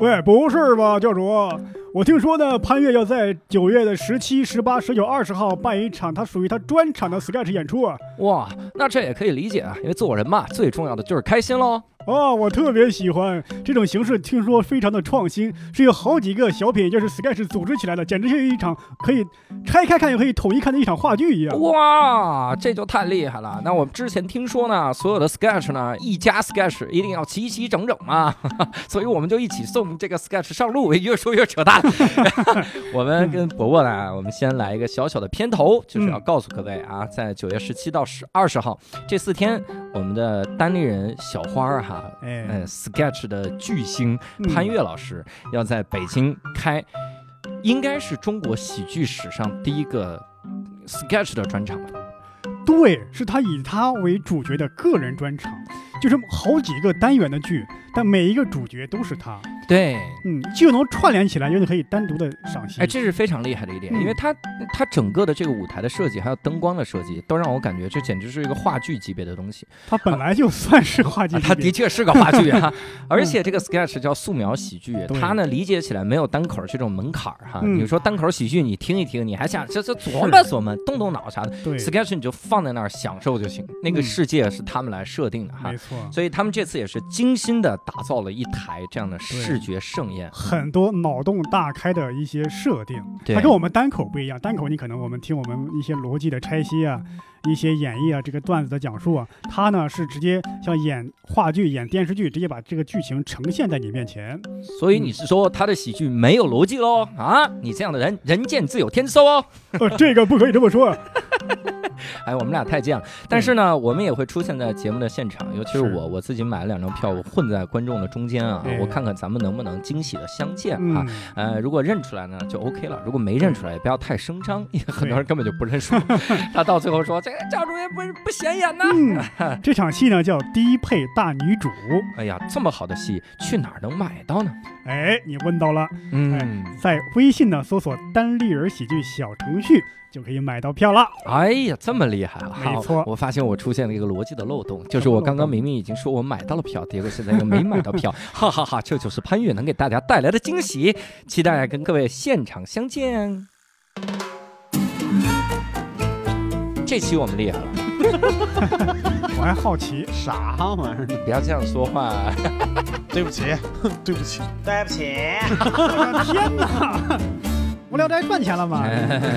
喂，不是吧，教主？我听说呢，潘越要在九月的十七、十八、十九、二十号办一场他属于他专场的 sketch 演出啊！哇，那这也可以理解啊，因为做人嘛，最重要的就是开心喽。哦，我特别喜欢这种形式，听说非常的创新，是有好几个小品，就是 sketch 组织起来的，简直像一场可以拆开看，也可以统一看的一场话剧一样。哇，这就太厉害了！那我们之前听说呢，所有的 sketch 呢，一家 sketch 一定要齐齐整整嘛， 所以我们就一起送这个 sketch 上路。越说越扯淡。 我们跟伯伯呢，我们先来一个小小的片头，就是要告诉各位啊，在九月十七到十二十号这四天，我们的单立人小花儿哈，哎，嗯，sketch 的巨星嗯潘越老师要在北京开，应该是中国喜剧史上第一个 sketch 的专场吧？对，是他以他为主角的个人专场，就是好几个单元的剧，但每一个主角都是他，对，嗯，就能串联起来，又可以单独的赏析。哎，这是非常厉害的一点，嗯因为他他整个的这个舞台的设计，还有灯光的设计，都让我感觉这简直是一个话剧级别的东西。他本来就算是话剧啊，级他的别，确是个话剧 啊，而且这个 sketch 叫素描喜剧，嗯对它呢理解起来没有单口这种门槛儿哈。嗯你说单口喜剧，你听一听，你还想这这琢磨琢磨，动动脑啥的对， ，sketch 你就放在那儿享受就行。那个嗯世界是他们来设定的哈没，错，所以他们这次也是精心的打造了一台这样的视觉盛宴。很多脑洞大开的一些设定。对，它跟我们单口不一样，单口你可能我们听我们一些逻辑的拆析啊，一些演绎啊，这个段子的讲述啊，它呢是直接像演话剧、演电视剧，直接把这个剧情呈现在你面前。所以你是说他的喜剧没有逻辑喽？啊，你这样的人人贱自有天收哦。呃，这个不可以这么 说。哎，我们俩太贱了。但是呢，我们也会出现在节目的现场，尤其是我我自己买了两张票，我混在观众的中间啊哎，我看看咱们能不能惊喜的相见啊嗯。，呃，如果认出来呢，就 OK 了；如果没认出来，也不要太声张，因为很多人根本就不 认输。他到最后说：“这个赵主任不是不显眼呢。嗯，这场戏呢叫低配大女主。”哎呀，这么好的戏，去哪儿能买到呢？哎，你问到了，嗯，在微信呢搜索“单立人喜剧”小程序就可以买到票了。哎呀，这么厉害啊！没好错我发现我出现了一个逻辑的漏洞，就是什么我漏刚刚洞明明已经说我买到了票，结果现在又没买 到票，哈哈哈！这就是潘越能给大家带来的惊喜，期待跟各位现场相见。这期我们厉害了，我还好奇，啥玩意儿？不要这样 说话。对不起， 对不起，对不起。天哪，无聊斋赚钱了吗？哎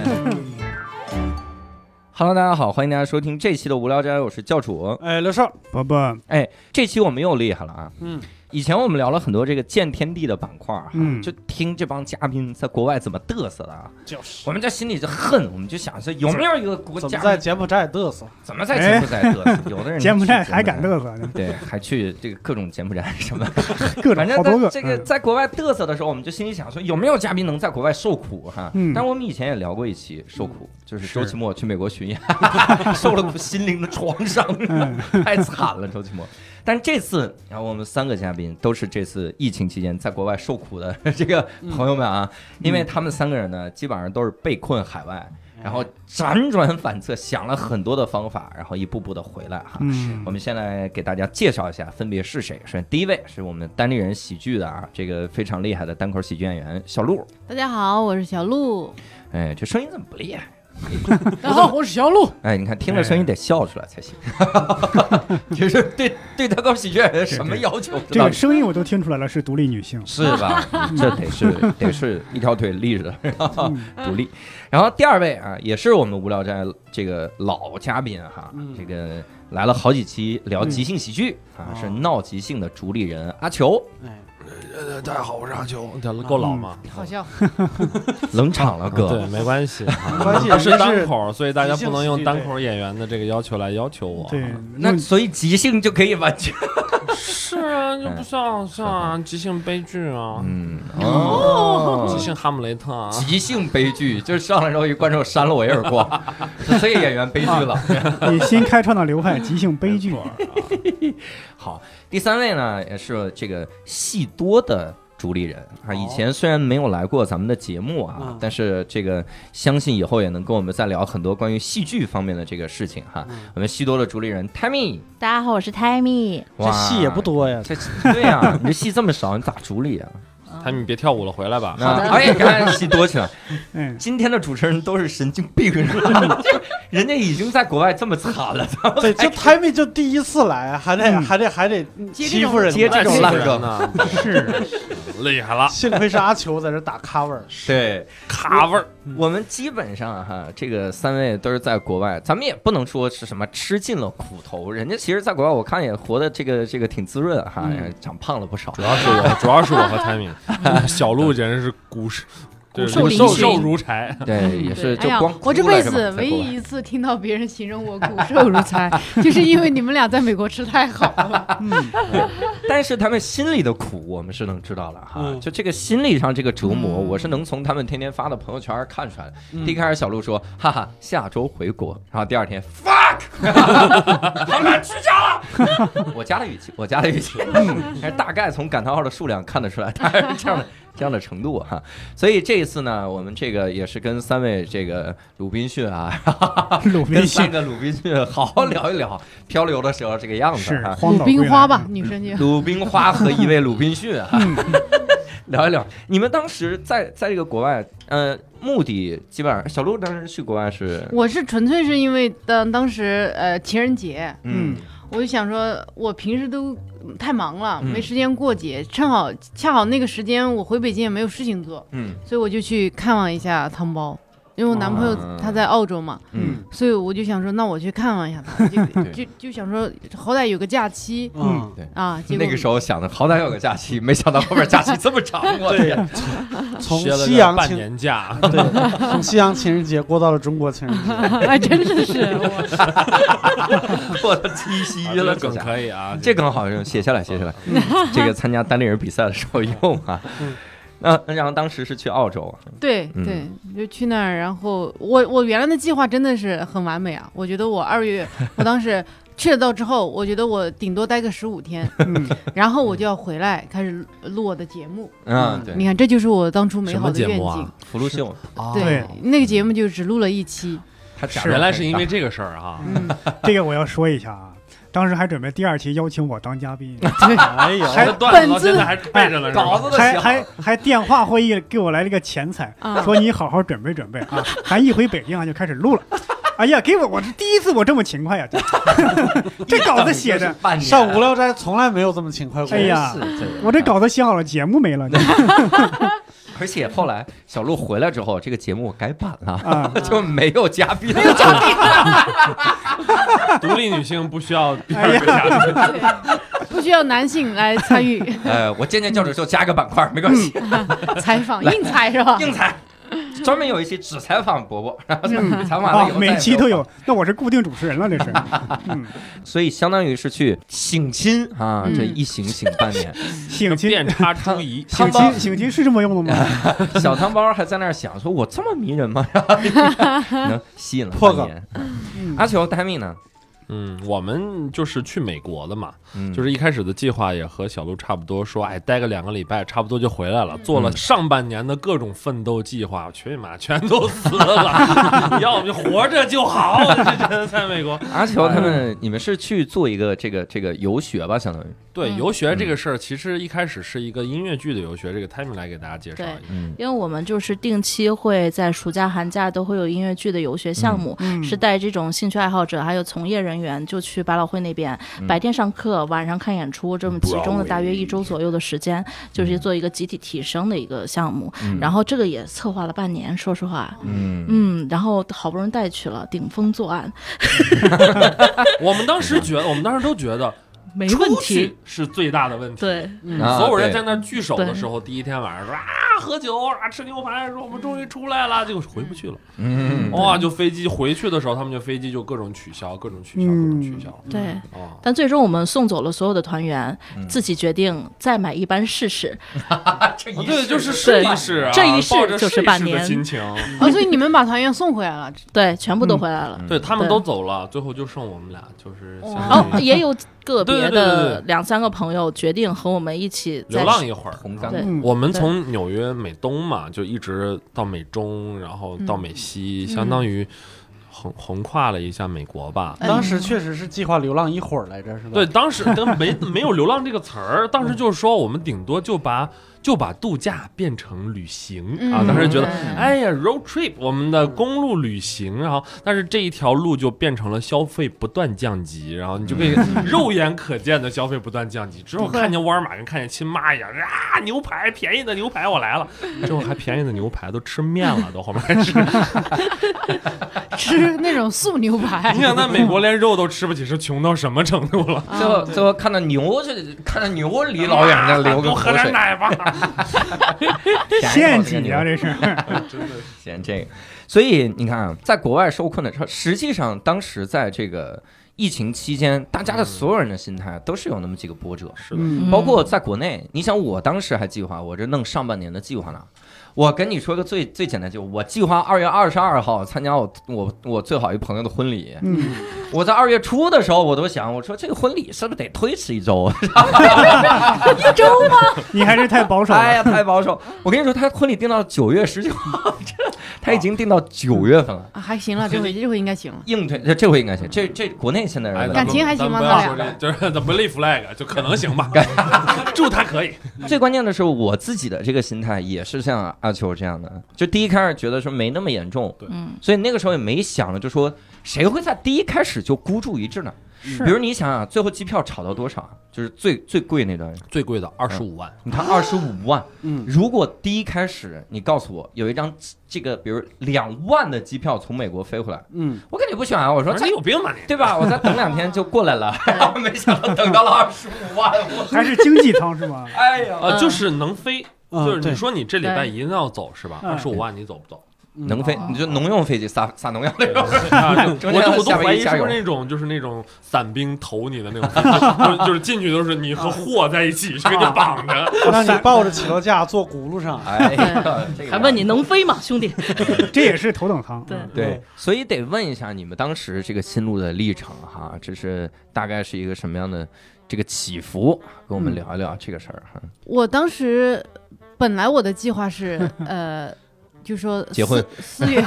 Hello，大家好，欢迎大家收听这期的无聊斋，我是教主。哎，刘少，伯伯，哎，这期我们又厉害了啊！嗯，以前我们聊了很多这个见天地的板块啊儿哈，嗯就听这帮嘉宾在国外怎么嘚瑟的啊。就是我们这心里就恨，我们就想说有没有一个国怎家么在柬埔寨嘚瑟？怎么在柬埔寨嘚瑟？有的人哎 柬埔寨去还敢？嘚瑟 呢，对，还去这个各种柬埔寨什么，各种反正好多个。在这个嗯在国外嘚瑟的时候，我们就心里想说有没有嘉宾能在国外受苦哈？嗯但我们以前也聊过一期受苦，就是周是奇墨去美国巡演， 受了苦心灵的创伤，嗯 太惨了周奇墨。但这次，然后我们三个嘉宾都是这次疫情期间在国外受苦的 这个朋友们啊，嗯因为他们三个人呢，基本上都是被困海外，然后辗转反侧，想了很多的方法，然后一步步的回来哈。嗯我们先来给大家介绍一下分别是谁。首先，第一位是我们单立人喜剧的啊，这个非常厉害的单口喜剧演员小鹿。大家好，我是小鹿。哎，这声音怎么不厉害？大家好，我是小鹿。哎，你看听了声音得笑出来才 行。其实对对单口喜剧演员什么要求？这个声音我都听出来了，是独立女性。是嗯吧？这得是得是一条腿立着，然后 独立。然后第二位啊，也是我们无聊斋这个老嘉宾哈，这个来了好几期聊即兴喜剧啊，哦是闹即兴的主理人阿球，哎，呃，大家好，我是阿秋。够老吗？好笑，冷场了哥嗯啊对，。没关系，没关系 我是人家单是口，啊所以大家不能用即兴喜剧单口演员的这个要求来要求我。嗯对，那用所以即兴就可以完全，是啊，就不像像啊即兴悲剧啊，嗯哦即兴哈姆雷特啊，即兴悲剧，就是上来之后一观众扇了我一耳光，所以演员悲剧了。你新开创的流派即兴悲 剧，好，第三位呢也是这个戏多的主理人啊，以前虽然没有来过咱们的节目啊，嗯但是这个相信以后也能跟我们再聊很多关于戏剧方面的这个事情哈。我们戏多的主理人 Tammy，大家好，我是 Tammy。 这戏也不，多呀，这对呀、你这戏这么少，你咋主理啊？嗯他们别跳舞了，回来吧。好的啊哎，看戏多起来。嗯，今天的主持人都是神经病， 就是人家已经在国外这么惨了，对，就他们就第一次来，还得嗯还得还得接欺这负种人，接这种烂欺负人梗呢， 是，厉害了，幸亏是阿球在这打 cover， 对，卡味儿。我们基本上哈，这个三位都是在国外，咱们也不能说是什么吃尽了苦头，人家其实在国外我看也活得这个这个挺滋润哈，嗯长胖了不少主。要是我，主要是我和 Tammy，小 鹿简直是骨瘦，对骨瘦瘦嶙峋瘦如柴。对，也是就哎呀光、，我这辈子唯一。一次听到别人形容我骨瘦如柴，就是因为你们俩在美国吃太好了。 但是他们心里的苦，我们是能知道了哈。嗯就这个心理上这个折磨，嗯我是能从他们天天发的朋友圈看出来的。嗯第一开始小鹿说：“哈哈，下周回国。”然后第二天，fuck，他们去家了。啊我加的语气，我加的 语气，但是大概从感叹号的数量看得出来，大概是这样的这样的程度哈。所以这一次呢，我们这个也是跟三位这个鲁滨逊啊，鲁跟滨三逊个鲁滨逊好好聊一聊漂流的时候这个样子是哈。荒岛归冰来花吧，，女生就鲁冰花和一位鲁滨逊啊，嗯 聊一聊。你们当时在在这个国外，呃，目的基本上小鹿当时去国外是，我是纯粹是因为当当时呃情人节，嗯我就想说，我平时都嗯太忙了，嗯没时间过节，正好恰好那个时间我回北京也没有事情做，嗯所以我就去看望一下汤包，因为我男朋友哦他在澳洲嘛，嗯，所以我就想说，那我去看望一下 他，就对就就想说，好歹有个假期嗯嗯，啊。结果那 个时候想的好歹有个假期， 没想到后边假期这么长，我的啊天！从歇了西个洋半情年假， 对，从西洋情人节过到了中国情人节，还哎真的是我， 我的七夕啊了，这这个梗下。可以啊，这更好用，写下来，写下来。嗯这个参加单立人比赛的时候用啊嗯。那然后当时是去澳洲啊，对嗯对，就去那儿，然后我我原来的计划真的是很完美啊，我觉得我二月我当 时。去了到之后，我觉得我顶多待个十五天，嗯， 然后我就要回来开始录我的节目。嗯，你对，看，这就是我当初美什好么的节愿目景啊。？福禄秀，哦对，那个节目就只录了一期。他假原来是因为这个事儿啊哈，嗯，这个我要说一下啊，当时还准备第二期邀请我当嘉 宾，哎呦，我的段子到本子现在还背着呢，是吧稿子都还写好还了，还电话会议给我来了个前菜 啊，说你好好准备准备啊，咱一回北京啊就开始录了。哎呀，给我我是第一次我这么勤快呀，啊这稿子写的，半年 上《无聊斋》从来没有这么勤快过。哎呀是个我这稿子写好了，节目没了而且后来小鹿回来之后，这个节目我改版了，啊。 就没有嘉宾了。独立女性不需要第哎二呀个嘉宾，对不需要男性来参与 呃，我渐渐教主就加个板块，没关系，采 访，硬采是吧？硬采。专门有一期只采访伯 伯，然后采访啊了以，后每期再都也没有，那我是固定主持人了，这是。嗯，有，所以相当于是去省亲啊，嗯这一省省半年。省亲，遍插中仪，汤省包亲，省亲是这么用的吗？小汤包还在那儿想说：“我这么迷人吗？” 能吸引了破半梗年。阿球、丹米呢？嗯，我们就是去美国的嘛，嗯就是一开始的计划也和小鹿差不多，说哎，待个两个礼拜，差不多就回来了。嗯做了上半年的各种奋斗计划，去妈全都死 了，要不就活着就好。 我就觉得在美国，阿球他们，你们是去做一个这个这个游学吧，相当于。对嗯游学这个事儿，其实一开始是一个音乐剧的游学，这个 Timmy 来给大家介绍一下。嗯因为我们就是定期会在暑假、寒假都会有音乐剧的游学项目，嗯是带这种兴趣爱好者还有从业人员就去百老汇那边，嗯白天上课，晚上看演出，这么集中的 Broadway 大约一周左右的时间，就是做一个集体提升的一个项目。嗯然后这个也策划了半年，说实话。嗯，嗯，然后好不容易带去了，顶风作案，我们当时觉得，我们当时都觉得没出问去题。是最大的问题。对，啊所有人对在那儿聚首的时候，第一天晚上说啊喝酒啊吃牛排，说我们终于出来了，结果回不去了。嗯哇，就飞机回去的时候，他们就飞机就各种取消，各种取消，各种取消。对，啊，但最终我们送走了所有的团员，嗯自己决定再买一班试试。这啊一对，世就是试对一试啊，这一试抱着就试是一半试的年嗯心情。 哦，所以你们把团员送回来 了，对，全部都回来了。嗯对他们对都走了，最后就剩我们俩，就是相哇哦，当于也有对个对对别对对的两三个朋友决定和我们一起在流浪一会儿。红干对嗯我们从纽约美东嘛，就一直到美中，然后嗯到美西，相当于横横跨了一下美国吧。当时确实是计划流浪一会儿来着，是吧？ 对，，当时跟没没有“流浪”这个词儿，当时就是说我们顶多就把就把度假变成旅行嗯啊。当时觉得，嗯哎呀，road trip，我们的公路旅行，然后但是这一条路就变成了消费不断降级，然后你就可以嗯肉眼可见的消费不断降级。之后看见沃尔玛跟看见亲妈一样，啊，牛排便宜的牛排我来了，之后还便宜的牛排都吃面了，都后面还 吃。吃那种素牛排 你想在美国连肉都吃不起，是穷到什么程度了？啊最后最后看到牛就看到牛离老远就 流个哎啊多喝口点水，奶吧。陷阱啊，这这是。嫌这个。所以你看啊，在国外受困的车，实际上当时在这个疫情期间，大家的所有人的心态都是有那么几个波折。是的，嗯，嗯包括在国内，你想我当时还计划，我这弄上半年的计划呢。我跟你说个最最简单，就我计划二月二十二号参加我我我最好一朋友的婚礼。嗯，我在二月初的时候，我都想，我说这个婚礼是不是得推迟一周？啊你还是太保守哎了。呀，太保守！我跟你说，他婚礼定到九月十九号， 这他已经定到九月份了。 啊还行了，这回这回应该行了。硬推这这回应该行，这这国内现在哎人咱感情还行吗咱不要咱说俩这，就是咱不立 flag，就可能行吧。 祝他可以。最关键的是我自己的这个心态也是像阿秋这样的，就第一开始觉得说没那么严重，嗯，所以那个时候也没想着就说谁会在第一开始就孤注一掷呢？是比如你想想，最后机票炒到多少？啊就是最最贵那段，最贵的二十五万，你看二十五万。嗯，如果第一开始你告诉我有一张这个，比如两万的机票从美国飞回来，嗯，我肯定不选啊！我说我这说你有病吧你？对吧？我再等两天就过来 了，然后没想到等到了二十五万，我还是经济舱是吗？哎呀！呃，嗯就是能飞，嗯就是对你说你这礼拜一定要走是吧？嗯二十五万你走不走？嗯 能飞，你就农用飞机撒撒农药那种，啊就中 我间就我都夏威夷怀疑是加不油是那种就是那种伞兵投你的那种， 就是就是进去都是你和货在一起，是给你绑着。 让你抱着起落架坐轱辘上， 哎呀，这个嗯还问你能飞吗，兄弟？这也是头等舱。对对，所以得问一下你们当时这个心路的历程哈，这是大概是一个什么样的这个起伏？跟我们聊一聊这个事儿哈。我当时本来我的计划是 呃。就说结婚四四月，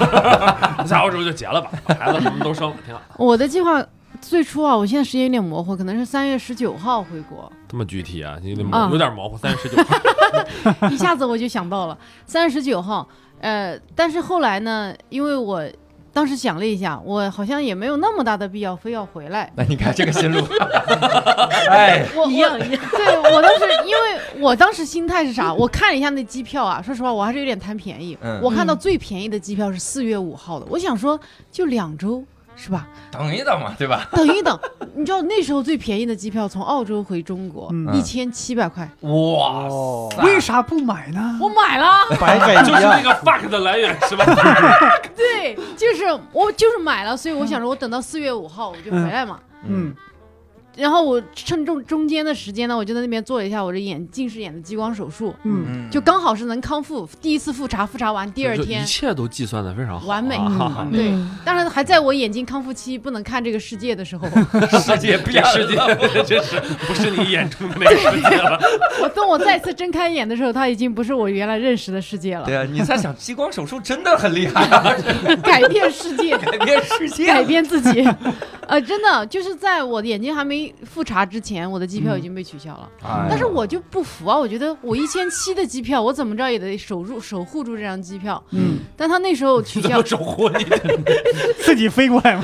下回是不是就结了吧？把孩子什么都生了，挺好。我的计划最初啊，我现在时间有点模糊，可能是三月十九号回 国，这么具体啊，有点啊有点模糊，三十九。一下子我就想到了三月十九号。呃，但是后来呢，因为我当时想了一下，我好像也没有那么大的必要非要回来。那你看这个心 路，哎，我一我样一样， 对我当时，因为我当时心态是啥？我看了一下那机票啊，说实话，我还是有点贪便宜。嗯我看到最便宜的机票是四月五号的，我想说就两周是吧？ 等一等嘛，对吧？等一等，你知道那时候最便宜的机票从澳洲回中国嗯一千七百块，哇，哦，为啥不买呢？我买了。白给就是一那样，个 fuck 的来源是吧？对，就是我就是买了，所以我想着我等到四月五号我就回来嘛。嗯，然后我趁中中间的时间呢，我就在那边做了一下我这眼近视眼的激光手术，嗯嗯，就刚好是能康复。第一次复查，复查完第二就一天，切都计算的非常好啊，完美嗯哈嗯对，当然还在我眼睛康复期不能看这个世界的时 候， 世界变这世界了，真 是不是你眼中的那个世界了。我等我再次睁开眼的时候，它已经不是我原来认识的世界了对，啊，你在想激光手术真的很厉害 啊，改变世界。改变世界改变自己，呃，真的就是在我的眼睛还没复查之前，我的机票已经被取消了。嗯哎但是我就不服啊！我觉得我一千七的机票，我怎么着也得守住、守护住这张机票。嗯，但他那时候 取怎消么，守护你？自己飞过来嘛。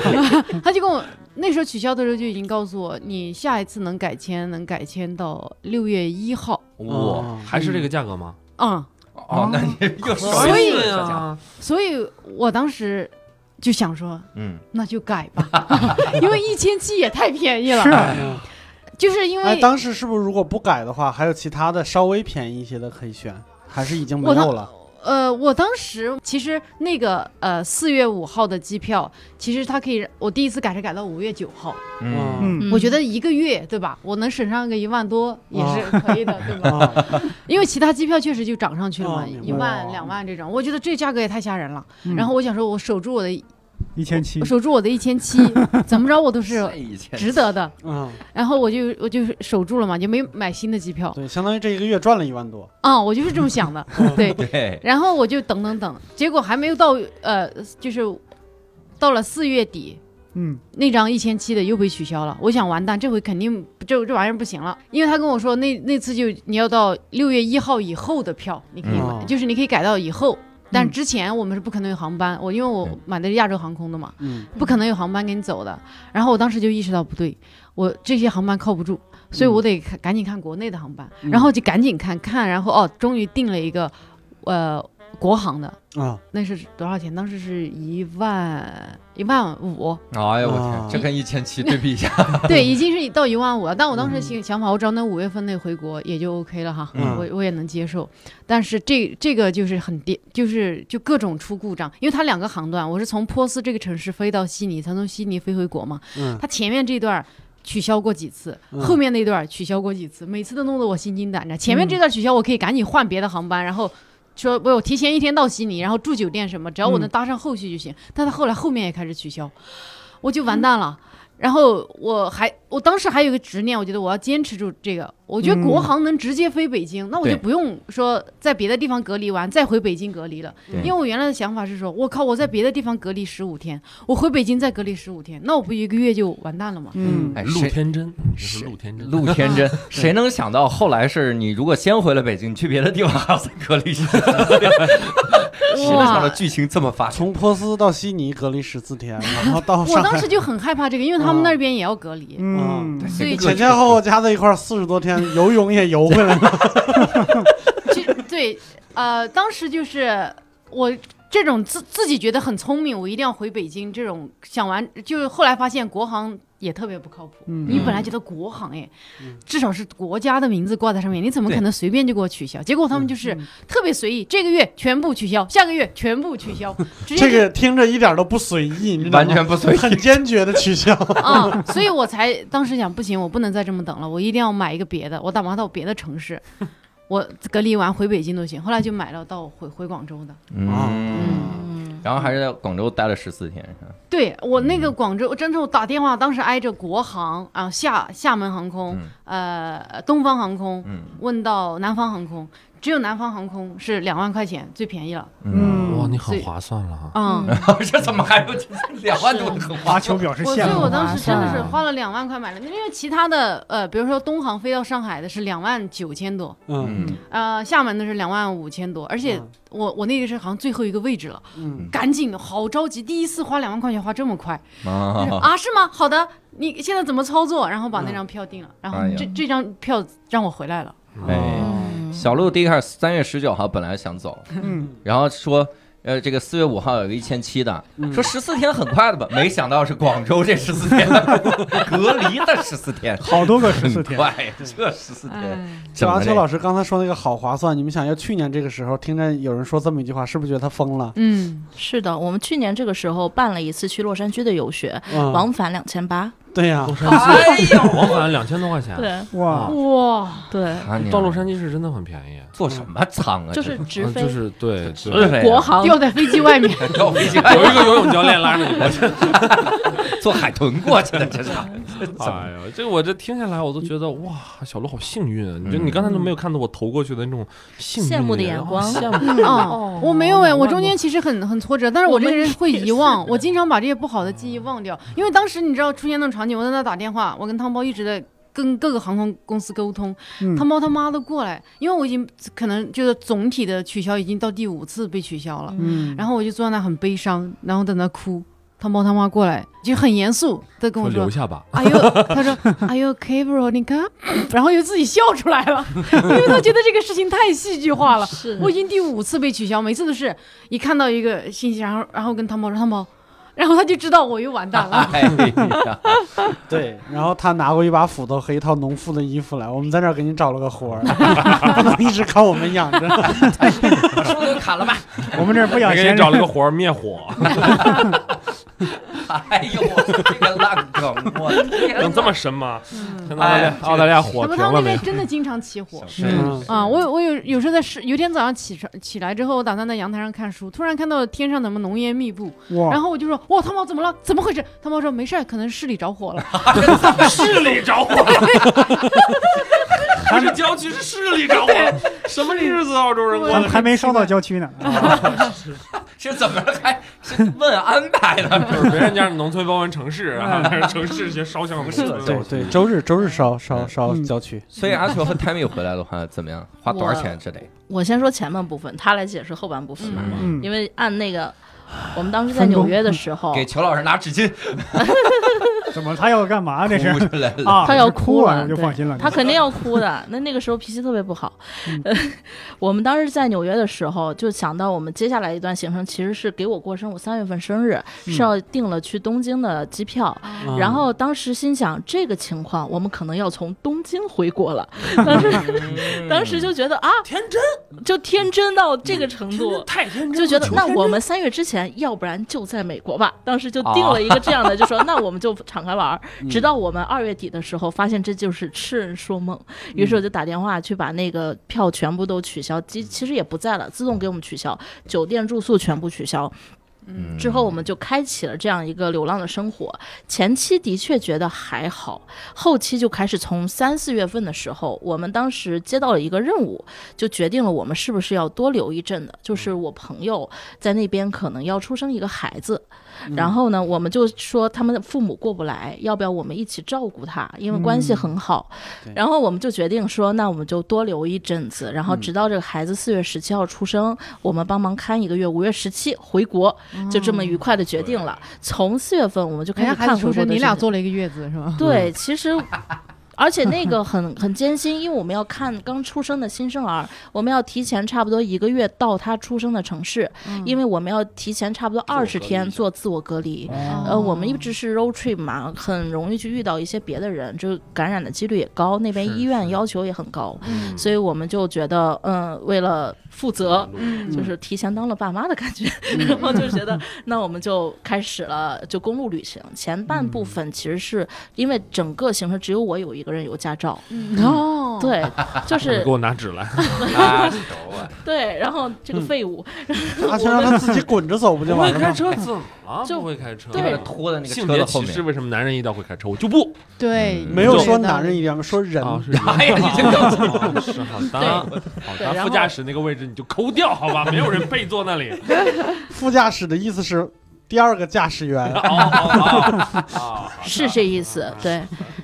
他就跟我那时候取消的时候就已经告诉我，你下一次能改签，能改签到六月一号。哇， 还是这个价格吗？嗯，哦，那你又说嗯所以一次小家伙啊，所以我当时就想说，嗯，那就改吧，因为一千七也太便宜了是。啊，嗯就是因哎，为当时是不是如果不改的话，还有其他的稍微便宜一些的可以选，还是已经没我当有了？呃，我当时其实那个呃四月五号的机票，其实它可以，我第一次改是改到五月九号，嗯，嗯，我觉得一个月对吧，我能省上个一万多也是可以的，对 吧？啊，因为其他机票确实就涨上去了嘛，哦明白一万两万这种，我觉得这价格也太吓人了。嗯然后我想说，我守住我的，一千七我，守住我的一千七，怎么着我都是这一切值得的。嗯，然后我就我就守住了嘛，就没买新的机票。对，相当于这一个月赚了一万多，啊、我就是这么 想的，对。对，然后我就等等等，结果还没有到呃，就是到了四月底，嗯那张一千七的又被取消了，我想完蛋，这回肯定这这玩意儿不行了，因为他跟我说那那次就你要到六月一号以后的票，你可以买，嗯就是你可以改到以后，但嗯之前我们是不可能有航班，我因为我嗯买的是亚洲航空的嘛，嗯，不可能有航班给你走的。然后我当时就意识到不对，我这些航班靠不住，所以我得看赶紧看国内的航班，嗯然后就赶紧看看，然后哦，终于定了一个，呃，国航的，啊，那是多少钱？当时是一万一万 五，哎呦我啊天，这跟一千七对比一 下，对，已经是到一万五了。但我当时想想法，我只要能五月份内回国也就 OK 了哈，嗯我我也能接受。但是这这个就是很跌，就是就各种出故障，因为它两个航段，我是从波斯这个城市飞到悉尼，才从悉尼飞回国嘛。嗯它前面这段儿取消过几次，嗯后面那段儿取消过几次，每次都弄得我心惊胆战。前面这段取消，我可以赶紧换别的航班，然后。说我有提前一天到悉尼，然后住酒店什么，只要我嗯能搭上后续就行。但他后来后面也开始取消，我就完蛋了。然后我还我当时还有一个执念，我觉得我要坚持住这个。我觉得国嗯航能直接飞北京，那我就对不用说在别的地方隔离完再回北京隔离了。对因为我原来的想法是说，我靠，我在别的地方隔离十五天，我回北京再隔离十五天，那我不一个月就完蛋了吗？嗯哎，陆谁天真，你这是谁陆天真，陆天真，谁能想到后来是你如果先回了北京，你去别的地方还要再隔离十四天？谁能想到剧情这么发展？从波斯到悉尼隔离十四天，然后到我上当海 时，就很害怕这个，因为他们那边也要隔离。嗯，所以前前后后加在一块儿四十多天，游泳也游回来了。就对，呃，当时就是我这种自自己觉得很聪明，我一定要回北京这种想完，就是后来发现国航也特别不靠谱。嗯你本来觉得国航哎，至少是国家的名字挂在上面，你怎么对可能随便就给我取消？结果他们就是特别随意，这个月全部取消，下个月全部取消，直接这个 听着一点都不随意，你知道吗完全不随意。很坚决的取消。啊、所以我才当时想，不行，我不能再这么等了，我一定要买一个别的，我打算到别的城市，我隔离完回北京都行。后来就买了到回回广州的，哦嗯，嗯，然后还是在广州待了十四天，是吧对我那个广州，我真是我打电话，当时挨着国航啊、厦厦门航空，呃，东方航空，嗯问到南方航空，只有南方航空是两万块钱最便宜了，嗯哇，你所很以划算了 啊哈。嗯。 这怎么还有两万多个阿球表示我羡所以，我慕。当时真的是划算花了两万块买了，因为其他的，呃，比如说东航飞到上海的是两万九千多，嗯嗯，呃，厦门的是两万五千多，而且嗯我、我那个是好像最后一个位置了，嗯赶紧好着急，第一次花两万块钱花这么快就是啊，啊？是吗？好的，你现在怎么操作？然后把那张票定了，然后哎呀这、这张票让我回来了，嗯哎，小鹿第一开始三月十九号本来想走，嗯，然后说。呃，这个四月五号有个一千七的，说十四天很快的吧，没想到是广州这十四天隔离的十四天，好多个十四很 天，快，这十四哎天，就怎阿么秋的？老师刚才说那个好划算，你们想要去年这个时候听着有人说这么一句话，是不是觉得他疯了？嗯，是的，我们去年这个时候办了一次去洛杉矶的游学，嗯，往返两千八。对呀、洛杉矶，往返两千多块钱，对哇，哇，对，啊你到洛杉矶是真的很便宜。做什么仓啊？就是直嗯飞、就是对，这对啊是哎 国航。掉在飞机外面，要飞机 有一个游泳教练拉着你过 去。坐海豚过去的，这是怎么哎呀，这我这听下来，我都觉得哇，小鹿好幸运啊！你就你刚才都没有看到我投过去的那种幸运羡慕的人眼啊光哦羡慕。嗯，我没有哎，我中间其实很很挫折，但是我这个人会遗 忘，我经常把这些不好的记忆忘掉，因为当时你知道出现那种场景，我在那打电话，我跟汤包一直在跟各个航空公司沟通，嗯汤包他妈的过来，因为我已经可能就是总体的取消已经到第五次被取消了，嗯，然后我就坐在那很悲伤，然后在那哭，汤包他妈过来就很严肃的跟说我说留。下吧，哎呦，他说，哎呦，K Veronica，然后又自己笑出来了， 因为他觉得这个事情太戏剧化了。是我已经第五次被取消，每次都是一看到一个信息，然后然后跟汤包说汤包，然后他就知道我又完蛋了。 哎呀，对。然后他拿过一把斧头和一套农妇的衣服来，我们在这儿给你找了个活儿， 不能一直靠我们养着。树都砍了吧？我们这儿不养还给闲你找了人，个活儿灭火，哎呦，我这个烂梗，我天能哪这么深吗？现在澳大利哎亚澳大利亚火嗯他停们他了们那没边？真的经常起火嗯啊！我有我有有时候在是有天早上起床起来之后，我打算在阳台上看书，突然看到天上怎么浓烟密布，然 哇，后我就说哇，汤包怎么了？怎么回事？汤包说没事儿，可能市里着火 了。市里着 火了，不是郊区，是市里 着火了。什么日子？澳洲人过还的？还没烧到郊区呢，是怎么还这问安排的，就是别人家是农村包围城市 啊，但是城市就烧香城市的 对对，周日周日烧烧烧嗯郊区，所以阿球和 Tammy 回来的话怎么样？花多少钱？这得我先说前半部分，他来解释后半部分吧。嗯，因为按那个，我们当时在分工纽约的时候，给裘老师拿纸巾怎么他要干嘛这是捂出来了。啊？他要哭哭了，了我就对放心了。他肯定要哭的。那那个时候脾气特别不好。呃， 我们当时在纽约的时候，就想到我们接下来一段行程其实是给我过生日，我三月份生日嗯是要订了去东京的机票。啊嗯然后当时心想，这个情况我们可能要从东京回 国了。当时嗯当时就觉得啊，天真，嗯就天真到这个程度。太天就觉得那我们三月之前，要不然就在美国吧。当时就定了一个这样的，就说那我们就敞开玩儿。直到我们二月底的时候，发现这就是痴人说梦。于是我就打电话去把那个票全部都取消，其其实也不在了，自动给我们取消，酒店住宿全部取消。嗯之后我们就开启了这样一个流浪的生活。前期的确觉得还好，后期就开始从三四月份的时候，我们当时接到了一个任务，就决定了我们是不是要多留一阵的。就是我朋友在那边可能要出生一个孩子，然后呢，我们就说他们的父母过不来，要不要我们一起照顾他？因为关系很好。对然后我们就决定说，那我们就多留一阵子，然后直到这个孩子四月十七号出生，我们帮忙看一个月，五月十七回国，就这嗯么愉快的决定了。从四月份我们就人家开始孩子看出回国生，的你俩日子坐了一个月子是吗？嗯对，其实。而且那个很 很艰辛，因为我们要看刚出生的新生儿，我们要提前差不多一个月到他出生的城市，因为我们要提前差不多嗯我二十隔天离嗯做自我隔离。哦呃，我们一直是 road trip 嘛，很容易去遇到一些别的人，就是感染的几率也高，那边是医院是要求也很高，嗯所以我们就觉得，嗯，为了负责，嗯就是提前当了爸妈的感觉，嗯 然后就觉得那我们就开始了就公路旅行。前半嗯部分其实是因为整个行程只有我有一个人有驾照，哦，对，就你是给我拿纸来，啊，手啊对，然后这个嗯废物，嗯他就让他自己滚着走不就不会完了开吗？车怎么了？就不会开车，对把它拖在那个性车别的后歧面视。为什么男人一定要会开车？我就不对，嗯 没有对说男人一定要说人，啊，是哎呀，已经够了哦是 好的，好对的，然副后驾驶那个位置你就抠掉好 吧，没有人配坐那 里。副驾驶的意思是第二个驾驶员 哦，哦哦哦，好的是这意啊思，对。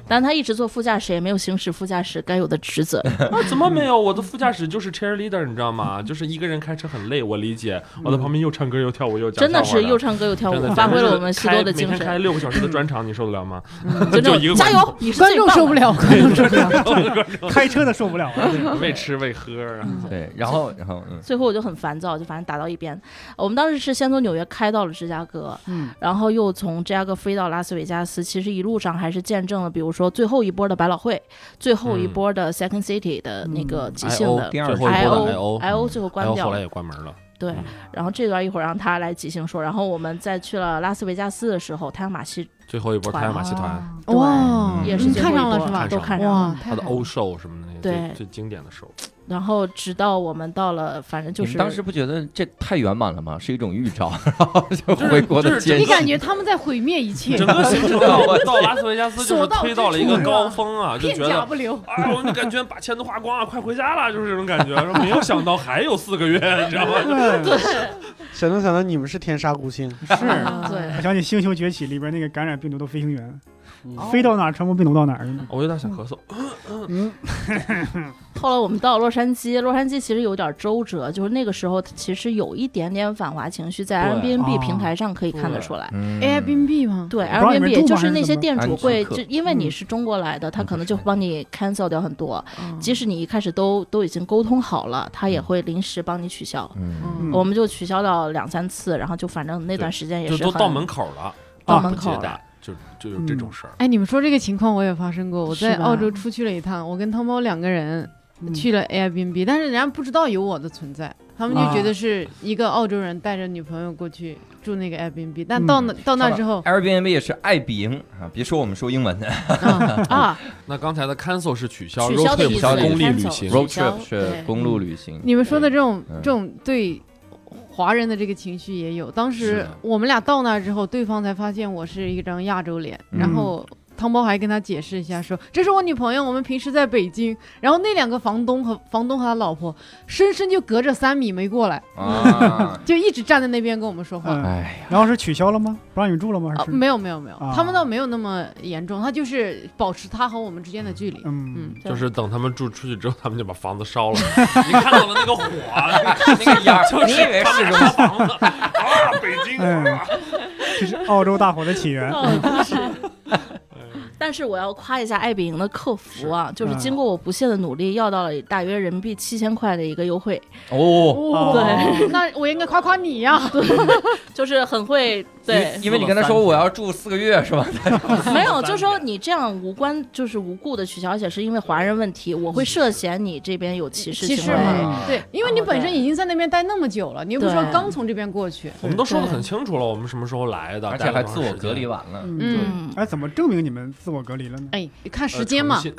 但他一直做副驾驶，也没有行使副驾驶该有的职责。 啊，怎么没有？我的副驾驶就是 cheerleader，你知道吗？就是一个人开车很累，我理解。嗯我在旁边又唱歌又跳舞又讲真的笑话是又唱歌又跳真的舞，是发挥了我们西多的精每天开神。六个小时的专场，你受得了吗？就那 就一个种加油，你是嗯观最众棒受的不了，观众受不 了。开车的受不了了。 为吃为喝啊，嗯对，然后然后嗯，最后我就很烦躁，就反正打到一边。我们当时是先从纽约开到了芝加哥，嗯，然后又从芝加哥飞到拉斯维加斯。其实一路上还是见证了，比如说最后一波的百老汇，最后嗯一波的 Second City 的那个即兴的 IO 第二最波后一的嗯波 IO 的 IO IO 最后关后掉来了。也关门了。对，然后这段一会儿让他来即兴说。然后我们再去了拉斯维加斯的时候，太阳马戏最后一波太啊阳马戏团，对哇，也是你最看后一上了波是吧？都看上哇了。，太 他的好了欧 show 什么的那些对最最经典的 show，然后直到我们到了，反正就你是们当时不觉得这太圆满了吗？是一种预兆，然后就回国的艰你辛。感觉他们在毁灭一切整，个行程到到拉斯维加斯就是所啊到推之到了一处个是高吧峰啊，就 片觉甲得不留。啊，我就感觉把钱都花光了，快回家了，就是这种感觉。然后没有想到还有四个月，你知道吗？想当想当你们是天杀孤星，是，嗯对啊我。想起《星球崛起》里边那个感染病毒的飞行员嗯，飞哦到哪儿传播病毒到哪儿嗯呢？我有点想咳嗽，后来我们到洛杉矶，洛杉矶其实有点周折，就是那个时候其实有一点点反华情绪，在对 Airbnb 啊平台上可以看得出来。嗯 Airbnb 吗？对不知道你们住吗，Airbnb 就是那些店主还会，是怎么就因为你是中国来的，他可能就会帮你 cancel 掉很多。嗯即使你一开始都都已经沟通好了，他也会临时帮你取消。嗯嗯我们就取消到两三次，然后就反正那段时间也就是都很到门口了，到啊门不接口了待，就就有这种事儿。哎，你们说这个情况我也发生过。我在是吧澳洲出去了一趟，我跟汤包两个人嗯去了 Airbnb，、但是人家不知道有我的存在，他们就啊觉得是一个澳洲人带着女朋友过去住那个 Airbnb，但到那、到那之 后， Airbnb 是爱彼迎啊，别说我们说英文的啊，啊，嗯那刚才的 cancel 是取消，取 road 消的 trip 是意思公里旅 cancel 行， road 取消 trip 是对公路旅行。你们说的这种嗯这种对华人的这个情绪也有。当是时的我们俩到那之后，对方才发现我是一张亚洲脸，嗯然后汤包还跟他解释一下说，这是我女朋友，我们平时在北京。然后那两个房东和房东和他老婆深深就隔着三米没过来， 啊，就一直站在那边跟我们说话。嗯，哎呀，然后是取消了吗？不让你住了吗？还啊，是？没有没有没有，啊他们倒没有那么严重，他就是保持他和我们之间的距离。嗯，对就是等他们住出去之后，他们就把房子烧 了。你看到了那个火，那个烟儿，就 你以为是他是们烧房 子啊，北京哎，这是澳洲大火的起源。但是我要夸一下爱彼迎的客服啊，就是嗯经过我不懈的努力，要到了大约人民币七千块的一个优惠，哦，哦对，那我应该夸夸你呀、就是 很会对因，因为你跟他说我要住四个月是吧？没有，就是说你这样无关就是无故的取消，而且是因为华人问题，我会涉嫌你这边有歧视歧行视为。嘛，嗯对，因为你哦本身对已经在那边待那么久了，你又不是说对刚从这边过去，我们都说的很清楚了，我们什么时候来的，而且待了还多自我长时隔间离。完了，嗯嗯，哎，怎么证明你们自我隔离了呢？哎，看时呃间嘛诚，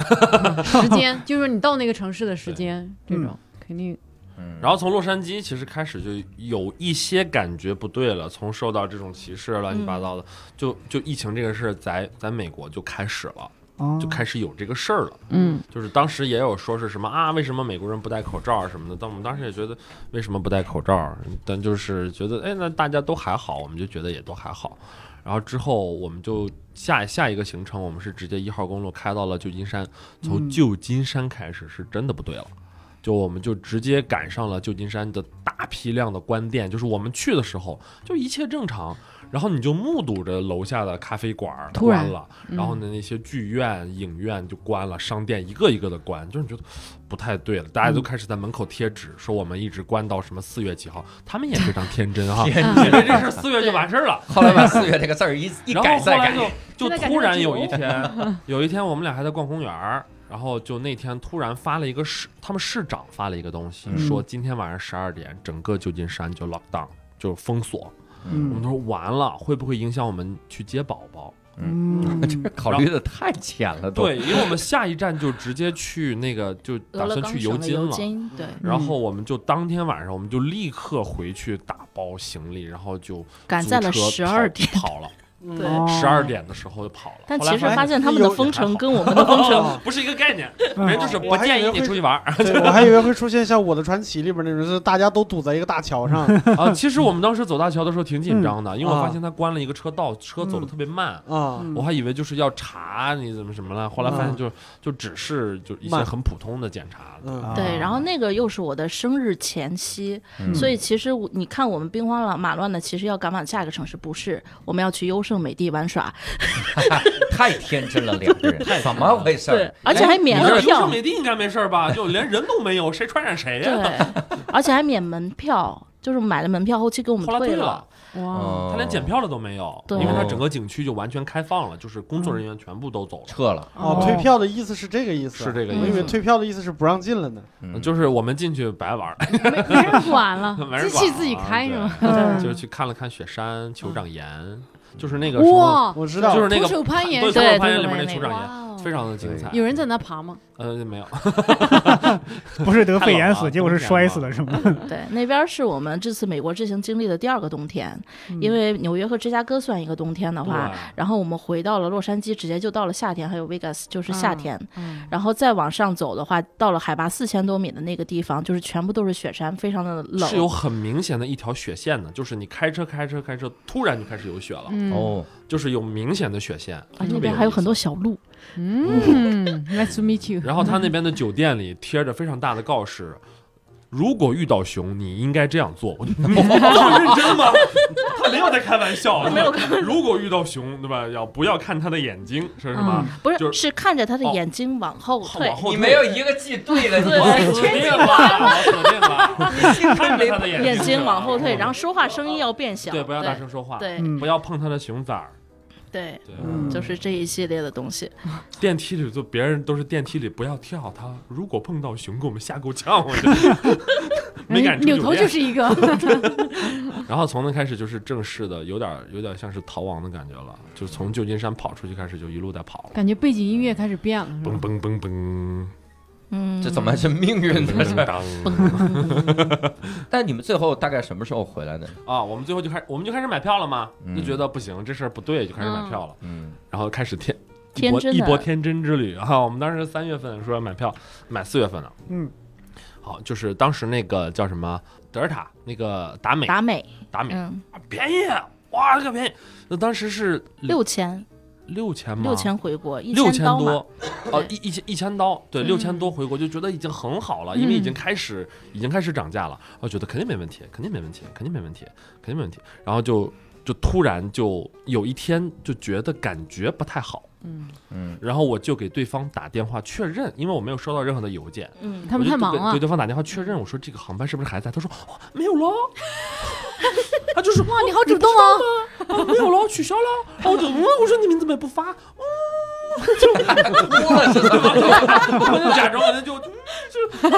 信时 间就是你到那个城市的时间，这种肯定嗯， 然后从洛杉矶其实开始就有一些感觉不对了，从受到这种歧视乱七嗯八糟的，就就疫情这个事儿在在美国就开始了，啊，就开始有这个事儿了。嗯，就是当时也有说是什么啊，为什么美国人不戴口罩啊什么的，但我们当时也觉得为什么不戴口罩儿，但就是觉得哎，那大家都还好，我们就觉得也都还好。然后之后我们就下下一个行程，我们是直接一号公路开到了旧金山，从嗯旧金山开始是真的不对了。就我们就直接赶上了旧金山的大批量的关店，就是我们去的时候就一切正常，然后你就目睹着楼下的咖啡馆儿突然关了，然后呢那些剧院、影院就关了，商店一个一个的关，就是你觉得不太对了，大家都开始在门口贴纸说我们一直关到什么四月几号，他们也非常天真啊哈，以天嗯真为这事四月就完事儿了。后来把四月这个字儿 一一然改后后再来改，就现就在改突成了然有九一天， 有一天我们俩还在逛公园儿，然后就那天突然发了一个市，他们市长发了一个东西，嗯说今天晚上十二点整个旧金山就 lock down，就封锁。我们嗯都说完了，会不会影响我们去接宝宝？ 嗯，考虑的太浅了都。对，因为我们下一站就直接去那个，就俄打勒算冈去省油嗯的金了。金，对，然嗯后我们就当天晚上，我们就立刻回去打包行李，然后就赶在了租车十二跑点，跑 了，对。十二点的时候就跑了。但后来其实发发现他们的封城跟我嗯们的封哦城，不是一个概念，嗯人就是不建议你出去玩儿对，我还以为会出现像《我的传奇》里边那种，就是大家都堵在一个大桥上 啊。其实我们当时走大桥的时候挺紧张的，因为我嗯啊发现他关了一个车道，车走的特别慢。哦啊，我还以为就是要查你怎么什么了，后来发现就就只是就一些嗯慢很普通的检查。嗯， 对，啊然后那个又是我的生日前夕，嗯所以其实我你看我们兵荒马乱的，其实要赶往下一个城市，不是我们要去优胜美地玩耍，太天真了，两 个人怎么回事对儿？，哎而且还免哎你这了优胜票，美地应该没事儿 吧？就连人都没有，谁传染谁呀、对，而且还免门票，就是买了门票，后期给我们后来退了了，，哇，哦他连检票的都没有，对因为他整个景区就完全开放了，就是工作人员全部都走了，撤了，哦，退票的意思是这个意思，是这个我以意为思。退票的意思是不让进了呢。嗯就是我们进去白玩儿，没没人管 没了，人机管器自己开是吗？啊？嗯 对就是去看了看雪山、酋长岩，就是那个什么，哇，我知道，就是那徒个手攀岩对，，对攀岩里徒手面攀那岩酋长岩，非常的精彩。哦有人在那爬吗？呃没有，不是得肺炎太冷死，了结果是摔死的，是吗？对，那边是我们这次美国之行经历的第二个冬天，因为纽约和芝加哥算一个冬天的话，嗯对然后我们回到了洛杉矶，直接就到了夏天，还有 Vegas 就是夏啊天，嗯，然后再往上走的话，到了海拔四千多米的那个地方，就是全部都是雪山，非常的冷。是有很明显的一条雪线的，就是你开车开车开车，突然就开始有雪了，嗯哦，就是有明显的雪线。啊，特那别边还有意思很多小鹿，嗯，Nice to meet you。然后他那边的酒店里贴着非常大的告示：“如果遇到熊，你应该这样 做。”我就这么认真吗？他没有在开玩笑，没有如果遇到熊，对吧？要不要看他的眼睛？是什么？不是就是看着他的哦眼睛往后好退往，后你退没有一个记对了，我你死定了，我死定 了！你心啊看看着没他的眼睛，眼睛往后退，然后后说话声音要变小，哦嗯对，不要大声说话，，对嗯不，要碰他的熊崽儿。对对，啊嗯对，就是这一系列的东西。电梯里就别人都是电梯里不要跳，他如果碰到熊，给我们吓够呛，我就 没敢出哎扭酒头店就是一个， 然后从那开始就是正式的，有点有点像是逃亡的感觉了，就是从旧金山跑出去开始就一路在跑了，感觉背景音乐开始变了，是嘣吧？嘣嘣嘣，嗯，这怎么是命运的事噔儿？当嗯但你们最后大概什么时候回来的？ 啊！我们最后就开始我们就开始买票了嘛，嗯就觉得不行，这事儿不对，就开始买票了，嗯，然后开始天一天波真一的波天真之旅哈、我们当时三月份说要买票，买四月份的，嗯，好，就是当时那个叫什么德尔塔那个达美达美，达美、嗯，啊便宜，哇，这个便宜，那当时是六千六千吗？六千回国，一六千刀嘛，多，哦，对一一千一千刀，对，嗯六千多回国就觉得已经很好了，因为已经嗯开始已经开始涨价了，我觉得肯定没问题，肯定没问题，肯定没问题，肯定没问题。然后就就突然就有一天就觉得感觉不太好，嗯，嗯，然后我就给对方打电话确认，因为我没有收到任何的邮件，嗯，他们我太就忙给给了对。方打电话确认，我说这个航班是不是还在？他说、哦、没有了， 他就是哇，你好主动哦！啊，没有了，取消了。然后我就嗯，我说你们怎么也不发？嗯， 就哭了是怎么着？ 我就假装我就就就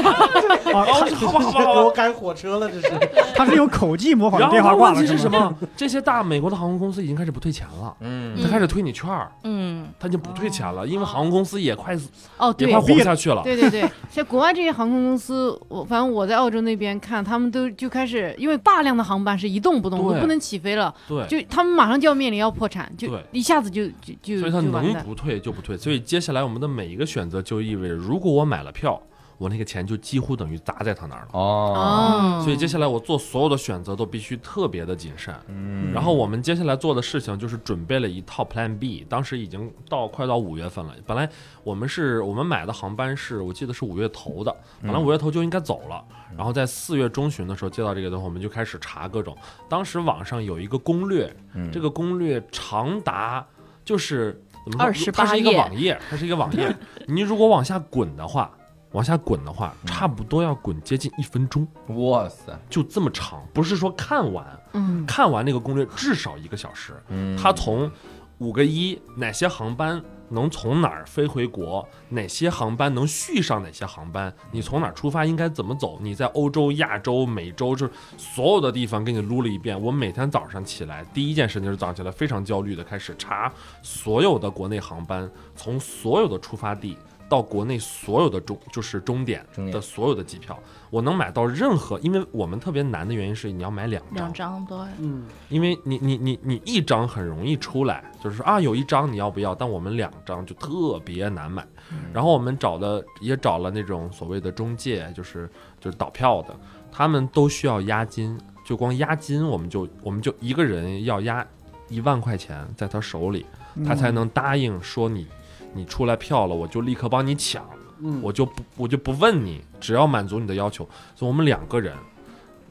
啊，哦，我说好吧好吧好给我吧。赶火车了，这是。他是用口技模仿然 后电话他挂问了题是什吗？么？这些大美国的航空公司已经开始不退钱了，嗯他开始推你券儿，嗯，他已经不退钱了，因为航空公司也快哦，也对快，活不下去了。对对 对，像国外这些航空公司，我反正我在澳洲那边看，他们都就开始，因为大量的航班是一动不动，对都不能起飞了，对，就他们马上就要面临要破产，就对一下子就就就所以他就完能蛋。不退就不退。所以接下来我们的每一个选择就意味着，如果我买了票，我那个钱就几乎等于砸在他那儿了。哦，嗯哦，所以接下来我做所有的选择都必须特别的谨慎。嗯然后我们接下来做的事情就是准备了一套 Plan B，当时已经到快到五月份了。本来我们是我们买的航班是我记得是五月头的，本来嗯五月头就应该走了。然后在四月中旬的时候接到这个东西，我们就开始查各种。当时网上有一个攻略，嗯这个攻略长达就是怎么说？ 28它是一个页网页，它是一个网页。你如果往下滚的话，往下滚的话，差不多要滚接近一分钟，哇塞，就这么长，不是说看完。嗯，看完那个攻略至少一个小时。嗯他从五个一哪些航班能从哪儿飞回国，哪些航班能续上哪些航班，你从哪儿出发应该怎么走，你在欧洲、亚洲、美洲就是所有的地方给你撸了一遍。我每天早上起来第一件事情就是早上起来非常焦虑的开始查所有的国内航班，从所有的出发地。到国内所有的终就是终点终点的所有的机票，我能买到任何，因为我们特别难的原因是你要买两张两，张对，嗯，因为你你你你一张很容易出来，就是说啊有一张你要不要？但我们两张就特别难买。然后我们找的也找了那种所谓的中介，就是就是倒票的，他们都需要押金，就光押金我们就我们就一个人要押一万块钱在他手里，嗯他才能答应说你你出来票了，我就立刻帮你抢。嗯，我就不我就不问你，只要满足你的要求。所以我们两个人，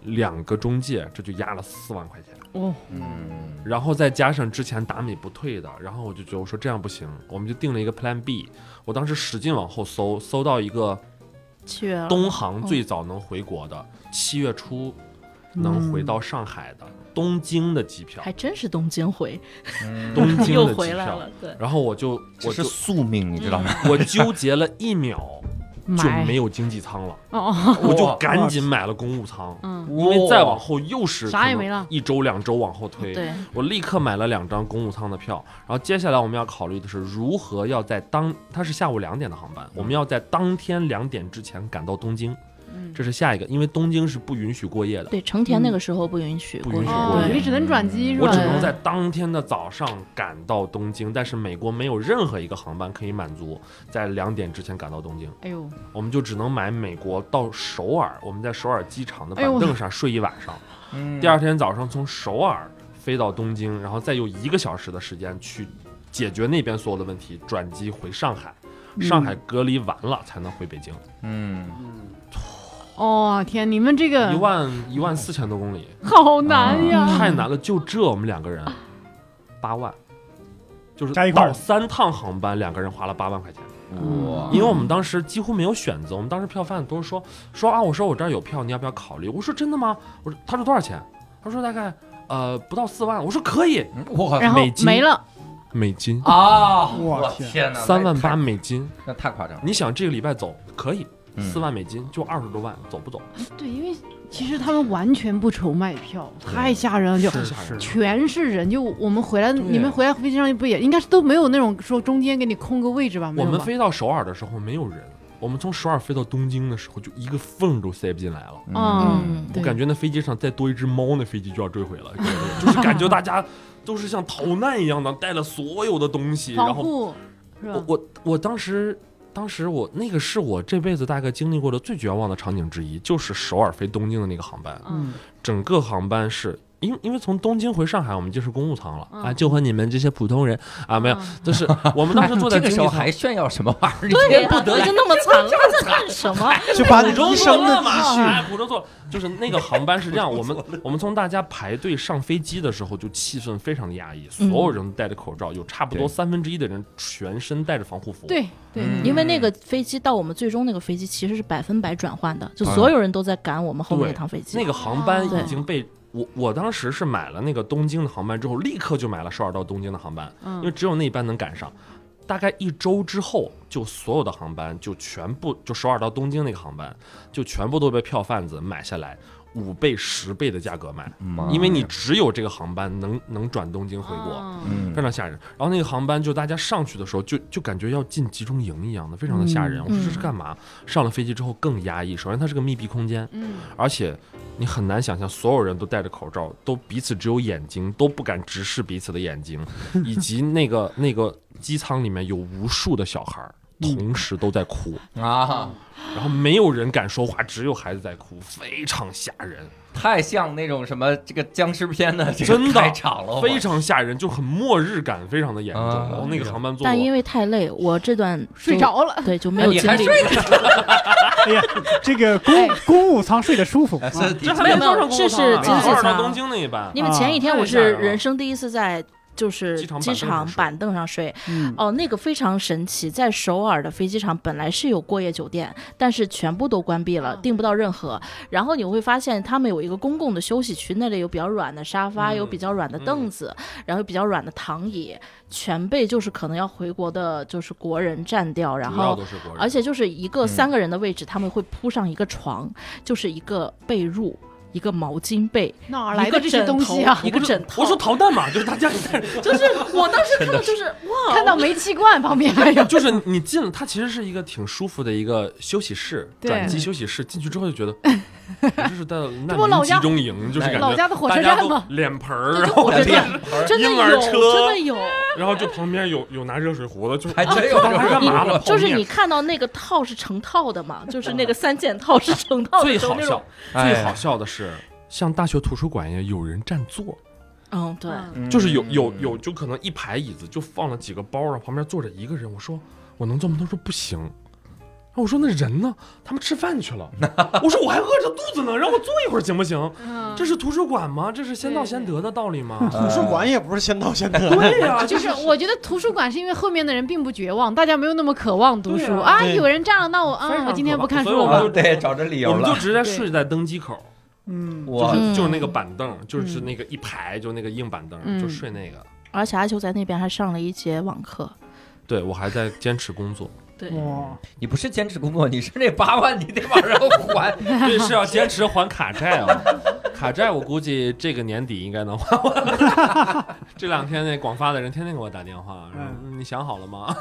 两个中介，这就压了四万块钱。哦，嗯然后再加上之前达美不退的，然后我就觉得我说这样不行，我们就定了一个 Plan B。我当时使劲往后搜，搜到一个七月了东航最早能回国的，七月初能回到上海的，东京的机票还，真是东京回，东京 又的机回来了票。，对，然后我就这我是就宿命，你知道吗？我纠结了一秒就买没有经济舱了，哦，嗯我就赶紧买了公务舱。嗯，因为再往后又是啥也没了可能一周两周往后推，对，我立刻买了两张公务舱的票，然后接下来我们要考虑的是如何要在当，它是下午两点的航班，我们要在当天两点之前赶到东京，嗯这是下一个，因为东京是不允许过夜的，对，成田那个时候不允许不过允去，许哦过，你夜。只能转机是吧？嗯我只能在当天的早上赶到东京，但是美国没有任何一个航班可以满足在两点之前赶到东京，哎呦，我们就只能买美国到首尔，我们在首尔机场的哎呦板我凳上睡一晚上，嗯第二天早上从首尔飞到东京，然后再用一个小时的时间去解决那边所有的问题，转机回上海，上海隔离完了才能回北京，嗯嗯哦天，你们这一个万一万四千多公里，好难呀！太难了，就这我们两个人八万。就是加一块儿到三趟航班，两个人花了八万块钱，哇因为我们当时几乎没有选择。我们当时票贩子都是说说啊，我说我这儿有票，你要不要考虑？我说真的吗？我说他说多少钱？他说大概呃不到四万。我说可以，我然后美金没了，美金啊，我我天天哪，三万那八太，美金，那太夸张了。你想这个礼拜走可以，嗯四万美金就二十多万，走不走？对，因为其实他们完全不愁卖票，太吓人了，就太是吓人是了全是人，就我们回来，对你们回来飞机上不也应该是都没有那种说中间给你空个位置吧？没我有们吧？飞到首尔的时候没有人，我们从首尔飞到东京的时候就一个缝儿都塞不进来了。嗯，我对，感觉那飞机上再多一只猫，那飞机就要坠毁了， 就是感觉大家都是像逃难一样的带了所有的东西，然防后护是吧我？我我当时，当时我那个是我这辈子大概经历过的最绝望的场景之一，就是首尔飞东京的那个航班，嗯，整个航班是。因因为从东京回上海，我们就是公务舱了、啊，嗯就和你们这些普通人啊没有，嗯就是我们当时坐在这个时经济候舱还，炫耀什么玩意儿？对你哎呀、不得已经那么惨了，在干什 么？就把你普通一坐生的了嘛，积蓄哎，普通坐了，就是那个航班是这样，我们我们从大家排队上飞机的时候，就气氛非常的压抑，所嗯有人都戴着口罩，有差不对多三分之一的人全身戴着防护服，对对，嗯因为那个飞机到我们最终那个飞机其实是百分百转换的，就所有人都在赶我们后面那趟飞嗯机。那个航班对已经被我我当时是买了那个东京的航班之后，立刻就买了首尔到东京的航班，因为嗯只有那一班能赶上。大概一周之后，就所有的航班就全部就首尔到东京那个航班就全部都被票贩子买下来，五倍十倍的价格买，妈因为你只有这个航班能能转东京回国。啊嗯非常吓人，然后那个航班就大家上去的时候就就感觉要进集中营一样的，非常的吓人。嗯我说这是干嘛？上了飞机之后更压抑。首先它是个密闭空间，嗯而且你很难想象，所有人都戴着口罩，都彼此只有眼睛，都不敢直视彼此的眼睛，以及那个那个机舱里面有无数的小孩儿。同时都在哭，啊，然后没有人敢说话，只有孩子在哭，非常吓人，太像那种什么这个僵尸片的这个真的开场了，非常吓人，就很末日感非常的严重。啊然后那个航班坐但因过，为太累，我这段就睡，着了，对，就没哎我。有你精还力。睡得着？哎呀，这个公哎公务舱睡得舒服，这这还没坐上有没有公这共是舱呢经济首尔到舱东京那一班，因为前一天我啊是人生第一次在就是机场板凳机上场睡板凳上睡，嗯，哦，那个非常神奇，在首尔的飞机场本来是有过夜酒店，但是全部都关闭了，嗯订不到任何。然后你会发现他们有一个公共的休息区，那里有比较软的沙发，嗯有比较软的凳子，然后比较软的躺椅，全被就是可能要回国的就是国人占掉，然主要后。都是国人，而且就是一个嗯三个人的位置，他们会铺上一个床，就是一个被褥，一个毛巾被，哪儿一来个的这些枕东头西啊？一个枕头。我说逃蛋嘛，就是大 家戴着就是我当时看到就是 哇，看到煤气罐旁边还有 就是你进了，它其实是一个挺舒服的一个休息室，对转机休息室。进去之后就觉得，我这是到了这不难老民集家中营，就是感老觉家的火大车家站都吗？嗯脸盆儿，对就然后哎火车站哎真的婴儿有，车真的有，然后就旁边有有拿热水壶的，就还真有这种干嘛呢？就是泡你面看到那个套是成套的嘛，就是那个三件套是成套的嗯最时候好那笑种，，哎最好笑的是。像大学图书馆一样，有人占座，嗯，对，嗯就是有有有，就可能一排椅子就放了几个包，然后旁边坐着一个人。我说我能坐吗？他说不行。然后我说那人呢？他们吃饭去了。我说我还饿着肚子呢，让我坐一会儿行不行？嗯这是图书馆吗？这是先到先得的道理吗？图书馆也不是先到先得的， 对呀、就是我觉得图书馆是因为后面的人并不绝望，大家没有那么渴望读书对啊啊对有人占了，那我非常啊，渴我望今天不看所以书我了们吧。就啊对，找着理我由们就了。直接对睡在登机口，嗯，就我是嗯就是那个板凳，就是那个一排，就那个硬板凳，嗯就睡那个。而且阿秋在那边还上了一节网课，对我还在坚持工 作，对哇，你不是坚持工作，你是那八万你得往上还。对，是要坚持还卡债 啊。卡债我估计这个年底应该能还完。 这两天那广发的人天天给我打电话，说嗯嗯你想好了吗？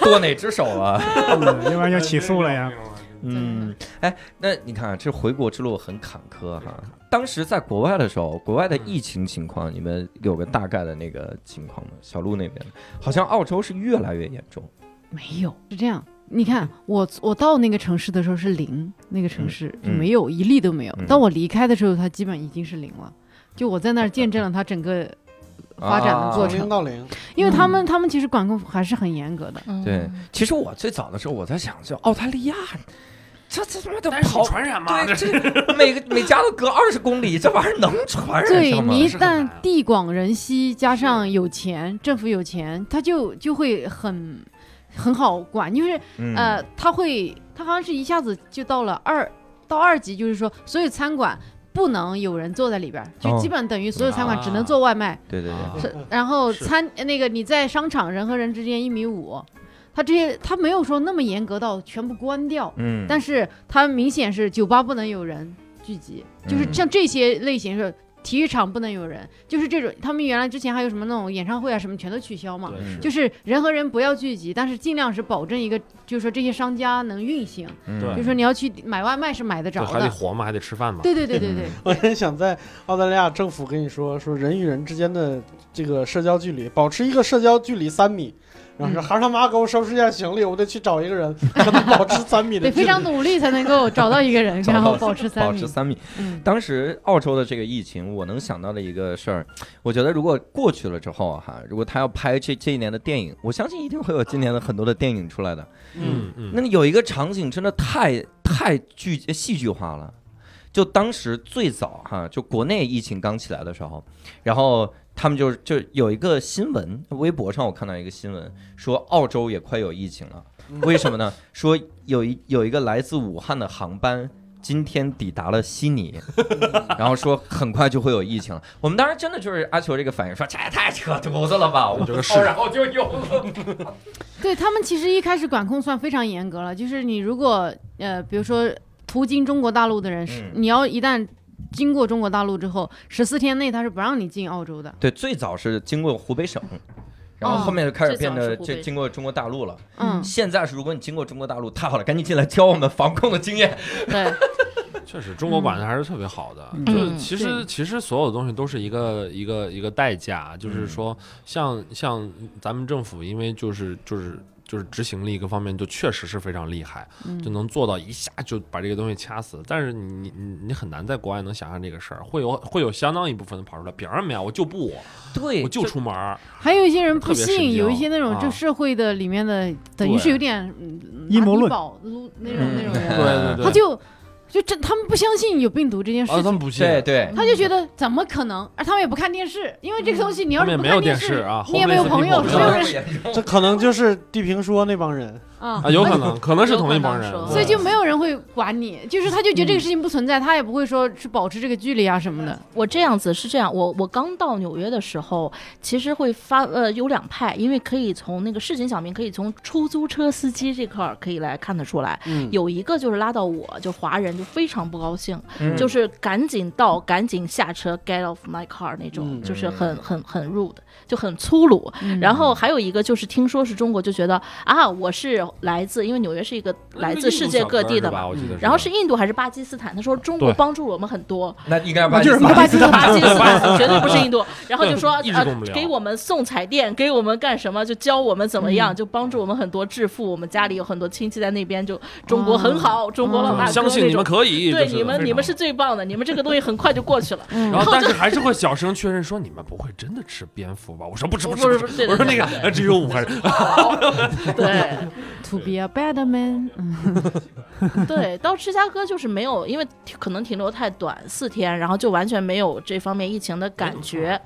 剁哪只手了？嗯要不然要起诉了呀。。嗯，哎，那你看啊这回国之路很坎坷哈。当时在国外的时候，国外的疫情情况，你们有个大概的那个情况吗？小鹿那边好像澳洲是越来越严重。没有，是这样。嗯你看，我我到那个城市的时候是零，那个城市就嗯没有一例都没有嗯。当我离开的时候，它基本已经是零了。就我在那儿见证了它整个发展的啊嗯过从程零，到零，因为他们他们其实管控还是很严格的。嗯对，其实我最早的时候，我在想，就哦澳大利亚，这这他妈的 但是跑哎你传染吗？对，这每个每家都隔二十公里，这玩意儿能传染对上吗？你一是很旦难地广人稀，加嗯上有钱，政府有钱，他就就会很很好管，就是嗯呃，他会，他好像是一下子就到了二到二级，就是说，所有餐馆不能有人坐在里边儿，就哦嗯基本等于所有餐馆只啊能做外卖。对对对，是啊然后是餐呃那个你在商场人和人之间一米五，他这些他没有说那么严格到全部关掉，嗯，但是他明显是酒吧不能有人聚集，就是嗯像这些类型是。体育场不能有人，就是这种。他们原来之前还有什么那种演唱会啊什么，全都取消嘛。嗯对，就是是人和人不要聚集，但是尽量是保证一个，就是说这些商家能运行，嗯对就是说你要去买外卖是买得对着还得的。活嘛，还得吃饭嘛。对对对对对，我真想在澳大利亚政府跟你说，说人与人之间的这个社交距离，保持一个社交距离三米，然后说孩儿他妈给我收拾一下行李，我得去找一个人跟他保持三米的得距非离。常努力才能够找到一个人，找到然后保持三保米持。三米。嗯，当时澳洲的这个疫情，我能想到的一个事儿，我觉得如果过去了之后啊哈、如果他要拍这这一年的电影，我相信一定会有今年的很多的电影出来的。嗯嗯，那有一个场景真的太太剧戏剧化了，就当时最早哈、就国内疫情刚起来的时候，然后他们就就有一个新闻，微博上我看到一个新闻说澳洲也快有疫情了，为什么呢？说有一有一个来自武汉的航班。今天抵达了悉尼，然后说很快就会有疫情了。我们当时真的就是阿球这个反应，说这也太扯犊子了吧！我觉就得是说，然后就有了。对他们其实一开始管控算非常严格了，就是你如果呃，比如说途经中国大陆的人，是嗯你要一旦经过中国大陆之后，十四天内他是不让你进澳洲的。对，最早是经过湖北省，然后哦后面就开始最早变是得湖这北经过中国大陆了。嗯，现在是如果你经过中国大陆，太好了，赶紧进来教我们防控的经验。 对，确实中国管的还是特别好的。嗯就是嗯其实其实所有的东西都是一个一个一个代价，就是说像像咱们政府，因为就是就是。就是执行力各方面就确实是非常厉害，嗯就能做到一下就把这个东西掐死。但是你你你很难在国外能想象这个事儿，会有会有相当一部分人跑出来，凭什么呀？啊我就不，对我就出门儿，还有一些人特不别神信，经有一些那种啊就社会的里面的，等于是对有点嗯阴谋论拿低保撸那种那种对人，对对，他就就真他们不相信有病毒这件事啊，他情，们不信，对对，他就觉得怎么可能？而他们也不看电视，因为这个东西你要他是们不也没有看电电视啊你也没有朋友， homeless 没有人这可能就是地平说那帮人，啊啊，有可能，可能是同一帮人有可，能是所以就没有人会管你，就是他就觉得这个事情不存在，他也不会说去保持这个距离啊什么的。我这样子是这样，我我刚到纽约的时候，其实会发呃有两派，因为可以从那个市井小民，可以从出租车司机这块儿可以来看得出来，嗯，有一个就是拉到我，就华人就非常不高兴，嗯就是赶紧到，赶紧下车，get off my car 那种，嗯就是很很很 rude，就很粗鲁。嗯然后还有一个就是听说是中国，就觉得啊，我是来自，因为纽约是一个来自世界各地的嘛吧，。我记得。然后是印度还是巴基斯坦？他说中国对帮助了我们很多，那应该啊把就是把巴基斯巴基 斯坦绝对不是印度。然后就说一直啊动不了，给我们送彩电，给我们干什么？就教我们怎么嗯样，就帮助我们很多致富。我们家里有很多亲戚在那边，就中国很好，中国老大哥嗯相信那你们种。可以，对就是你们，非你们常是最棒的，你们这个东西很快就过去了。然后但是还是会小声确认说你们不会真的吃蝙蝠吧？我说不吃不吃不不不吃，对 我说那对个呃只有武汉人，对 To be a bad man，嗯对，到芝加哥就是没有，因为可能停留太短，四天，然后就完全没有这方面疫情的感觉。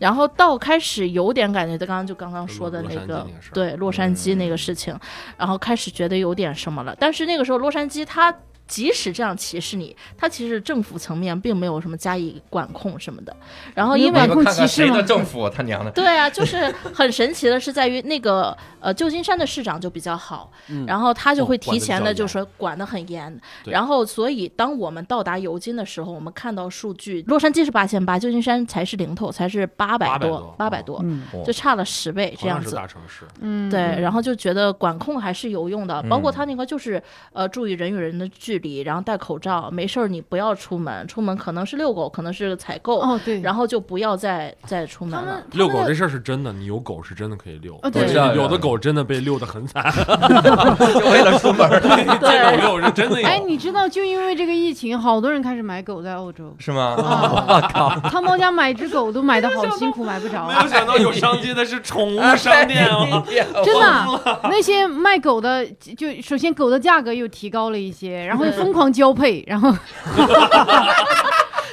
然后到开始有点感觉，就刚刚就刚刚说的嗯洛那杉矶个那个事儿对洛杉矶那个嗯事情，然后开始觉得有点什么了。但是那个时候洛杉矶它。即使这样歧视你，它其实政府层面并没有什么加以管控什么的。然后因为没有管你们控看歧看视谁吗的政府，他 娘的！对啊，就是很神奇的是在于那个呃旧金山的市长就比较好，嗯然后他就会哦管提得前比较的就严说管得很严，对然后所以当我们到达尤金的时候，我们看到数据，洛杉矶是八千八，旧金山才是零头，才是八百800多多，八百多，嗯，哦就差了十倍这同样样是子。大城市，嗯，对，然后就觉得管控还是有用的，包括嗯他那个就是呃，注意人与人的距离，然后戴口罩，没事儿你不要出门，出门可能是遛狗，可能是采购，哦对，然后就不要再再出门他了们。遛狗这事儿是真的，你有狗是真的可以遛，哦对我记对得有的狗真的被遛得很惨，就为了出门儿。见狗遛是真的哎，有。你知道就因为这个疫情，好多人开始买狗在欧 洲是吗？我靠！他们家买只狗都买的好辛苦，买不着啊没。有想到有商机的是宠物哎商店哎啊！嗯真的， 那些卖狗的，就就首先狗的价格又提高了一些，然后对疯狂交配，然后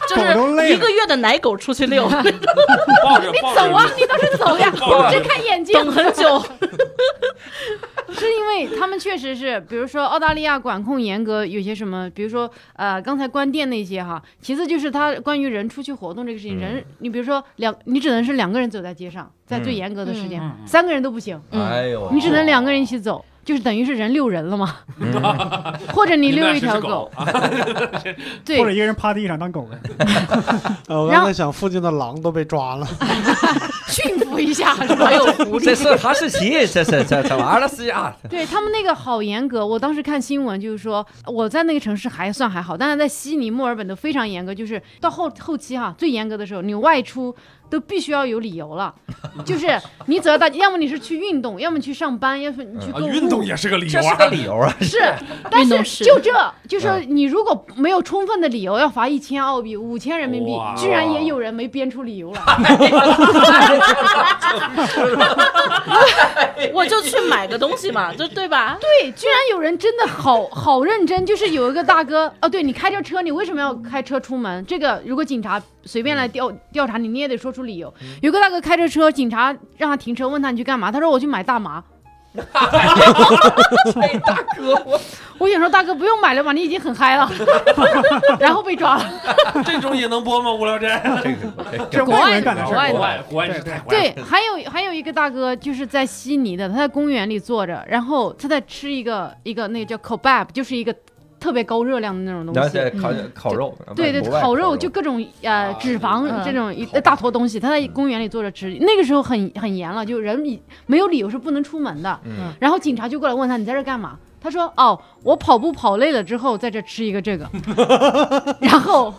就狗是都累了一个月的奶狗出去遛，抱着抱走啊着，你倒是走呀，抱着睁开眼睛。 等很久。 是因为他们确实是，比如说澳大利亚管控严格，有些什么，比如说呃，刚才关店那些哈。其次就是他关于人出去活动这个事情，嗯人你比如说两，你只能是两个人走在街上，在最嗯严格的时间，嗯嗯三个人都不行， 嗯哎呦，你只能两个人一起走。就是等于是人遛人了嘛，嗯 或者你遛一原来条是只狗，对或者一个人趴地上当狗呗。呃我然刚后才想附近的狼都被抓 了，驯服一 下，是吧？这是哈士奇，这是这这玩意儿是啊，对他们那个好严格，我当时看新闻就是说，我在那个城市还算还好，但是在悉尼、墨尔本都非常严格，就是到后后期哈、最严格的时候，你外出都必须要有理由 了，就是你只要大，要么你是去运动，要么去上班，要么你去啊，购物，运动也是个理由这是啊。个理由啊，是，但运动是是就这，就说你如果没有充分的理由，要罚一千澳币，五千人民币哇，居然也有人没编出理由来。哎我就去买个东西嘛，就对吧？对，居然有人真的好 好认真，就是有一个大哥，哦，对你开着车，你为什么要开车出门？这个如果警察随便来调调查你，你也得说出理由。有个大哥开着车，警察让他停车，问他你去干嘛？他说我去买 大麻。大哥，我 我想说大哥不用买了吧，你已经很 嗨了，然后被抓了。 这种也能播吗？无聊斋。这个这国外国外人的干的事国儿，外，国外是太国外对，还有还有一个大哥就是在悉尼的，他在公园里坐着，然后他在吃一个一个那个叫 kebab，就是一个特别高热量的那种然东后西。嗯再烤烤肉，对对，国外烤肉就各种呃啊脂肪嗯这种一烤肉大坨东西，他在公园里坐着吃。那个时候很很严了，就人已没有理由是不能出门的。嗯然后警察就过来问他：“你在这儿干嘛？”他说：“哦，我跑步跑累了之后，在这吃一个这个。” 然后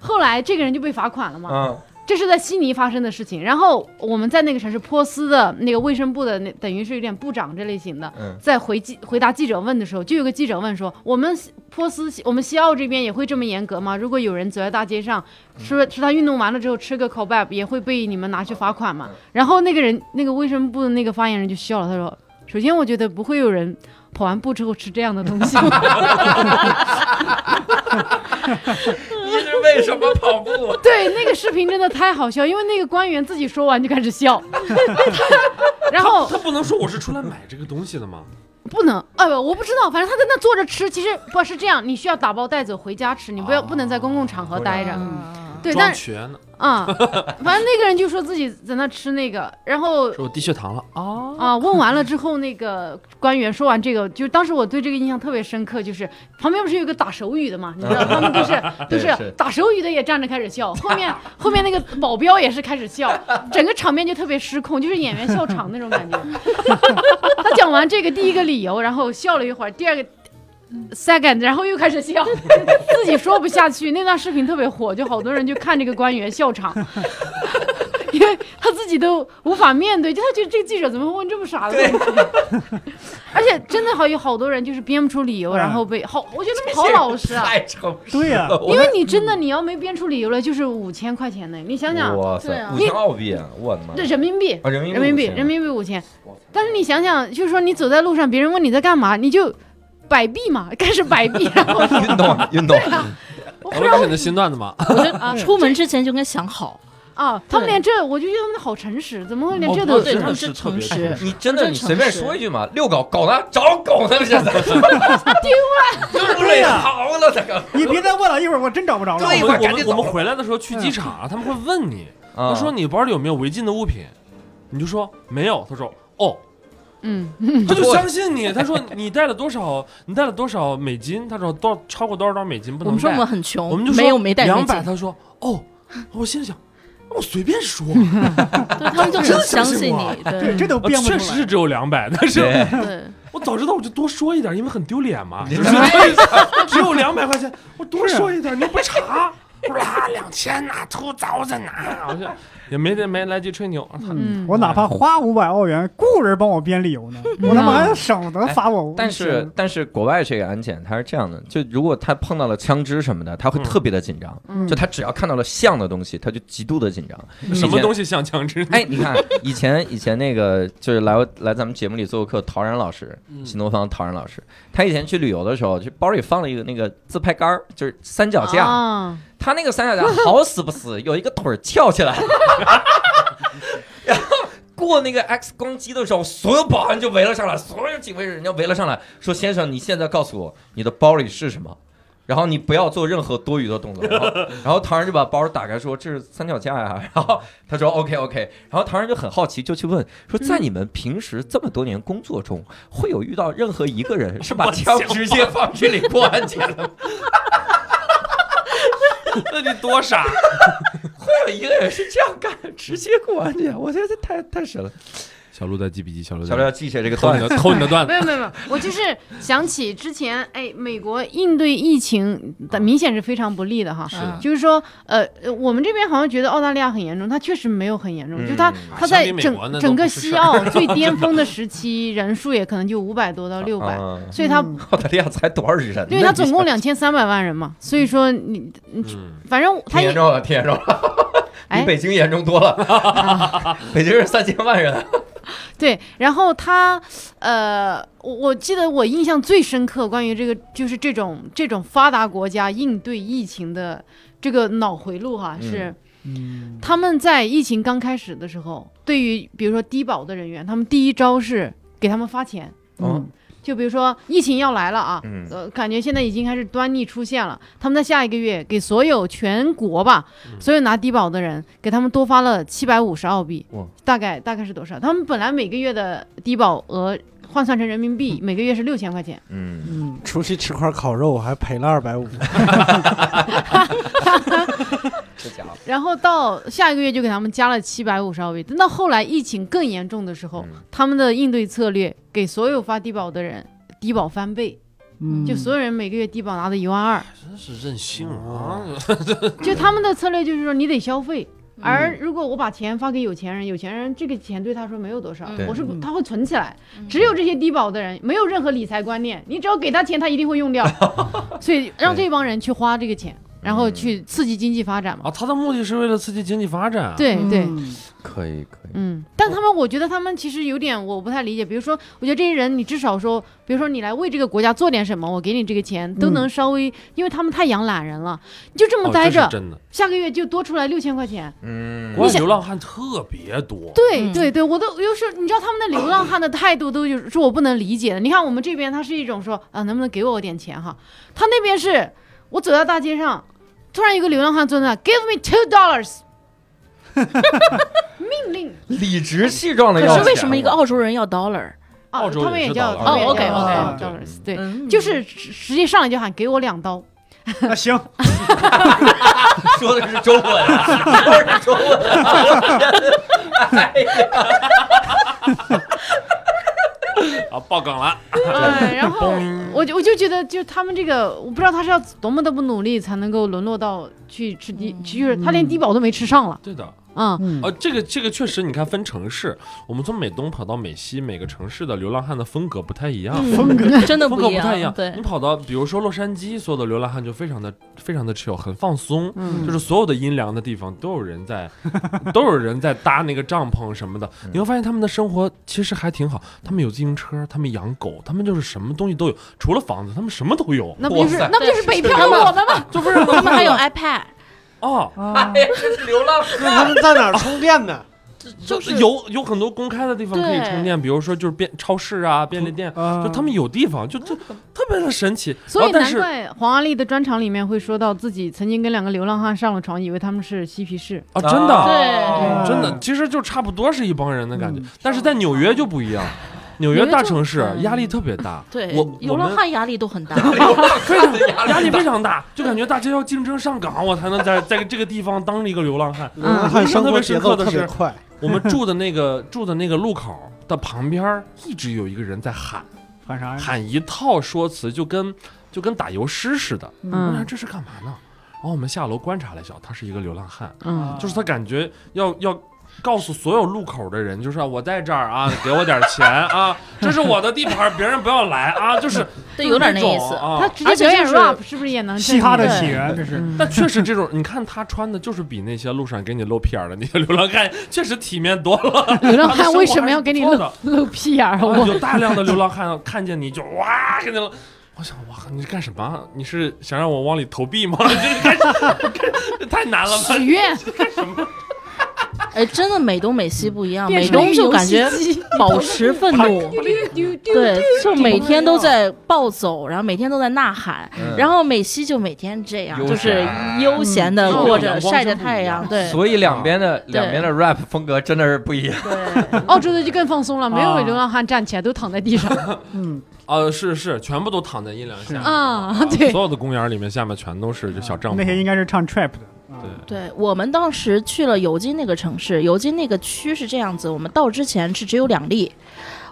后来这个人就被罚款了嘛。啊，这是在悉尼发生的事情。然后我们在那个城市波斯的那个卫生部的那等于是有点部长这类型的，嗯在回记回答记者问的时候，就有个记者问说，我们西波斯我们西澳这边也会这么严格吗？如果有人走在大街上吃嗯吃他运动完了之后吃个 kebab，也会被你们拿去罚款吗嗯？然后那个人那个卫生部的那个发言人就笑了，他说，首先我觉得不会有人。跑完步之后吃这样的东西， 你是为什么跑步？对那个视频真的太好笑，因为那个官员自己说完就开 始笑， 然后哦他不能说我是出来买这个东西的吗？不能，哎呦，我不知道，反正他在那坐着吃，其实不是这样，你需要打包带走回家吃，你不要、哦不能在公共场合待着。对，装但 是瘸呢，啊、反正那个人就说自己在那吃那个，然后说我低血糖了啊，啊、哦问完了之后，那个官员说完这个，就当时我对这个印象特别深刻，就是旁边不是有个打手语的嘛，你知道他们都 是都对是是打手语的也站着开始笑，后面后面那个保镖也是开始笑，整个场面就特别失控，就是演员笑场那种感觉。 他讲完这个第一个理由，然后笑了一会儿，第二个。second，然后又开始笑， 自己说不下去。那段视频特别火，就好多人就看这个官员笑场， 因为他自己都无法面对，就他觉得这个记者怎么会问这么傻的问题？ 而且真的好有好多人就是编不出理由，嗯然后被好，我觉得他们好老 实啊。太诚实哦了，对呀我因为你真的你要没编出理由来，就是五千块钱呢。你想想，哇对塞，啊五千澳币，啊！我的妈这！人民币，啊，人民人民币， 5000人民币五千。但是你想想，就是说你走在路上，别人问你在干嘛，你就摆臂嘛，开始摆臂，然后 运动啊运动， 啊我我不知道是你的新段子吗？ 我觉得啊出门之前就应该想好，啊，他们连这，我就觉得他们好诚实，怎么会连这都哦对真他的们是是特别诚实。你真的这你诚随便实说一句嘛，遛狗狗呢？找狗呢？ 现在丢 了，丢了，啊逃了，这个。你别再问了，一会儿我真找不着了。对我我们我赶紧们走我们回来的时候去机场啊，他们会问你，啊他说你包里有没有违禁的物品，你就说没有，他说哦，嗯，他就相信你，他说你带了多少，你带了多少美金，他说多少超过多少多少美金不我能们说我带们，很穷，我们就说没有没带两美百，金，他说 哦，我心里想。我随便说，对他们就很相信你， 对，这对都呃编不出确来。实是只有两百，但是对嗯对，我早知道我就多说一点，因为很丢脸嘛。你就是 只有两百块钱，我多说一点，你又不查。哇，两千呐，two thousand 呐，我就也没没来及吹牛。嗯我哪怕哎花五百澳元雇人帮我编理由呢，嗯我他妈还省哎得罚我。但是但是国外这个安检它是这样的，就如果他碰到了枪支什么的，他会嗯特别的紧张。嗯就他只要看到了像的东西，他就极度的紧张。什么东西像枪支？ 哎，你看以前以前那个就是来来咱们节目里做过客，陶然老师，嗯新东方陶然老师，他以前去旅游的时候，就包里放了一个那个自拍杆儿，就是三脚架。啊，他那个三脚架好死不死 有一个腿儿翘起来， 然后过那个 X 光机的时候，所有保安就围了上来，所有警卫人家围了上来，说：“先生，你现在告诉我你的包里是什么？”然后你不要做任何多余的动作。然 后，然后唐人就把包打开说这是三脚架呀。 然后他说 OK OK。然后唐人就很好奇，就去问说在你们平时这么多年工作中，会有遇到任何一个人是把枪直接放这里过安检的吗？ 那你多傻！ 会有一个人是这样干，直接过安检？我觉得这太太神了。小鹿在记笔记，小鹿小在刘要记下这个偷段子。你的偷你的 段子没。有没有没有，我就是想起之前，哎，美国应对疫情的明显是非常不利的哈。是的就是说，呃，呃我们这边好像觉得澳大利亚很严重，它确实没有很严重，就它嗯它相在比美整国那都整不个是西事儿澳最巅峰的时期，人数也可能就五百多到六百、啊所以它、嗯澳大利亚才多少人呢？对它总共两千三百万人嘛，所以说你嗯，反正它挺严也重 了，挺严重了，比哎北京严重多了。 北京是三千万人，对，然后它呃，我我记得我印象最深刻关于这个就是这种这种发达国家应对疫情的这个脑回路哈嗯是。嗯，他们在疫情刚开始的时候，对于比如说低保的人员，他们第一招是给他们发钱。哦嗯就比如说疫情要来了啊，嗯呃，感觉现在已经开始端倪出现了。他们在下一个月给所有全国吧，嗯所有拿低保的人，给他们多发了七百五十澳币哇，大概大概是多少？他们本来每个月的低保额换算成人民币，每个月是六千块钱。嗯，嗯，出去吃块烤肉还赔了二百五，这家伙，然后到下一个月就给他们加了七百五十澳币。等到后来疫情更严重的时候，嗯他们的应对策略给所有发低保的人低保翻倍，嗯就所有人每个月低保拿的一万二。真是任性啊！就他们的策略就是说你得消费，嗯而如果我把钱发给有钱人，有钱人这个钱对他说没有多少对，我是不嗯他会存起来。只有这些低保的人没有任何理财观念，你只要给他钱，他一定会 用掉，所以让这帮人去花这个钱，然后去刺激经济发展嗯嘛。啊，他的目的是为了刺激经济发展。，对对，嗯嗯可以可以，嗯，但他们，我觉得他们其实有点我不太理解。比如说，我觉得这些人，你至少说，比如说你来为这个国家做点什么，我给你这个钱，都能稍微，因为他们太养懒人了，你就这么哦，待这着，是真的。下个月就多出来六千块钱。嗯国外想流浪汉特别多。对、嗯对对，我都有时候你知道他们的流浪汉的态度都就是是我不能理解的。你看我们这边他是一种说啊，能不能给我点钱哈？他那边是我走到大街上，突然有个流浪汉坐在那，Give me two dollars，命令理直气壮的可要钱。是为什么一个 澳洲人要 dollar？啊，澳洲啊他们也也是叫 dollar 他们也叫哦啊 OK，OK dollars，对。嗯就是直直接上来就喊给我两刀，那行，说的是中文啊？说的是中文 啊？哎呀，啊，爆梗了。嗯，然后我就我就觉得，就他们这个，我不知道他是要多么的不努力才能够沦落到去吃低，嗯就是他连低保都没吃上了，对的，嗯，嗯呃，这个这个确实，你看分城市，我们从美东跑到美西，每个城市的流浪汉的风格不太一样。嗯风格真的风格一不太一样，对你，跑到比如说洛杉矶，所有的流浪汉就非常的 非常的 chill，很放松，嗯就是所有的阴凉的地方都有人在， 都有人在搭那个帐篷什么的。你会发现他们的生活其实还挺好，他们有自行车，他们养狗，他们就是什么东西都有，除了房子，他们什么都有。那不就是哇塞那不就是北漂的哦我们吗？就不是他们还有 iPad，哦，啊，哎呀这是流浪那他们在哪儿充电呢？就是有有很多公开的地方可以充电，比如说就是便超市啊、便利店，啊就他们有地方，就就特别的神奇。啊所以然后但难是怪黄阿丽的专场里面会说到自己曾经跟两个流浪汉上了床，以为他们是嬉皮士，啊，真的，哦对真的，其实就差不多是一帮人的感觉，嗯但是在纽约就不一 样，纽约大城市纽约就嗯压力特别 大，对我，流浪汉压力都很大。非常压力非常大，就感觉大家要竞争上岗，我才能在 在这个地方当一个流浪汉。流嗯浪汉生活节奏嗯特特别别快，我们住的那个 住的那个路口的旁边儿，一直有一个人在喊喊哎啥呀？喊一套说辞，就跟就跟打油诗似的。我想嗯这是干嘛呢？然后我们下楼观察了一下，他是一个流浪汉。啊嗯，啊就是他感觉要要告诉所有路口的人，就是、啊、我在这儿啊，给我点钱啊，这是我的地盘，别人不要来啊，就是对， 有点那就是这意种思。啊。他直接表而且演就是 rap 是不是也能嘻哈的挣起钱源，这是嗯 但确实这种，你看他穿的就是比那些路上给你露屁眼儿的那些流浪汉确实体面多了。流浪他的生汉活为什么要给你 还是不露错露屁眼儿啊？的啊 我有大量的流浪汉看见你就哇，给你了。我想，哇，你是干什么？你是想让我往里 投币吗？这干什么这干这太难了吧？许愿，哎，真的美东美西不一样，变美成啊东一就游感戏觉机 保持愤怒，对，就每天都在暴走，然后每天都在呐喊，嗯然后美西就每天这样，悠就是闲悠闲的嗯过阳着光晒着真不一太样 阳，啊对所以两边的两边的 rap 风格真的是不一样。对，澳洲的哦就更放松了，没有啊流浪汉站起来，都躺在地上。嗯，呃，是是，全部都躺在阴凉下面啊对所有的公园里面下面全都是这小帐篷。啊那些应该是唱 trap 的，啊对，对我们当时去了尤金那个城市，尤金那个区是这样子，我们到之前是只有两例，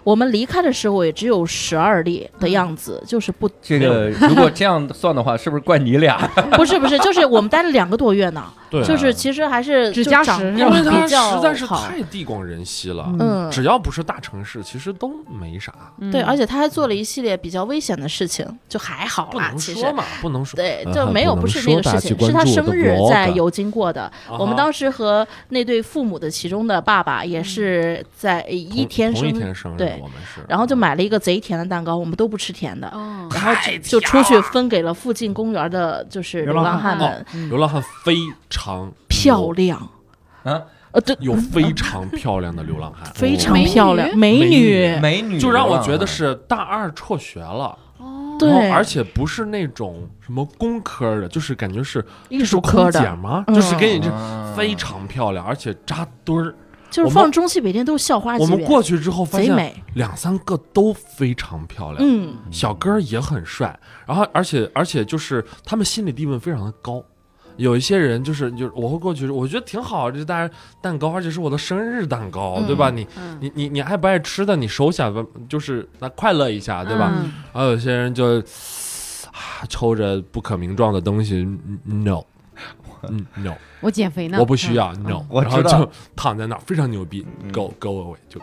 我们离开的时候也只有十二例的样子，就是不这个如果这样算的话，是不是怪你俩？ 不是不是，就是我们待了两个多月呢，对啊就是其实还是只就加掌时控因为它比较实在是好。太地广人稀了，嗯，只要不是大城市，其实都没啥，对，而且且他还做了一系列比较危险的事情，就还好不啦，能啊其说实。嘛，不能说。对，呃就没有不能不是那个说事大家去情，关是他注我生的日 blog 在尤金过的。我们啊哈当时和那对父母的其中的爸爸也是嗯在一同天同生一日天嗯生日，对我们是，然后就买了一个贼甜的蛋糕，我们都不吃甜的， 哦，然后就就出去分给了附近公园的，就是流流浪浪汉汉们，流浪汉非常漂多，亮啊，哦呃，对，有非常漂亮的流浪汉， 非常美女漂亮，美美女，美女嗯就让我流浪觉得汉是大二辍学了，哦然后对，而且不是那种什么工科的，就是感觉是艺术空科姐的，吗？嗯就是给你这啊非常漂亮，而且扎堆儿。就是我们放中戏北电都是校花级我们别，过去之后发贼现美，两三个都非常漂亮，嗯，小哥儿也很帅，然后而且而且就是他们心理地位非常的高。有一些人就是就是我会过去，我觉得挺好，这大家蛋糕，而且是我的生日蛋糕，嗯对吧？你嗯你你你爱不爱吃的，你手写吧，就是那快乐一下，对吧？嗯然后有些人就 啊抽着不可名状的东西嗯，no，嗯，no，我减肥呢，我不需要嗯，no，我然后知道就躺在那儿非常牛逼嗯，go go away，就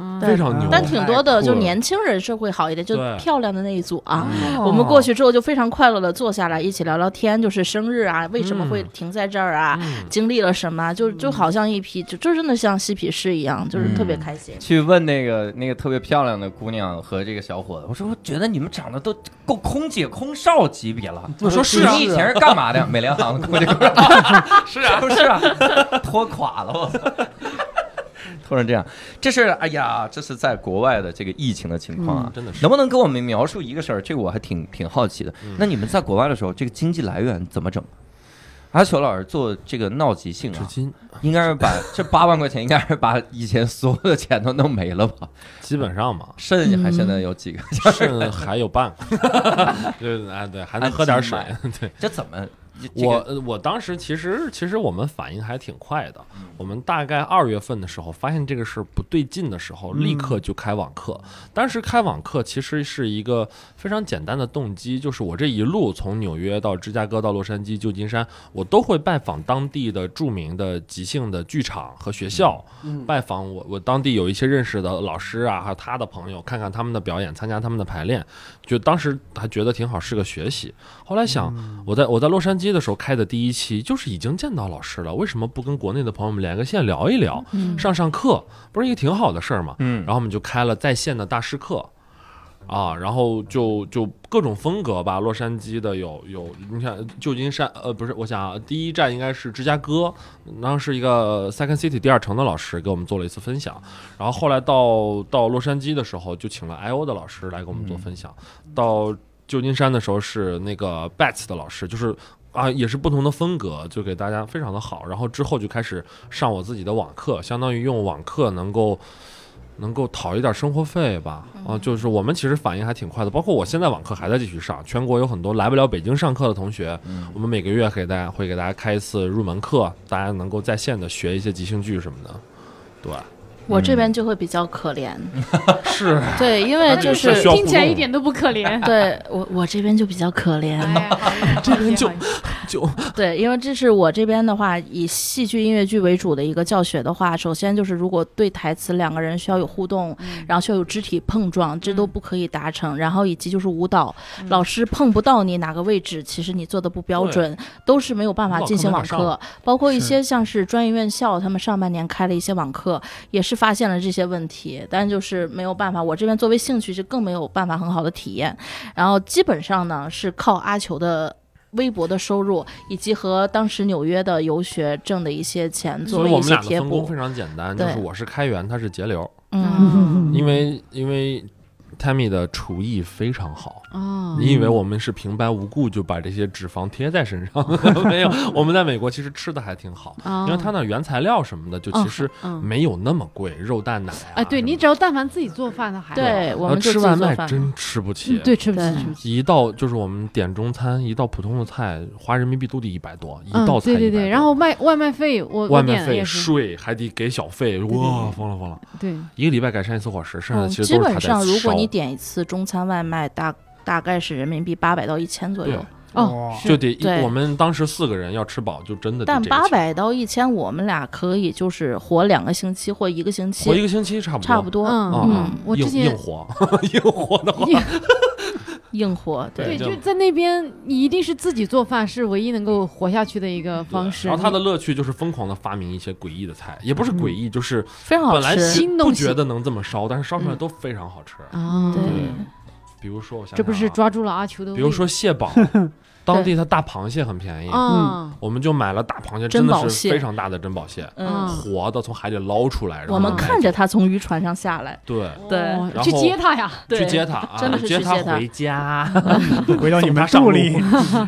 嗯非常牛。但挺多太的，酷就了年轻人是会好一点，就对嗯哦漂亮的那一组啊。我们过去之后就非常快乐的坐下来一起聊聊天，就是生日啊，为什么会嗯停在这儿啊，嗯经历了什么，啊就就好像一匹就就真的像嬉皮士一样，就是特别嗯开心。去问那个那个特别漂亮的姑娘和这个小伙子，我说我觉得你们长得都够空姐空少级别 了。我说是啊你以前是干嘛的？ 美联航的空姐空少。是啊， 不是啊，拖垮了我操。 突然这样，这是哎呀，这是在国外的这个疫情的情况啊，嗯真的是能不能给我们描述一个事儿？这个我还挺挺好奇的。那你们在国外的时候，这个经济来源怎么整？阿球老师做这个闹急性纸啊，巾应该是把这八万块钱，应该是把以前所有的钱都弄没了吧？，基本上嘛剩下还现在有几 个？剩还有半个， 就是啊，对，还能喝点水还。对这怎么？这这个我呃我当时其实其实我们反应还挺快的，嗯我们大概二月份的时候发现这个事儿不对劲的时候，立嗯刻就开网课。当时开网课其实是一个非常简单的动机，就是我这一路从纽约到芝加哥到洛杉矶、旧金山，我都会拜访当地的著名的即兴的剧场和学校，嗯拜访我我当地有一些认识的老师啊，还有他的朋友，看看他们的表演，参加他们的排练，就当时还觉得挺好，是个学习。后来嗯想，我在我在洛杉矶的时候开的第一期，就是已经见到老师了，为什么不跟国内的朋友们连个线聊一聊，嗯上上课，不是一个挺好的事儿吗？嗯然后我们就开了在线的大师课，啊，然后就就各种风格吧，洛杉矶的有有，你看旧金山，呃，不是，我想啊第一站应该是芝加哥，当时一个 Second City 第二城的老师给我们做了一次分享，然后后来到到洛杉矶的时候，就请了 I O 的老师来给我们做分享，到旧金山的时候是那个 Bats 的老师，就是。啊，也是不同的风格，就给大家非常的好。然后之后就开始上我自己的网课，相当于用网课能够能够讨一点生活费吧。嗯啊，就是我们其实反应还挺快的，包括我现在网课还在继续上，全国有很多来不了北京上课的同学，我们每个月给大家会给大家开一次入门课，大家能够在线的学一些即兴剧什么的。对，我这边就会比较可 怜，是对，因为就还是是需要听起来互动一点都不可 怜。对我我这边就比较可 怜，哎呀，这边就就 对，因为这是我这边的话，以戏剧、音乐剧为主的一个教学的话，首先就是如果对台词两个人需要有互动，嗯然后需要有肢体碰撞，这都不可以达成。然后以及就是舞蹈，嗯老师碰不到你哪个位置，其实你做的不标准，都是没有办法网进课行没网法课上。包括一些像是专业院校，他们上半年开了一些网课，也是发现了这些问题，但就是没有办法，我这边作为兴趣是更没有办法很好的体验。然后基本上呢是靠阿球的微薄的收入，以及和当时纽约的游学挣的一些钱做所了以我一们些俩的贴分工补非。常简单，就是对我是开源，他是节流，嗯，因为因为 Tammy 的厨艺非常好。啊，嗯你以为我们是平白无故就把这些脂肪贴在身上？ 没有，我们在美国其实吃的还挺好，啊，因为它那原材料什么的哦就其实嗯，没有那么贵，肉蛋奶啊。哎，对你只要但凡自己做饭的还好对，我要们就啊吃自己外做卖饭。真吃不起嗯，对，吃不起对吃不起，一道就是我们点中餐，一道普通的菜花人民币都得一百多，一嗯道，菜对对一百对，然后外外卖费我我外卖点了费、也是，税还得给小费，对哇，疯了疯了！对，一个礼拜改善一次伙食，剩下的嗯，其实基都是他本在上如烧果你点一次中餐外卖，大大概是人民币八百到一千左右对。哦，哇是就得对我们当时四个人要吃饱，就真的得但这个八钱百到一千，我们俩可以就是活两个星期或一个星活一期，个星期差不多，差不多。嗯啊嗯啊，我之硬前硬活 硬活的话， 硬活，对对，对就就在那边，你一定是自己做饭是唯一能够活下去的一个方式。然后他的乐趣就是疯狂的发明一些诡异的菜，也不是诡异，就是非常好本来吃。新不东西觉得能这么烧，但是烧嗯出来都非常好吃。啊，对，比如说，我想这不想是啊抓住了阿球的比胃如说蟹 堡，当地它大螃蟹很便宜，啊，我们就买了大螃蟹，嗯珍真宝的蟹是非常大的珍宝蟹，嗯，嗯活的从海里捞出来，然后我们买看着走他从渔船上下来，对。对哦嗯然去后接他呀，对去接它啊，真的是去接它接它回家， 嗯回到你们送他上肚路 里，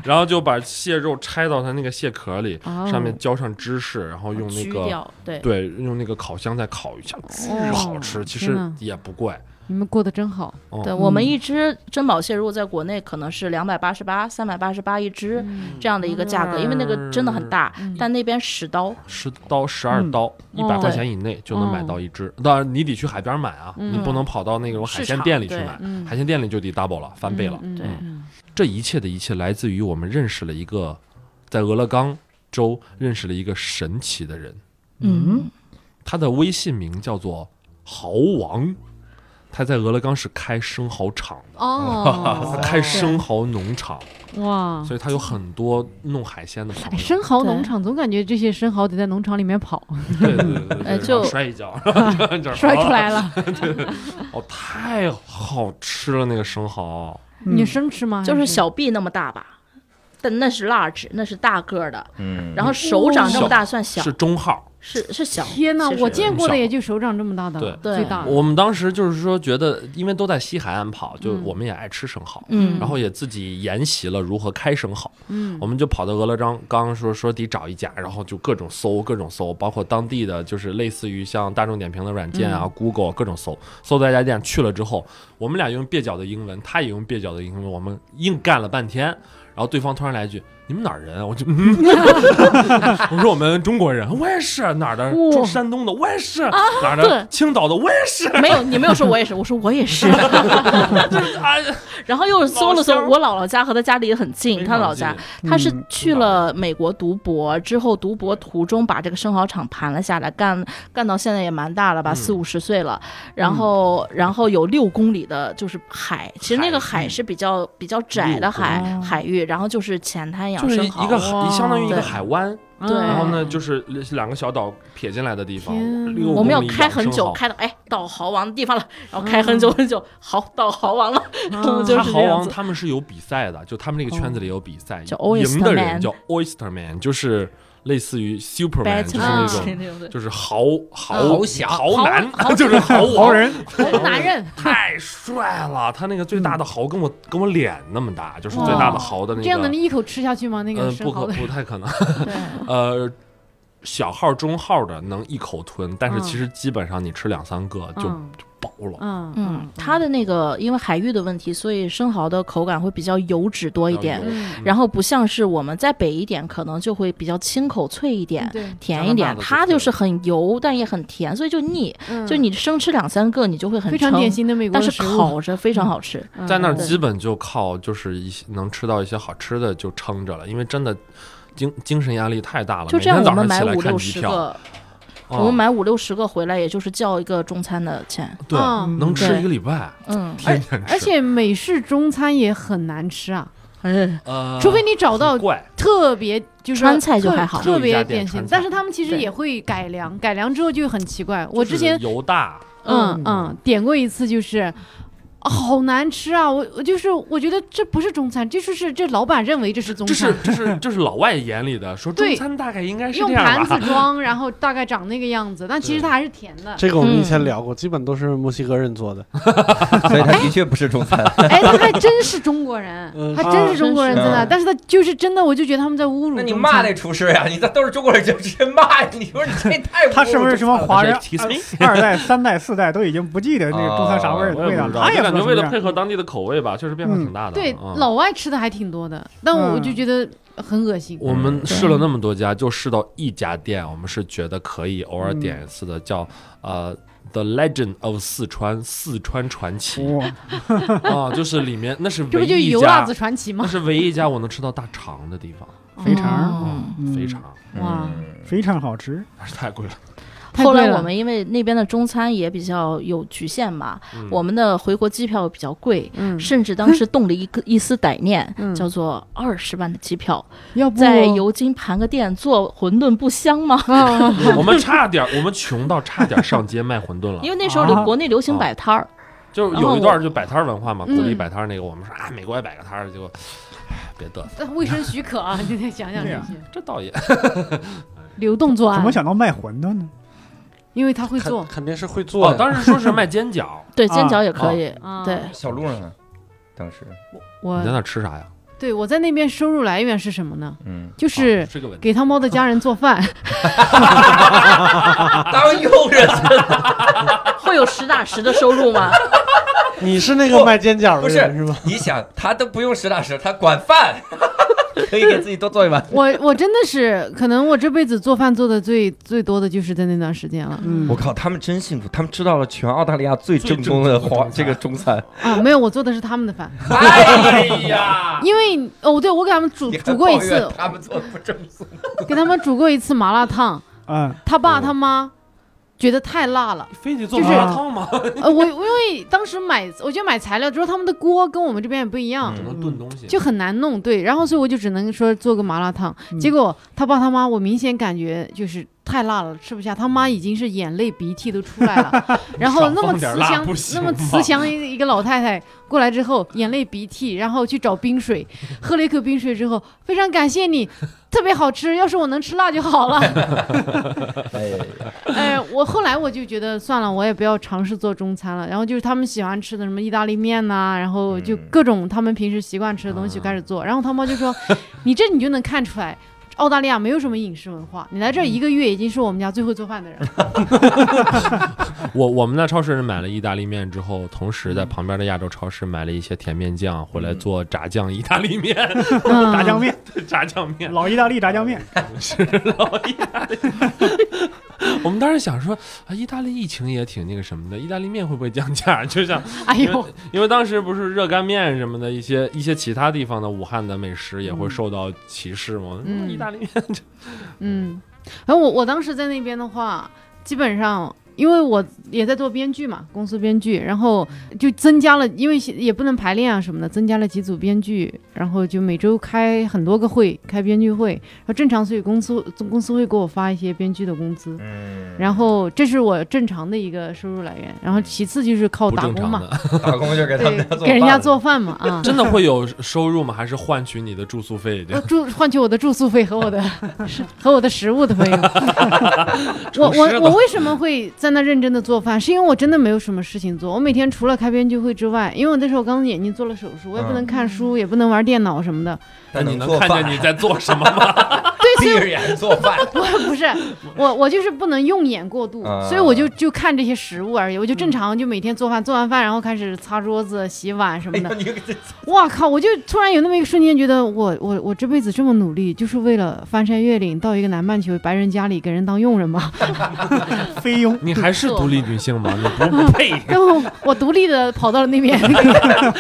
然后就把蟹肉拆到它那个蟹壳里，上面浇上芝士，然后用那狙个哦掉，对，对用那个烤箱再烤一下，巨哦好吃，其天实呐也不贵。你们过得真好。对嗯我们一只珍宝蟹，如果在国内可能是两百八十八、三百八十八一只嗯这样的一个价格，因为那个真的很大，嗯但那边十刀，十刀、十二嗯刀，一百哦块钱以内就能买到一只。当然，你得去海边买啊，嗯你不能跑到那种海鲜店里去市买场，嗯，海鲜店里就得 double 了，翻倍了。嗯对嗯这一切的一切来自于我们认识了一个在俄勒冈州认识了一个神奇的人，嗯，他的微信名叫做豪王，他在俄勒冈是开生蚝场的。 哦，开生蚝农场，哇！所以他有很多弄海鲜的朋哎友。生蚝对农场总感觉这些生蚝得在农场里面 跑，对对对对对哎然后就摔一跤， 然后这 儿摔出来了。哦，太好吃了那个生蚝，你生吃吗？嗯就是还小臂那么大吧，但那是 large，那是大个儿的，嗯，然后手掌这么哦大算小是，中号。是是小。天哪，其实我见过的很小也就手掌这么大的，对对最大的。我们当时就是说，觉得因为都在西海岸跑，就嗯我们也爱吃生蚝，嗯，然后也自己研习了如何开生蚝，嗯我们就跑到俄勒冈，刚刚说说得找一家，然后就各种搜，各种搜，包括当地的就是类似于像大众点评的软件嗯啊、Google 啊各种搜，搜到一家店去了之后，我们俩用蹩脚的英文，他也用蹩脚的英文，我们硬干了半天，然后对方突然来一句。你们哪儿人啊？我就 嗯，我说我们中国人，我也是哪儿的，哇中山东的，我也是哪儿的啊对，青岛的，我也是。 没有，你没有说我也是，我说我也是。哎，然后又搜了搜老，乡我姥姥家和他家里也很近，非他常老家近他是嗯去了美国读博之后，读博途中把这个生蚝厂盘了下来，干干到现在也蛮大了吧，嗯四五十岁了。然后，然后有六公里的就是海，其实那个嗯海是比较比较窄的海公里海域，然后就是浅滩哦养就是生一蚝个。海，相当于一个对海湾，对嗯然后呢，就是两个小岛撇进来的地方天哪，六公里我们要开很养生久，蚝开到哎到蚝王的地方了，然后开很久很嗯久，好到蚝王了， 就他是豪这样嗯王子嗯他们是有比赛的，就他们那个圈子里有比赛，叫赢 Oyster 的 Man 人叫 Oyster Man，就是类似于 Superman，就是那种就是豪豪嗯豪侠豪男，就是豪豪王，嗯人好男人，太帅了！他那个最大的蚝跟我跟我脸那么嗯大，就是最大的蚝 的那个，这样能一口吃下去吗？那个嗯，生不蚝可的，不太可能， 对，呃。小号、中号的能一口吞，但是嗯其实基本上你吃两三个就嗯饱了，嗯嗯，它的那个因为海域的问题，所以生蚝的口感会比较油脂多一要点有，嗯然后不像是我们在北一点，可能就会比较清口脆一点。对，甜一嗯点加拿大，的它就就是是很油，但也很甜，所以就腻。嗯就你生吃两三个，你就会很非常撑典，型的美国但的是食物，烤着非常好吃。嗯在那儿对基本就靠就是一些能吃到一些好吃的就撑着了，因为真的精精神压力太大了。就这样，每我天早上们买起来五看六机十票，个，啊我们买五六十个回来，也就是叫一个中餐的钱。哦对嗯能吃对一个礼拜，嗯，天天吃。而且美式中餐也很难吃啊，哎，呃，除非你找到怪特别就是川菜就还好特特就一别家店典型川。菜但是他们其实对也会改良，改良之后就很奇怪。我嗯就是之前油大，嗯嗯点过一次，就是啊好难吃啊！我我就是我觉得这不是中餐，这就是这老板认为这是中这餐是，这是这是老外眼里的，说中对餐大概应该是这用样盘吧子。装，然后大概长那个样子，但其实它还是甜 的。这个我们以前嗯聊过，基本都是墨西哥人做的。 所以它的确不是中餐。哎，他还真是中国人嗯，还真啊是中国人，真真是的。但是他就是真的，我就觉得他们在侮 辱中餐。那你骂那厨师呀？你这都是中国人，就直接骂你说你这太侮辱中餐了……他是不是什么华 人哎 Excuse me？哦二代、三代、四代都已经不记得那个中餐啥味儿的 我也味道不了，知道，他也就不感知觉道为什了么配样合当地的口味吧，确实变化挺大的。对嗯老外吃的还挺多的，但我就觉得很恶心。我们试了那么多家，就试到一家店，我们是觉得可以偶尔点一次的，叫呃。The Legend of 四川，四川传奇哇，啊，就是里面那是这唯不就一一油辣家子，传奇那吗？是唯一一家我能吃到大肠的地方肥肠哦啊，嗯肥肠，哇嗯非常好吃。但是太贵了。太后贵来了我们因为那边的中餐也比较有局限嘛，嗯我们的回国机票比较贵，嗯，甚至当时动了一个一丝歹念，嗯叫做二十万的机票，要不在油津盘个店做馄饨不香吗？啊，嗯我 们差点，我们穷到差点上街卖馄饨了因。为那时候流啊国内流行摆摊儿，就是然后有一段就摆摊儿文化嘛，嗯国内摆摊儿那个，我们说啊，美国也摆个摊儿，结果唉别嘚瑟，但卫生许可啊，你得想想这对啊些这倒也流动作怎案么，想到卖馄饨呢？因为他会肯做肯定是会做哦，的。当时说是卖煎饺，对啊煎饺也可以，啊。对，小路上呢？当时，你在我那吃啥呀？对我在那边收入来源是什么呢？嗯，就是哦这个问题，给他猫的家人做饭， 当佣人会有实打实的收入吗？你是那个卖煎饺不的是人是吧？你想，他都不用实打实，他管饭，可以给自己多做一碗。我我真的是，可能我这辈子做饭做的最最多的就是在那段时间了嗯我，靠，他们真辛苦，他们知道了全澳大利亚最最正宗的正宗的华中餐这个中餐。啊，没有，我做的是他们的饭，哎呀，因为哦，对我给他们煮你还煮过一抱怨次，他们做的不正宗。给他们煮过一次麻辣烫，嗯，他爸哦他妈觉得太辣了，非得做就是麻辣烫吗？嗯呃，我我因为当时买，我觉得买材料之后他们的锅跟我们这边也不一样只，能炖东西，就很难弄，对，然后所以我就只能说做个麻辣烫，嗯结果他爸他妈，我明显感觉就是太辣了，吃不下，他妈已经是眼泪鼻涕都出来 了，然后少那么放慈点辣祥不行那么慈吗祥一一个老太太过来之后，眼泪鼻涕，然后去找冰水，喝了一口冰水之后，非常感谢你，特别好吃，要是我能吃辣就好了。哎， 哎，我后来我就觉得算了，我也不要尝试做中餐了。然后就是他们喜欢吃的什么意大利面呐、然后就嗯各种他们平时习惯吃的东嗯西啊开始做。然后他妈就说：“你这你就能看出来，澳大利亚没有什么饮食文化。你嗯来这一个月已经是我们家最会做饭 的人了。我我们在超市买了意大利面之后，同时在旁边的亚洲超市买了一些甜面酱回来做炸酱意大利面， 嗯炸酱面，炸酱面。老意大利炸酱面， 我们当时想说啊，意大利疫情也挺那个什么的，意大利面会不会降价？ 就像哎因为呦，因为当时不是热干面什么的一些一些其他地方的武汉的美食也会受到歧视嘛。嗯意大利面就嗯，然后我我当时在那边的话，基本上。因为我也在做编剧嘛，公司编剧，然后就增加了，因为也不能排练啊什么的，增加了几组编剧，然后就每周开很多个会，开编剧会，然后正常，所以公司公司会给我发一些编剧的工资，嗯，然后这是我正常的一个收入来源，然后其次就是靠不打正工常嘛，的，，打工就给 他对们，给人家做做饭嘛啊 真的会有收入吗？还是换取你的住宿费？这呃样住换取我的住宿费和我的是和我的食物的费用。我厨师我的我为什么会在那认真的做饭？是因为我真的没有什么事情做。我每天除了开编剧会之外，因为我那时候刚眼睛做了手术，我也不能看书，也不能玩电脑什么的。那饭，你能做嗯看饭见你在做什么 吗？对，所以闭着眼做饭。我不是我我就是不能用眼过度，啊所以我就就看这些食物而已。我就正常就每天做饭，做完饭然后开始擦桌子、洗碗什哎么的呦，。你又给这哇靠！我就突然有那么一个瞬间，觉得我我我这辈子这么努力，就是为了翻山越岭到一个南半球白人家里给人当佣人 吗？菲佣，你还是独立女性吗？你不 配然后我独立的跑到了 那边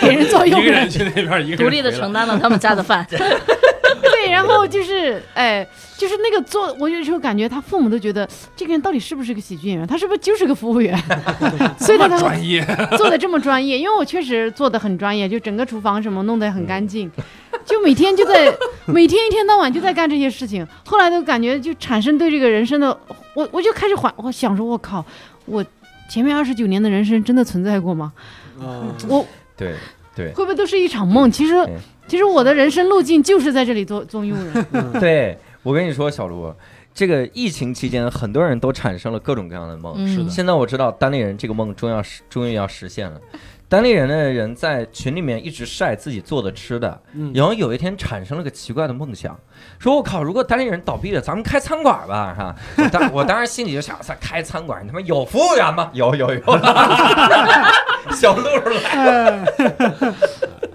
给人做一佣个人人，去那边，一个人独立的回来承担了他们家的饭，对，然后就是哎，就是那个做，我有时候感觉他父母都觉得这个人到底是不是个喜剧演员，他是不是就是个服务员， 所以他才会专业， 做的这么专业，因为我确实做的很专业，就整个厨房什么弄得很干净， 就每天就在每天一天到晚就在干这些事情。后来都感觉就产生对这个人生的，我我就开始缓，我想说，我靠，我前面二十九年的人生真的存在过吗？嗯，我对对会不会都是一场梦？其实对，其实我的人生路径就是在这里做做佣人。嗯 对，我跟你说，小卢，这个疫情期间，很多人都产生了各种各样的梦。嗯是的现在我知道单立人这个梦终要实，终于要实现了。单立人的人在群里面一直晒自己做的吃的，嗯然后有一天产生了个奇怪的梦想，说我靠，如果单立人倒闭了，咱们开餐馆吧，哈！ 我当我当时心里就想，操，开餐馆，你他妈有服务员吗？有有有， 小鹿来，哎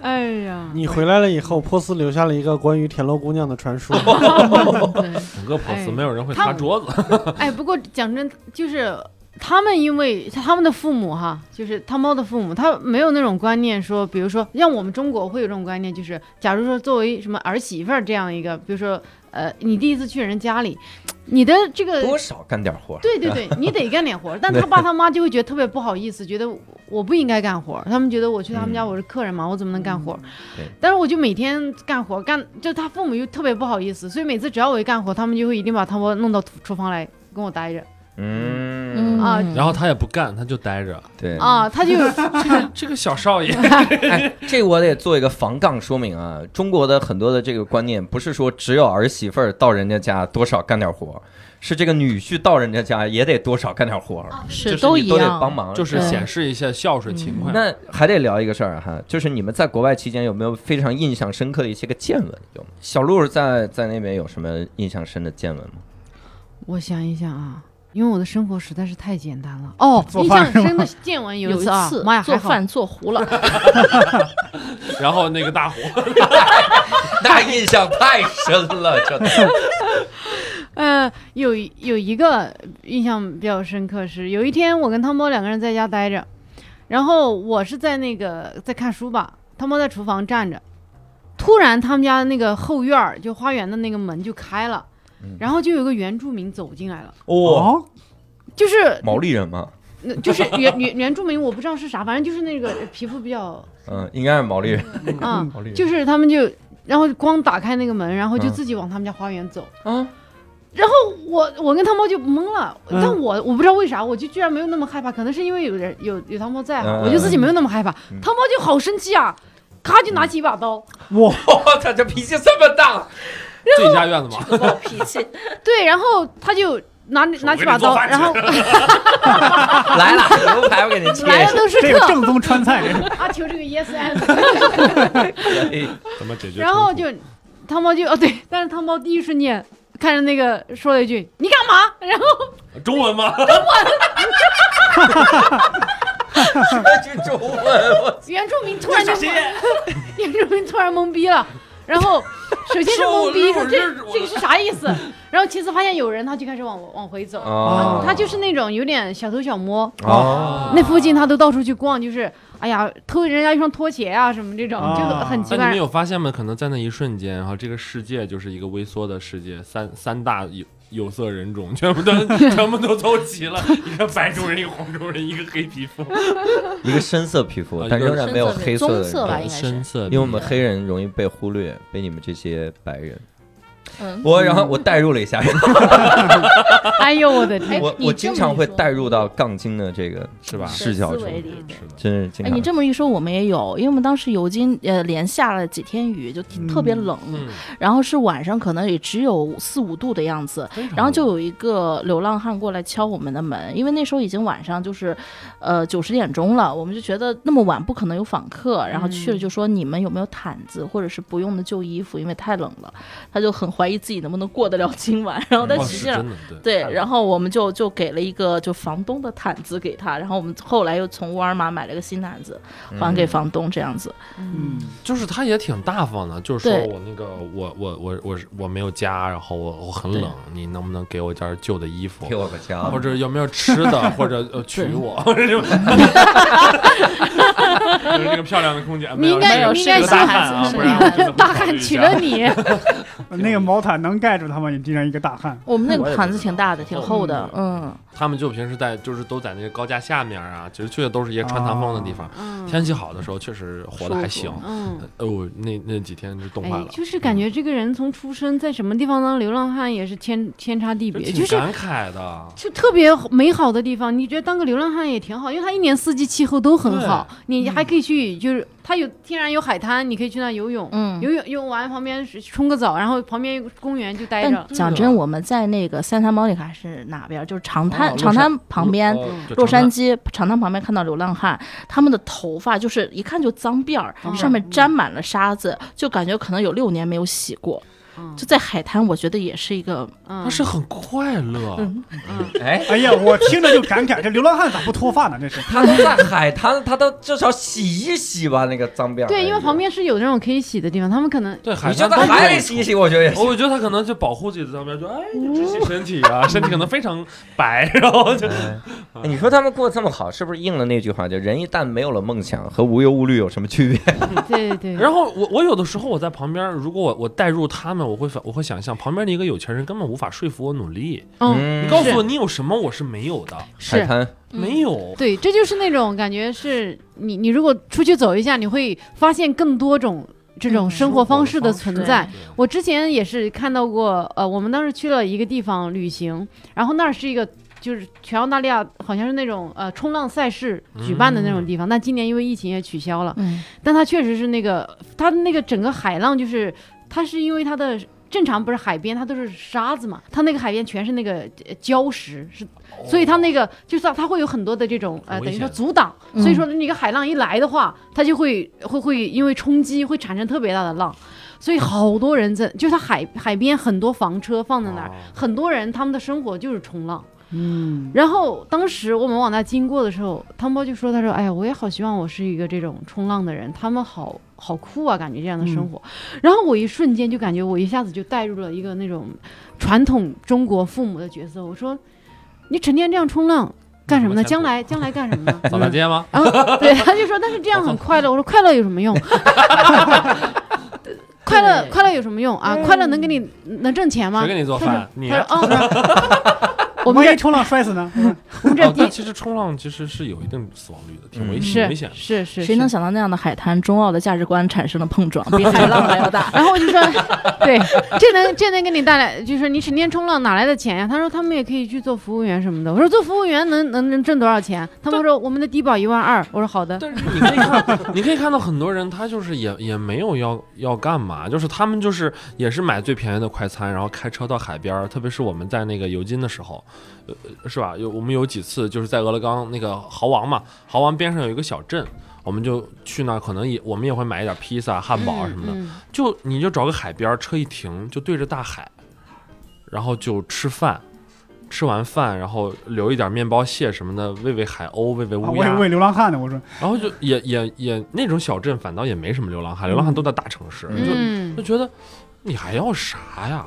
哎呀，你回来了以后，波斯留下了一个关于田螺姑娘的传说。 对整个跑哎词没有人会他擦桌子， 哎，不过讲真，就是他们因为他们的父母哈，就是他猫的父母，他没有那种观念说，比如说像我们中国会有这种观念，就是假如说作为什么儿媳妇儿这样一个，比如说呃，你第一次去人家里，你的这个多少干点活儿。对对对，你得干点活儿。但他爸他妈就会觉得特别不好意思，觉得我不应该干活儿。他们觉得我去他们家嗯我是客人嘛，我怎么能干活儿对？但是我就每天干活儿，干就他父母又特别不好意思，所以每次只要我一干活儿，他们就会一定把汤包弄到厨房来跟我待着嗯，啊然后他也不干，他就待着。对 啊，他就这个小少爷，哎，这我得做一个防杠说明啊。中国的很多的这个观念，不是说只有儿媳妇儿到人家家多少干点活儿，是这个女婿到人家家也得多少干点活儿，是就是都你一哦都得样，帮忙。就是显示一下孝顺情况。那还得聊一个事儿啊哈，就是你们在国外期间有没有非常印象深刻的一些个见闻？有吗？小鹿在在那边有什么印象深的见闻吗？我想一想啊。因为我的生活实在是太简单了 哦，做印饭象深的见闻有有一一次啊次，妈呀，做还好饭做糊了， 然后那个大火， 那印象太深了，这呃，有一有一个印象比较深刻是，有一天我跟汤包两个人在家待着，然后我是在那个在看书吧，汤包在厨房站着，突然他们家那个后院儿就花园的那个门就开了嗯。然后就有个原住民走进来了，哦，哦，就是毛利人嘛，那就是原 原原住民，我不知道是啥，反正就是那个皮肤比较嗯，应该是毛利人，啊，嗯毛利人就是他们就，然后光打开那个门，然后就嗯自己往他们家花园走。嗯然后我我跟汤猫就懵了，嗯但我我不知道为啥，我就居然没有那么害怕，可能是因为有人有有汤猫在啊，嗯我就自己没有那么害怕。嗯汤猫就好生气啊，咔就拿起一把刀，哇， 我操，这脾气这么大。自己家院子嘛，暴脾气，对，然后他就拿拿起把刀，我给你然做后 来了，牛排我给您切来的都是这个客正宗川菜，啊，求这个 yes and。哎怎么解决？然后就汤猫就哦对，但是汤猫第一瞬间看着那个说了一句你干嘛？然后中文吗？这中文，我原住民突然就懵， 原住民突然懵逼了，然后首先是懵逼，说这这个是啥意思？ 然后其次发现有人，他就开始往往回走，哦他就是那种有点小偷小摸，哦，啊 那附近他都到处去逛，就是哎呀偷人家一双拖鞋啊什么这种，啊就很奇哎，你们怪。有发现吗？可能在那一瞬间，然后这个世界就是一个微缩的世界，三三大有有色人种 全部都全部都凑齐了，一个白种人，一个黄种人，一个黑皮肤，一个深色皮肤啊，但一个仍然没有黑色的棕色吧人，应该是深色，因为我们黑人容易被忽略，被你们这些白人。嗯，我然后我代入了一下，哎呦我的哎 天！我你我这经么常会一说代入到杠精的这个是吧？视角思中，维里对。是的。真是经哎，常你。这么一说，我们也有，因为我们当时尤金呃连下了几天雨，就挺特别嗯冷，嗯，然后是晚上可能也只有四五度的样子，非常然后就有一个流浪汉过来敲我们的门，因为那时候已经晚上就是，呃九十点钟了，我们就觉得那么晚不可能有访客，然后去嗯了就说你们有没有毯子或者是不用的旧衣服，因为太冷了，他就很怀疑自己能不能过得了今晚，然后但哦实是际上真的对对太，冷然后我们就就给了一个就房东的毯子给他，然后我们后来又从沃尔玛买了个新毯子嗯嗯还给房东，这样子。嗯，就是他也挺大方的，就是说对我那个我我我我是我没有家，然后我我很对冷，你能不能给我件旧的衣服给？我个家，或者有没有吃 的，或者呃娶我， 就是这个漂亮的空姐，你应没该有你应是该一个想大汉啊想是想吧想想 大汉娶了你，嗯那个毛毯能盖住他吗？你竟然一个大汉，我们那我也个不毯知子挺大的，挺厚的，嗯，他们就平时在就是都在那个高架下面啊，其实去的都是一些穿堂风的地方。嗯，天气好的时候确实活得还行。嗯。呃，我那那几天就冻坏哎了，，就是感觉这个人从出生在什么地方当流浪汉也是天天差地就别，挺就是感慨的。就特别美好的地方，你觉得当个流浪汉也挺好，因为它一年四季气候都很好，你还可以去，就是它有天然有海滩，你可以去那游泳，嗯游泳游泳完旁边是冲个澡，然后旁边有个公园就待但着。讲对真，我们在那个 Santa Monica 是哪边儿？就是长滩，哦长滩旁边。哦就洛长杉滩矶长滩旁边看到流浪汉，他们的头发就是一看就脏辫儿，嗯上面沾满了沙子，就感觉可能有六年没有洗过。嗯就在海滩，我觉得也是一个，嗯那是很快乐，嗯哎，哎呀，我听着就感慨，这流浪汉咋不脱发呢？这是。他都在海滩，他都至少洗一洗吧，那个脏辫儿。哎对，因为旁边是有那种可以洗的地方，他们可能对，你海就滩在都海可以里洗一洗，我觉得也行。我觉得他可能就保护自己的脏辫，就哎，就哦珍惜身体啊，身体可能非常白，然后就嗯哎你说他们过得这么好，是不是应了那句话？就人一旦没有了梦想，和无忧无虑有什么区别？对对对，然后我我有的时候我在旁边，如果我我带入他们，我会反我会想象旁边的一个有钱人根本无法说服我努力。嗯你嗯告诉我你有什么我是没有的，海是。滩，没有。对，这就是那种感觉，是你你如果出去走一下，你会发现更多种这种嗯生活方式的存在。对我之前也是看到过，呃，我们当时去了一个地方旅行，然后那儿是一个就是全澳大利亚好像是那种呃冲浪赛事举办的那种地方，但今年因为疫情也取消了。嗯，但它确实是那个它那个整个海浪就是它是因为它的。正常不是海边，它都是沙子嘛，它那个海边全是那个呃礁石，是，所以它那个就是它会有很多的这种呃，哦很危等于险说阻挡，嗯所以说那个海浪一来的话，它就会会会因为冲击会产生特别大的浪，所以好多人在就是它海海边很多房车放在那儿，哦很多人他们的生活就是冲浪。嗯，然后当时我们往那经过的时候，汤包就说：“他说，哎呀，我也好希望我是一个这种冲浪的人，他们好好酷啊，感觉这样的生活。嗯然后我一瞬间就感觉我一下子就带入了一个那种传统中国父母的角色。我说，你成天这样冲浪干什么呢？那怎将么来将来干什么呢？ 扫大街吗？然后对他就说，但是这样很快乐。我说快乐有什么用？ 快乐快乐有什么用嗯啊？快乐能给你能挣钱吗谁？给你做饭？你他啊。说 哦，我我们万这一冲浪摔死呢？嗯我们这哦第但其实冲浪其实是有一定死亡率的，挺危嗯险，是危险。是是，谁是。能想到那样的海滩，中澳的价值观产生了碰撞，比海浪还要大 然后我就说，对，这能这能给你带来，就是你成天冲浪哪来的钱呀、他说他们也可以去做服务员什么的。我说做服务员能能能挣多少钱？他们说我们的低保一万二。我说好的。但是你可以看，你可以看到很多人，他就是也也没有要要干嘛，就是他们就是也是买最便宜的快餐，然后开车到海边儿。特别是我们在那个游金的时候，呃，是吧？有我们有几次就是在俄勒冈那个豪王嘛，豪王边上有一个小镇，我们就去那儿，可能也我们也会买一点披萨、汉堡啊什么的。嗯，就你就找个海边儿，车一停就对着大海，然后就吃饭。吃完饭，然后留一点面包屑什么的，喂喂海鸥，喂喂啊乌我鸦。也喂流浪汉呢，我说然后就也也也那种小镇，反倒也没什么流浪汉，流浪汉都在大城市，嗯就就觉得你还要啥呀？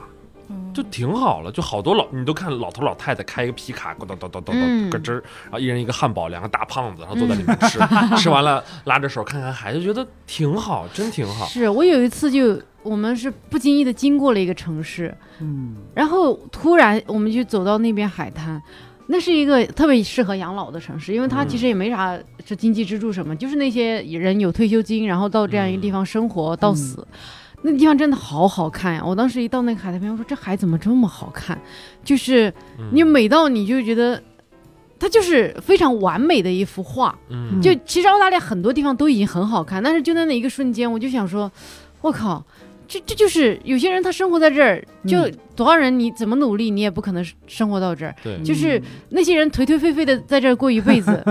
嗯就挺好了，就好多老你都看老头老太太开一个皮卡，咕咚咚咚咚咚嗯咯 吱儿，然后一人一个汉堡，两个大胖子，然后坐在里面吃，吃完了拉着手看看海，就觉得挺好，真挺好。是我有一次就我们是不经意的经过了一个城市，嗯，然后突然我们就走到那边海滩，那是一个特别适合养老的城市，因为它其实也没啥是经济支柱什么，就是那些人有退休金，然后到这样一个地方生活、到死。那地方真的好好看呀！我当时一到那个海滩边，我说这海怎么这么好看？就是嗯你每到你就觉得，它就是非常完美的一幅画。嗯就其实澳大利亚很多地方都已经很好看，但是就在那一个瞬间，我就想说，我靠，这这就是有些人他生活在这儿，就多少人你怎么努力你也不可能生活到这儿，嗯对，就是那些人颓颓废废的在这儿过一辈子，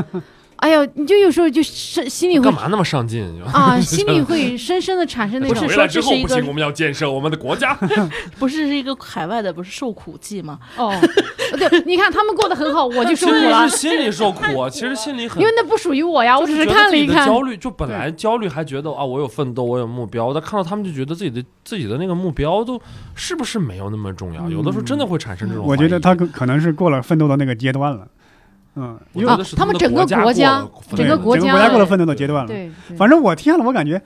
哎呀，你就有时候就是心里会干嘛那么上进？啊，心里会深深的产生那不种是回说来这之是后一 不个行，我们要建设我们的国家。 不是是一个海外的，不是受苦记吗？哦，对，你看他们过得很好，我就其受苦实了是，心里受苦啊，其实心里很因为那不属于我呀，我只就觉得看自了己一的看，焦虑，就本来焦虑还觉得啊，我有奋斗，我有目标，但看到他们就觉得自己的自己的那个目标都是不是没有那么重要，有的时候嗯真的会产生这种怀疑。哦我觉得他可可能是过了奋斗的那个阶段了，嗯，我因觉为得是啊啊他们整个国国家过了奋斗整个对国整家过了奋斗的阶段了。对，对反正我听了，我感觉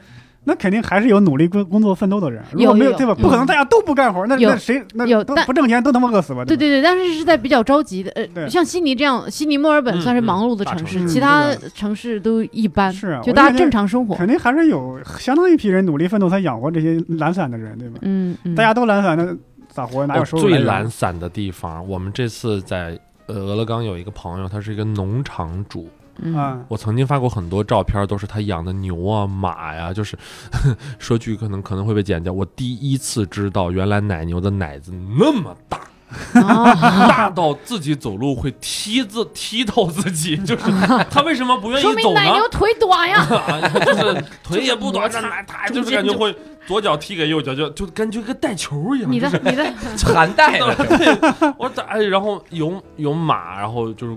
那肯定还是有努力工工作奋斗的人。如果有没有有对吧？有不可能大家都不干活，那有那谁那有都但不挣钱都他妈饿死吧？对吧对对对，但是是在比较着急的，呃，对像悉尼这样，悉尼、墨尔本嗯算是嗯忙碌的大城城市，市其是他的城市都一般，是啊就我大觉家得正常生活。肯定还是有相当一批人努力奋斗才养活这些懒散的人，对吧？嗯，嗯大家都懒散，那咋活？哪有收入来最源懒散的地方，我们这次在呃俄勒冈有一个朋友，他是一个农场主。嗯，啊？我曾经发过很多照片，都是他养的牛啊、马呀、就是 说句可能可能会被剪掉。我第一次知道，原来奶牛的奶子那么大， 啊大到自己走路会踢自 踢透自己， 就是他为什么不愿说意明走呢奶？牛腿短呀。 啊，就是腿也不 短，就是摩擦但他就是感觉会左脚踢给右脚，就就感觉跟带球一样。你就 的是你的，寒带的， 我咋？哎然后有有马，然后就是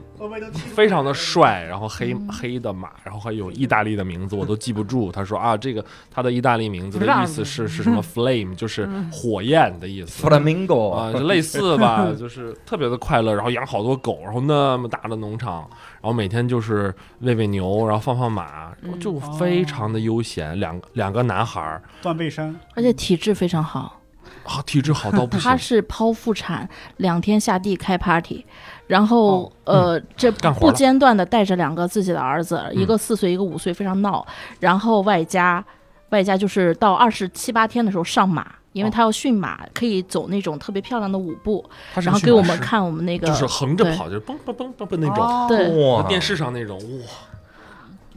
非常的帅，然后黑嗯黑的马，然后还有意大利的名字我都记不住。他说啊，这个他的意大利名字的意思是是什么 flame，就是嗯火焰的意 思。啊，就 flamingo，类似吧，就是特别的快乐，然后养好多狗，然后那么大的农场，然后每天就是喂喂牛，然后放放马，嗯就哦非常的悠闲。两个两个男孩儿断背山，而且体质非常好，啊，体质好到不行他，是剖腹产，两天下地开 party，然后、呃，这哦嗯干活不了嗯间断的带着两个自己的儿子，一个四岁，一个五岁，非常闹，然后外加外加就是到二十七八天的时候上马。因为哦他要驯马，可以走那种特别漂亮的舞步，他是然后驯给马我们师看我们那个哦就是横着对哦跑，就是蹦蹦蹦蹦蹦那种。对哇，电视上那种哇，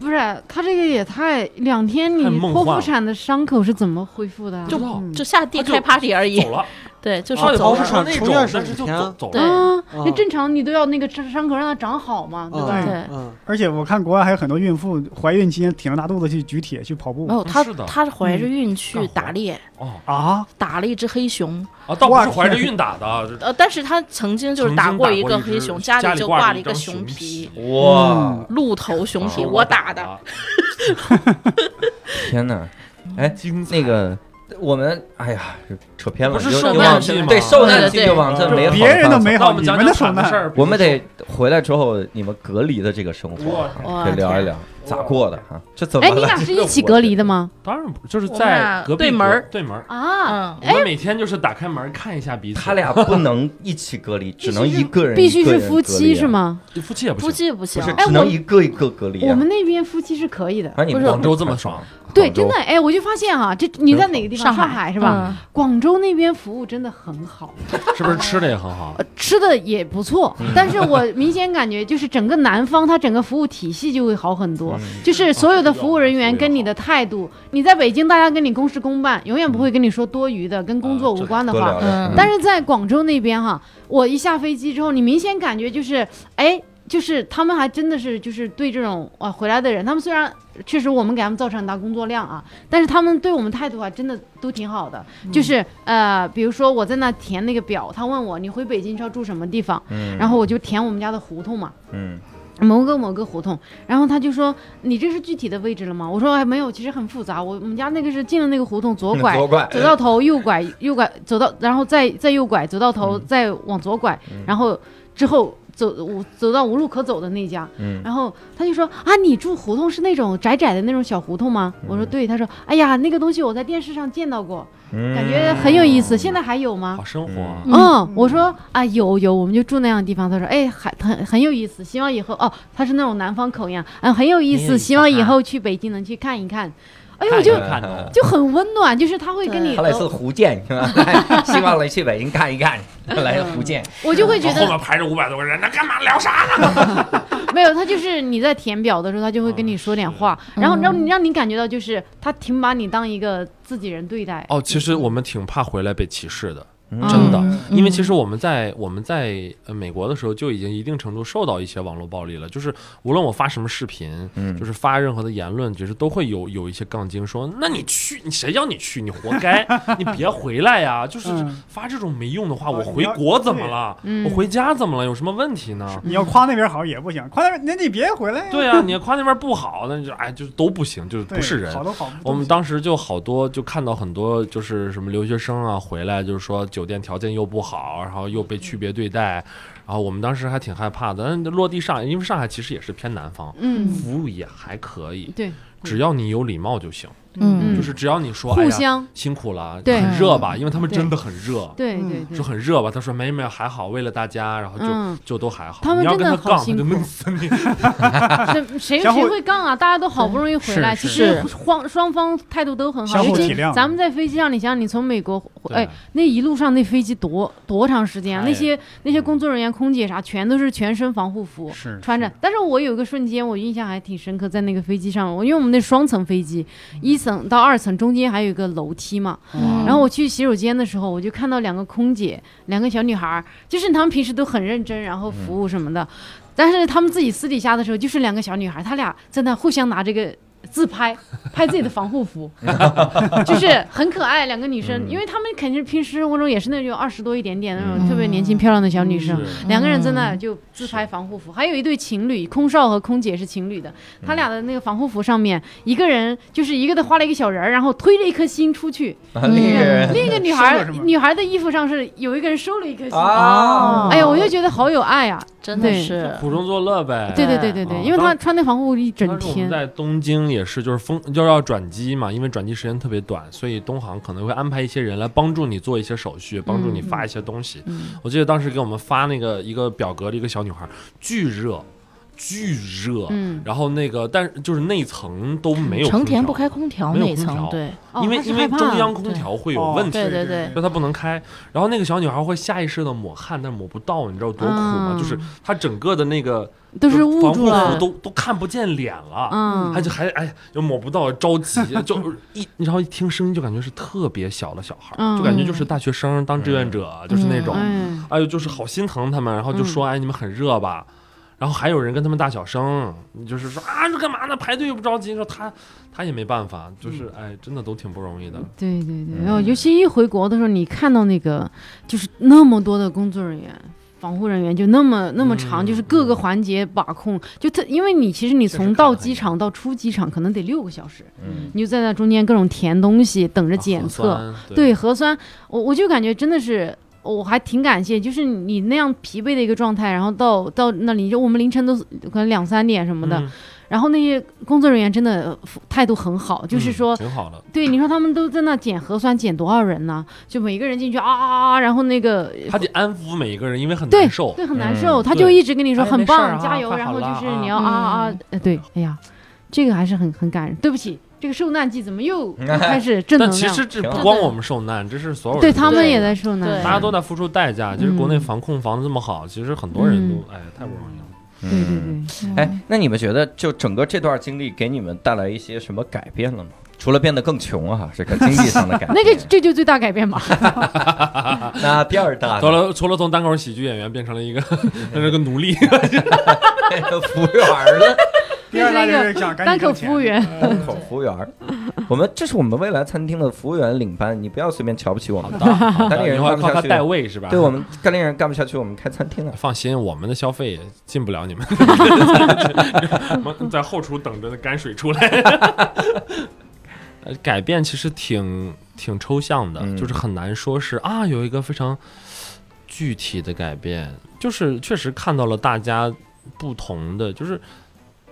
不是他这个也太两天，你太梦幻剖腹了产的伤口是怎么恢复的啊？就走就下地他就开 party 而已，了，对，就是啊走不了是啊说那出种院，是但是就几天走走对了。啊，啊那正常你都要那个伤伤口让它长好嘛，对吧？嗯对，嗯，而且我看国外还有很多孕妇怀孕期间挺着大肚子去举铁去跑步没有她哦是的，嗯她是怀着孕干去活打猎，哦啊！打了一只黑熊，啊，倒不是怀着孕打的，呃，但是她曾经就是曾经打过打一过个一黑只熊，家家里就挂着挂一了一个张熊熊皮皮，哇，鹿头熊皮，是我打打的。，天哪！哎，精彩那个我们，哎呀，扯偏了，不是就受就难往记吗对，受难记对对就往这就美好别人的方向美那我好，们哎你讲们讲的手惨的事难。儿，我们得回来之后，你们隔离的这个生活哇得聊一聊咋过的啊？这怎么哎，了？你俩是一起隔离 的吗？当然不就是我们在俩隔壁对门隔儿对门儿，啊，嗯，我们每天就是打开门看一下彼此，他俩不能一起隔离，只能一个人必须一个是人夫隔离妻啊是？吗？夫妻也不夫行。妻不不行是，，哎只能我一个一个隔离啊。我们那边夫妻是可以的。啊，你不们是广州这么爽，对，广州真的，哎，我就发现哈、这你在哪个地方？上海上海是吧？嗯广州那边服务真的很好，是不是吃的也很 好？呃吃的也不错，嗯但是我明显感觉就是整个南方，它整个服务体系就会好很嗯多。哦就是所有的服务人啊这员个跟你的态度，你在北京大家跟你公事公办，永远不会跟你说多余的、跟工作无关的多话聊。聊嗯。但是在广州那边哈，我一下飞机之后，你明显感觉就是，哎，就是他们还真的是就是对这种啊回来的人，他们虽然确实我们给他们造成很大工作量啊，但是他们对我们态度啊真的都挺好的。就是呃，比如说我在那填那个表，他问我你回北京是要住什么地方，嗯，然后我就填我们家的胡同嘛。嗯，某个某个胡同，然后他就说：“你这是具体的位置了吗？”我说：“还没有，其实很复杂。我我们家那个是进了那个胡同，左拐，左拐走到头，右拐，右拐，走到，然后再再右拐，走到嗯头，再往左拐，然后之后走无走到无路可走的那家，嗯然后他就说啊，你住胡同是那种窄窄的那种小胡同嗯吗？我说对，他说哎呀，那个东西我在电视上见到过，嗯感觉很有意思，现在还有吗好？生活啊，嗯嗯，我说啊，有有，我们就住那样的地方。他说，哎，还很很有意思，希望以后哦，他是那种南方 口音啊，嗯，很有意很有意思，思哎希望以后去北京能去看一看。哎呦，我就看一看懂就很温暖，就是他会跟 你，他来自福建，是吧哎希望来去北京看一看。 来福建，我就会觉 然后后得面排着五百多个人，那干嘛聊啥呢？没有，他就是你在填表的时候，他就会跟你说点话，嗯然后让你让你感觉到就是他挺把你当一个自己人对待。哦，其实我们挺怕回来被歧视的，嗯真的嗯，因为其实我们在我们在呃美国的时候就已经一定程度受到一些网络暴力了，就是无论我发什么视频，嗯就是发任何的言论，其实都会有有一些杠精说，那你去，你谁叫你去，你活 该，你别回来呀，就是嗯发这种没用的话，哦我你回要国怎么了？嗯，我回家怎么了？有什么问题呢？你要夸那边好也不行，夸那边那你别回来呀。对啊，你夸那边不好，那就哎，就是都不行，就是对，不是人好。都好不都我们行当时就好多就看到很多就是什么留学生啊回来，就是说酒店条件又不好，然后又被区别对嗯待，然后我们当时还挺害怕的。但落地上海，因为上海其实也是偏南方，嗯，服务也还可以，对，只要你有礼貌就行。嗯就是只要你说哎嗯互呀相辛苦了，对很热吧，因为他们对真的很热，对嗯对对说，很热吧，他说没没有还好，为了大家，然后就。 嗯，就都还好，他们你要真跟的他好杠，他辛就苦弄死你。这谁相谁互会杠啊？大家都好不容易回来，是其是实双双方态度都很好，相尤互其体谅咱们在飞机上，你想，你从美国回， 哎对，那一路上那飞机多多长时间啊？哎那些那些工作人员、空姐啥，全都是全身防护服。是穿着，但是我有一个瞬间，我印象还挺深刻，在那个飞机上，我因为我们那双层飞机，一层到二层中间还有一个楼梯嘛，嗯然后我去洗手间的时候，我就看到两个空姐，两个小女孩儿，就是她们平时都很认真，然后服务什么的，但是她们自己私底下的时候，就是两个小女孩儿，她俩在那互相拿这个。自拍，拍自己的防护服，就是很可爱。两个女生，因为她们肯定平时生活中也是那种二十多一点点的那种、特别年轻漂亮的小女生，是两个人在那就自拍防护服，还有一对情侣，空少和空姐是情侣的，他俩的那个防护服上面，一个人就是一个的画了一个小人儿，然后推着一颗心出去，啊那个 人另一个女收 孩了是吗女孩的衣服上是有一个人收了一颗心。啊哎呀，我就觉得好有爱啊！真的对是，苦中作乐呗。对对对对啊对，因为当她穿那防护服一整当时我们天，在东京也是，就是风就要转机嘛，因为转机时间特别短，所以东航可能会安排一些人来帮助你做一些手续，帮嗯助你发一些东西。嗯我记得当时给我们发那个一个表格的一个小女孩，巨热，巨热。嗯，然后那个，但是就是内层都没有成田不空调，开空调没有那空层，调对，哦因为她是因为害怕中央空对调会哦有问题，对对对就她不能开。然后那个小女孩会下意识的抹汗，但是抹不到，你知道多苦吗？嗯就是她整个的那个都是防捂护住服了，都都看不见脸了，嗯他，就还哎呀，又抹不到，着急，就一然后一听声音就感觉是特别小的小孩嗯儿，就感觉就是大学生当志愿者，就是那种，哎，哎呦，就是好心疼他们，然后嗯就说、哎你们很热吧，然后还有人跟他们大小声，就是说啊这干嘛呢？排队又不着急，说他他也没办法，就是嗯哎真的都挺不容易的，对对对，嗯然后尤其一回国的时候，你看到那个就是那么多的工作人员。防护人员就那么那么长，嗯就是各个环节把控，就特因为你其实你确实从看到得很机场到出机场可能得六个小时，嗯你就在那中间各种填东西，等着检啊核测。酸对对核酸，我我就感觉真的是，我还挺感谢，就是你那样疲惫的一个状态，然后到到那里，就我们凌晨都可能两三点什么的，嗯然后那些工作人员真的呃服态度很好，就是嗯说。呃挺好的，对，你说他们都在那检核酸，检多少人呢？就每个人进去啊啊啊啊，然后那个他得安抚每一个人，因为很难受。对，很难嗯受，他对就一直跟你说哎很没事儿棒，啊加油，快然好后就了是啊你要啊啊啊嗯，呃对，哎呀，这个还是很很感人。对不起，这个受难记怎么 又又开始正但能其量？实这挺不好光我们受难，这是所有人对都他受们也难在受难对，大家都在付出代价。其实国内嗯防控防的这么好，其实很多人都哎太不容易了。对对对。哎，那你们觉得就整个这段经历给你们带来一些什么改变了吗？除了变得更穷啊，这个经济上的改变。 那个这就最大改变吧， 那第二大除的了除了从单口喜剧演员变成 了一个变成了个奴隶，那个服务员儿了，第二大就那是想赶紧单口挣钱服务员，单口服务员儿。我们这是我们未来餐厅的服务员领班，你不要随便瞧不起我们。当地人以后干不靠下他去代，位是吧？对我们干令人干不下去，我们开餐厅啊。放心，我们的消费进不了你们，我们 在后厨等着泔水出来。 呃改变其实挺挺抽象的，嗯就是很难说是啊有一个非常具体的改变，就是确实看到了大家不同的就是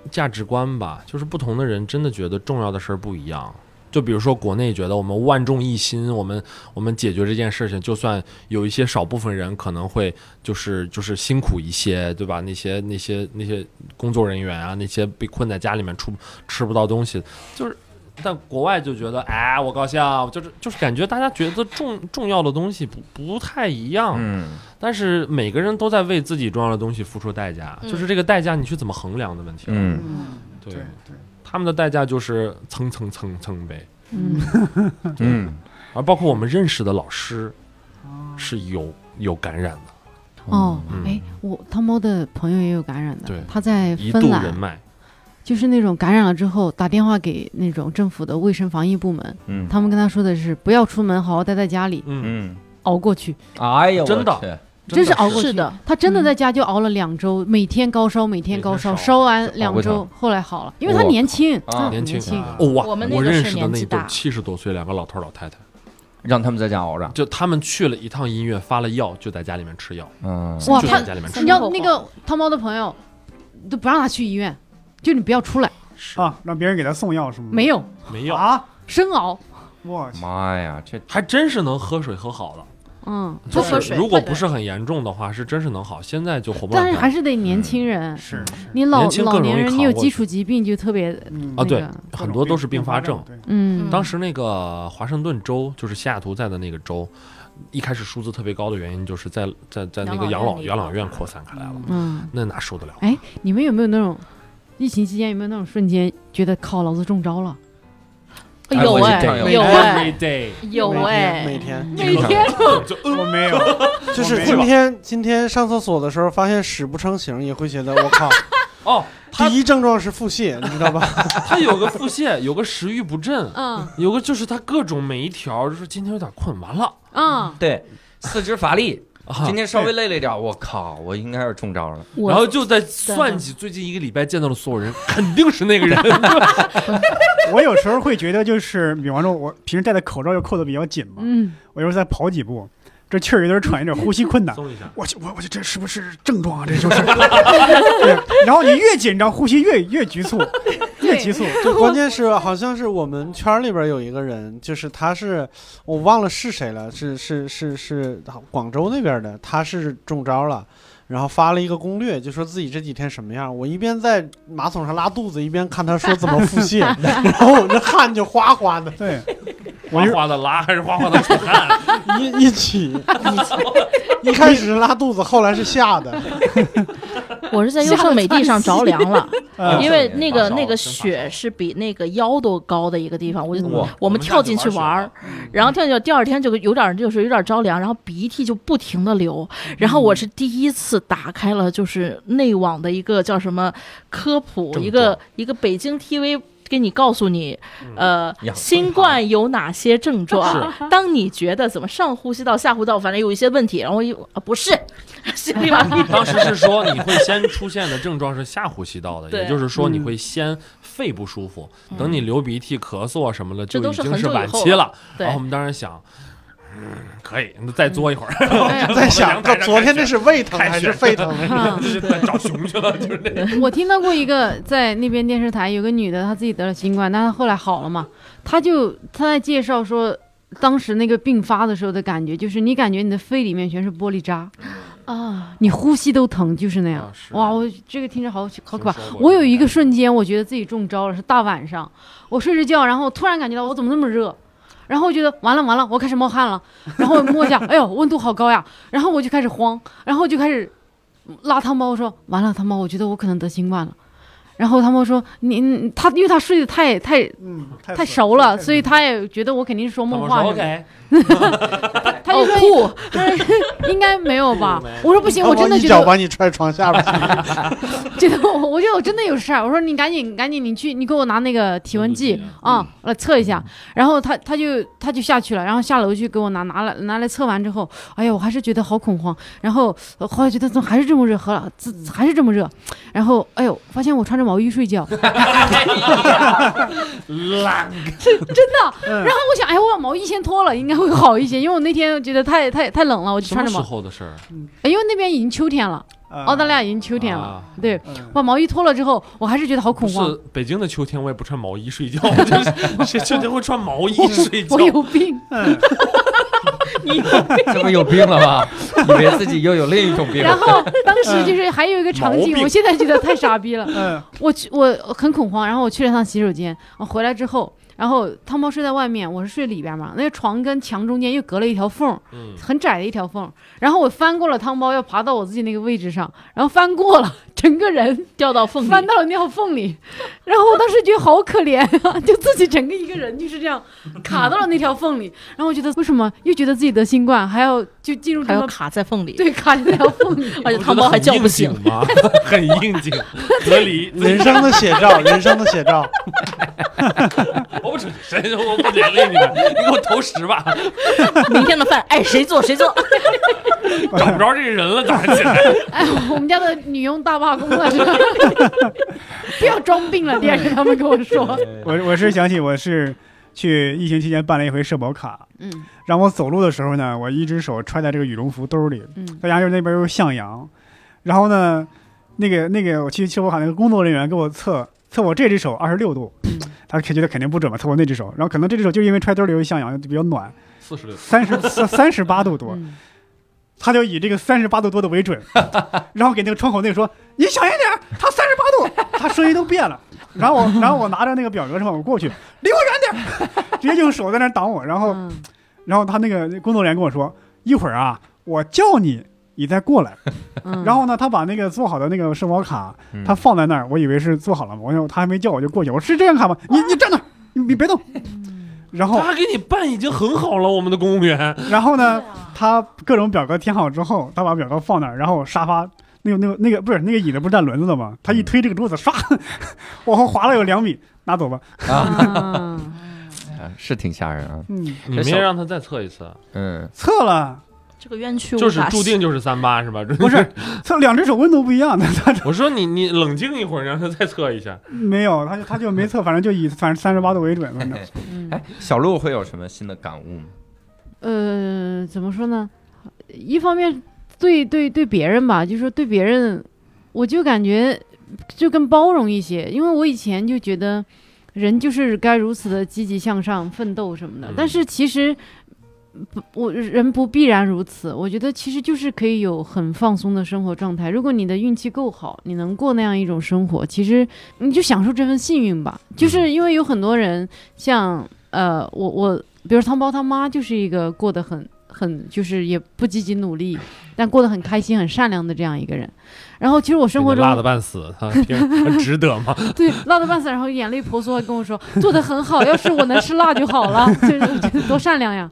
价值观吧，就是不同的人真的觉得重要的事儿不一样。就比如说国内觉得我们万众一心，我们我们解决这件事情，就算有一些少部分人可能会就是就是辛苦一些，对吧？那些那些那些工作人员啊，那些被困在家里面出吃不到东西，就是。但国外就觉得，哎，我高兴，就是就是感觉大家觉得重重要的东西不不太一样，嗯，但是每个人都在为自己重要的东西付出代价，嗯就是这个代价你去怎么衡量的问题了。嗯 对对对，他们的代价就是蹭蹭蹭蹭呗，嗯，嗯，而包括我们认识的老师是有有感染的，哦嗯，哎，我他猫的朋友也有感染的对，他在一芬度兰人，脉，就是那种感染了之后打电话给那种政府的卫生防疫部门，嗯他们跟他说的是不要出门，好好待在家里，嗯，嗯，熬过去，哎呀，真的我去真的是熬过去是的，他真的在家就熬了两周，每天高烧，每天高烧，每天烧烧完两熬周过，后来好了，因为他我年轻，靠啊嗯年轻轻，哦哇！我们那个认是识的年那一纪对大七十多岁两个老头儿老太太，让他们在家熬着，就他们去了一趟医院，发了药，就在家里面吃药，嗯，哦哇，就他在家里面吃你知道那个汤猫的朋友都不让他去医院，就你不要出来，啊，让别人给他送药是吗？没有，没药，啊，生熬，我去，妈呀，这还真是能喝水喝好了。嗯，就多喝是水如果对不是很严重的话，是真是能好。现在就活不了但太是久。还是得年轻嗯人，是你老年轻更老年容易人扛你有过基去础疾病就特别嗯啊，那对个，很多都是并发症。对，嗯，当时那个华盛顿州，就是西雅图在的那个州，一开始数字特别高的原因，就是在在在那个养养老老院养老院扩散开来了，嗯，那哪受得了？你们有没有那种疫情期间有没有那种瞬间觉得靠老子中招了？哎有我也哎这样有哎 day，有哎每，天每天就呃我没 有，每天就我是没今有天今天上厕所的时候发现屎不成形，也会觉得我 靠，哦，他第一症状是腹泻，你知道吧？他有个腹泻，有个食欲不振，嗯有个就是他各种每一条就是今天有点困，完了，嗯，对四肢乏力，啊今天稍微累了一点，我靠，我应该是中招了。我然后就在算计最近一个礼拜见到的所有人，肯定是那 个人。我有时候会觉得就是，比方说我平时戴的口罩又扣的比较紧嘛，嗯，我有时候再跑几步，这气儿有点喘，有点呼吸困 难。松一下，我去，我我去，这是不是症状啊？这就是。 对然后你越紧张，呼吸越越急 促，越急促。就关键是好像是我们圈儿里边有一个人，就是他是我忘了是谁了，是是是是广州那边的，他是中招了。然后发了一个攻略，就说自己这几天什么样。我一边在马桶上拉肚子，一边看他说怎么 腹泻，然后我这汗就哗哗的，对，哗哗的拉还是哗哗的出 汗？一 一起。一开始是拉肚子，后来是吓的。我是在优胜美地上着凉 了，呃，因为那发个烧那个真发雪烧是比那个腰都高的一个地方，我就哇嗯我们跳进去玩玩儿，然后跳进去，第二天就有点儿就是有点儿着凉，然后鼻涕就不停的流，然后我嗯是第一次打开了就是内网的一个叫什么科普，症一个状嗯一个北京 TV。给你告诉你，呃呀，新冠有哪些 症状？当你觉得怎么上呼吸道、下呼吸道，反正有一些问题，然后一啊不是，心里马上当时是说你会先出现的症状是下呼 吸道的，对也就是说你会先肺不舒服，嗯等你流鼻涕、咳嗽啊什么的，这就都已是经很久以晚后期了了。对然后我们当时想，嗯，可以，那再作一会儿， 哎在想，这昨天这是胃疼还是沸腾？嗯 就是在找熊去了，就是那。我听到过一个在那边电视台有个女的，她自己得了新冠，但她后来好了嘛，她就她在介绍说。当时那个病发的时候的感觉，就是你感觉你的肺里面全是玻璃渣，啊，你呼吸都疼，就是那样。啊是哇，我这个听着好好可怕听说。过我有一个瞬间，我觉得自己中招了，是大晚上，我睡着觉，然后突然感觉到我怎么那么热，然后我觉得完了完了，我开始冒汗了，然后我摸一下，哎呦，温度好高呀，然后我就开始慌，然后就开始拉汤包说，完了汤包，我觉得我可能得新冠了。然后汤包说：“你你他，因为他睡得太太嗯，太熟了，所以他也觉得我肯定是说梦话什么的。他就哦说：“酷，他说 应该没有吧？”我说：“不行，我真的一觉得脚把你踹床下边去。 觉得我，我觉得我真的有事儿。我说你赶紧赶紧，你去，你给我拿那个体温计啊、嗯我来测一下。然后他他就他就下去了，然后下楼去给我拿拿来拿来测完之后，哎呀，我还是觉得好恐慌。然后呃后来觉得怎么还是这么热，喝了这还是这么热。然后哎呦，发现我穿着毛衣睡 觉，哎真 懒的。嗯然后我想，哎，我把毛衣先脱了，应该会好一些，因为我那天觉得太太太冷了，我就什穿么着毛，时候的事儿？啊哎，因为那边已经秋天了，澳大利亚已经秋天了，啊对。嗯把毛衣脱了之后，我还是觉得好不恐是慌。北京的秋天，我也不穿毛衣睡觉， 就是谁秋天会穿毛衣睡觉我？有 病，嗯这不有病了吧？以为自己又有另一种病。然后当时就是还有一个场景毛，病我现在觉得太傻逼了。嗯，我去，我很恐慌，然后我去了趟洗手间，我回来之后，然后汤包睡在外面，我是睡里边嘛，那个床跟墙中间又隔了一条缝， 嗯，很窄的一条缝。然后我翻过了汤包，要爬到我自己那个位置上，然后翻过了，整个人掉到缝翻里，到了尿缝里。 然后我当时觉得好可怜啊， 就自己整个一个人就是这样卡到了那条缝里。然后我觉得为什么又觉得自己得新冠，还要就进入还这要么卡在缝里，对卡在那条 缝里。而且汤包还叫不醒我。觉得很应景吗？很 应景，隔 离。人生的写照，人生的写照。 我不出去，谁我不连累你们，你给我投 十吧，明天的饭爱谁做 谁做。找不着这人了，早上起来。哎，我们家的女佣大罢工 了， 不要装病了。第二天他们跟我说，我我是想起我是去疫情期间办了一回社保卡，嗯让我走路的时候呢，我一只手揣在这个羽绒服兜里，嗯，大家就是那边又是向阳，然后嗯呢，那个那个我去社保卡那个工作人员给我测测我这只手二十六度，他觉得肯定不准嘛，凑过那只手，然后可能这只手就因为揣兜里有一向阳就比较暖， 四十六，三十三三十八度多，嗯他就以这个三十八度多的为 准，然后给那个窗口那个说你小心点儿，他三十八度，他声音都变了，然后我然后我拿着那个表格是吧，我过去离我远点儿，直接用手在那儿挡我，然后嗯然后他那个工作人员跟我说一会儿啊，我叫你。你再过来，嗯然后呢，他把那个做好的那个社保卡，嗯他放在那儿，我以为是做好了嘛，我想他还没叫我就过去，我说是这样看吗？你你站那儿，你你别动。嗯然后他给你办已经很好了，我们的公务员。然后呢，啊他各种表格填好之后，他把表格放那儿，然后沙发那个那个那个不是那个椅子不是带轮子的吗？他一推这个桌子，唰， 往后滑了有两米，拿走吧。 啊，啊是挺吓人啊。嗯，你没让他再测一次，嗯，测了这个冤屈无就是法注定就是三八是吧？不是测两只手温度不一样的， 他我说你你冷静一会儿，让他再测一下。没有，他就他就没测，反正就以反正三十八度为准， 反正嗯哎，小鹿会有什么新的感悟吗？呃，怎么说呢？一方面对对对别人吧，就是说对别人，我就感觉就更包容一些，因为我以前就觉得人就是该如此的积极向上、奋斗什么的，嗯但是其实。不，我人不必然如此。我觉得其实就是可以有很放松的生活状态。如果你的运气够好，你能过那样一种生活，其实你就享受这份幸运吧。就是因为有很多人像呃，我我比如汤包他妈就是一个过得很很就是也不积极努力，但过得很开心、很善良的这样一个人。然后其实我生活人家中 辣的半死，他凭值得吗？对辣的半死，然后眼泪婆娑，还跟我说做的很好，要是我能吃辣就好了， 就是我觉得多善良呀。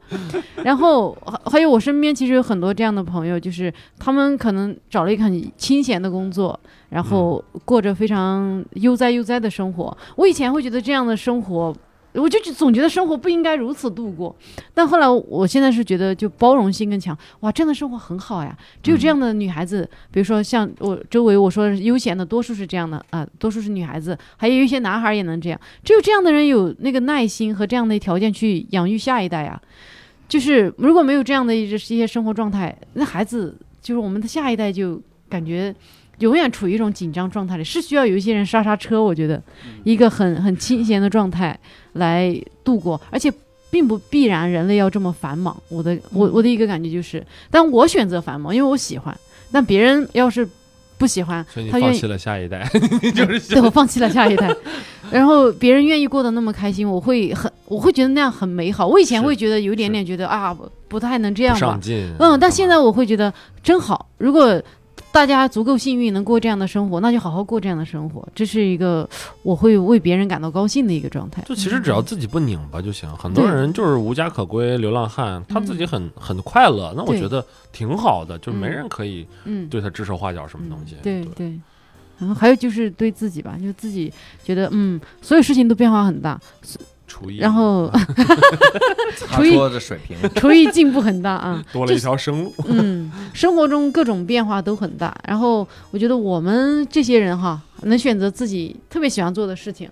然后还还有我身边其实有很多这样的朋友，就是他们可能找了一个很清闲的工作，然后过着非常悠哉悠哉的生活。我以前会觉得这样的生活。我就总觉得生活不应该如此度过，但后来我现在是觉得就包容性更强，哇，这样的生活很好呀！只有这样的女孩子，比如说像我周围我说悠闲的，多数是这样的啊、多数是女孩子，还有一些男孩儿也能这样。只有这样的人有那个耐心和这样的条件去养育下一代呀。就是如果没有这样的一些一些生活状态，那孩子就是我们的下一代就感觉。永远处于一种紧张状态里，是需要有一些人刹刹车。我觉得，嗯一个很很清闲的状态来度过，而且并不必然人类要这么繁忙。我的嗯我我的一个感觉就是，但我选择繁忙，因为我喜欢。但别人要是不喜欢所以，你他放愿意 弃了下一代，你就是对我放弃了下一代， 然后别人愿意过得那么开心，我会很我会觉得那样很美好。我以前是会觉得有一点是点觉得啊，不不太能这不样吧上，进。啊嗯，但现在我会觉得真好。如果大家足够幸运能过这样的生活，那就好好过这样的生活，这是一个我会为别人感到高兴的一个状态。就其实只要自己不拧巴就行。很多对人就是无家可归、流浪汉，他自己很很快乐，那我对觉得挺好的，就没嗯人可以嗯，对他指手画脚什么东西嗯。对对。然后还有就是对自己吧，就自己觉得嗯，所有事情都变化很大，厨艺，然后 擦桌子水平，厨艺进步很大啊。多了一条生路。嗯， 生活中各种变化都很大。然后我觉得我们这些人哈，能选择自己特别喜欢做的事情，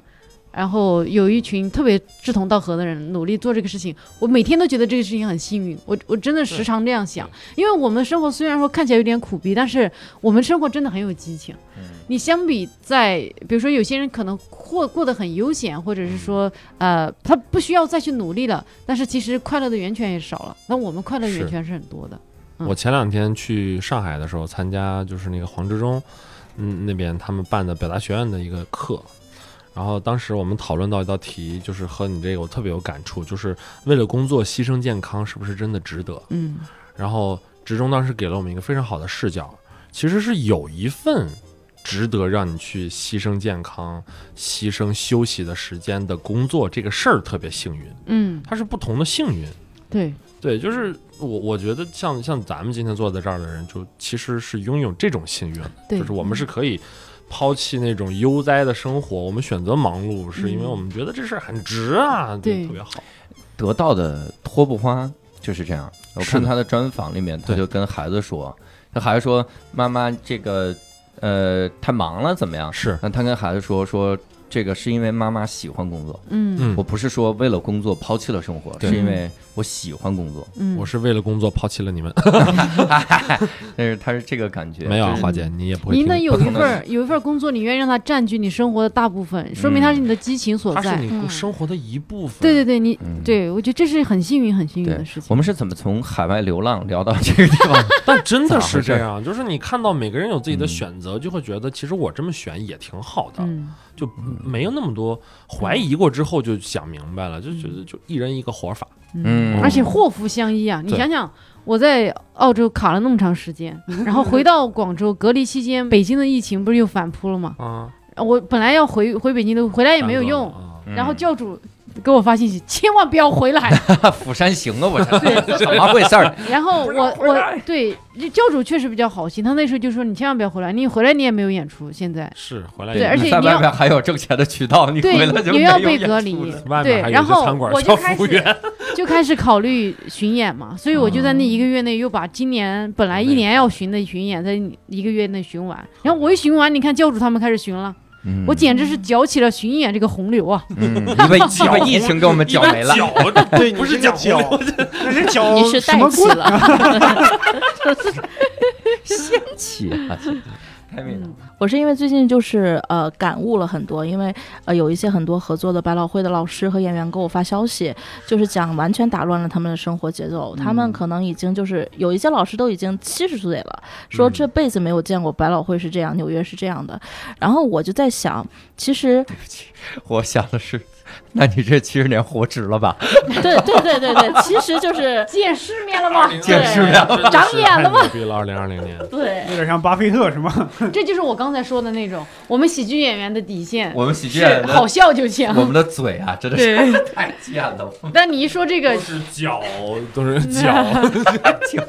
然后有一群特别志同道合的人努力做这个事情，我每天都觉得这个事情很幸运。我我真的时常这样想，因为我们生活虽然说看起来有点苦逼，但是我们生活真的很有激情。嗯你相比在，比如说有些人可能过过得很悠闲，或者是说呃他不需要再去努力了，但是其实快乐的源泉也少了。那我们快乐是源泉是很多的。嗯我前两天去上海的时候，参加就是那个黄志忠，嗯，那边他们办的表达学院的一个课。然后当时我们讨论到一道题，就是和你这个我特别有感触，就是为了工作牺牲健康是不是真的值得？嗯然后职中当时给了我们一个非常好的视角，其实是有一份值得让你去牺牲健康、牺牲休息的时间的工作，这个事儿特别幸运，嗯，它是不同的幸运。对，对，就是我我觉得像像咱们今天坐在这儿的人，就其实是拥有这种幸运的，对就是我们是可以。抛弃那种悠哉的生活，我们选择忙碌，是因为嗯我们觉得这事儿很值啊，就对特别好。得到的脱不花就是这样。我是看的他的专访里面，他对就跟孩子说，他孩子说妈妈这个呃太忙了怎么样？是那他跟孩子说说，这个是因为妈妈喜欢工作，嗯嗯我，不是说为了工作抛弃了生活，对是因为我喜欢工作，嗯，我是为了工作抛弃了你们，但是他是这个感觉， 没有啊，就是华姐，你也不会您听的有一不同份的儿有一份儿工作，你愿意让它占据你生活的大部分，说明它是你的激情所嗯它是在。你嗯生活的一部分。对对对，你嗯对我觉得这是很幸运、很幸运对的事情。我们是怎么从海外流浪聊到这个地 方？但真的是这咋样，就是你看到每个人有自己的嗯选择，就会觉得其实我这么选也挺好的，嗯就没有那么多怀疑过之后就想明白了，就觉嗯得就一人一个活法。嗯而且祸福相依啊！你对想想，我在澳洲卡了那么长时间，然后回到广州隔离期间，北京的疫情不是又反扑了吗？呃啊，我本来要回回北京的，回来也没有用。啊嗯然后教主给我发信息，千万不要回来。釜山行啊，我这怎么回事儿？然后我我对教主确实比较好心，他那时候就说你千万不要回来，你回来你也没有演出，现在是回来对也而且你在你要外面还有挣钱的渠道，你对回来就也没要有被演隔出离了。外对面还，有然一个后餐馆我 叫就开服务始员，就开始考虑巡 演嘛，所以我就在那一个月内又把今年本来一年要巡的巡演，在一个月内巡完。然后我一巡完，你看教主他们开始巡了，嗯我简直是搅起了巡演这个洪流啊！嗯，你 被你被疫情给我们搅没了。搅 这对， 不是你这讲个脚，那是脚你是什带么起棍？了。气啊！ 太美了嗯，我是因为最近就是呃感悟了很多，因为呃有一些很多合作的百老汇的老师和演员给我发消息，就是讲完全打乱了他们的生活节奏。他们可能已经就是有一些老师都已经七十岁了，说这辈子没有见过百老汇是这样，纽约是这样的。然后我就在想，其实我想的是，那你这七十年活值了吧？对对对对对，其实就是见世面了吗？见世面了，长眼了吗吗？牛逼了，二零二零 年，对有点像巴菲特是吗？这就是我刚才说的那种，我们喜剧演员的底线我们喜剧演是员好的，笑就行。我们的嘴啊，真的是太贱了，但你一说这个都，是搅， 都嗯是 搅。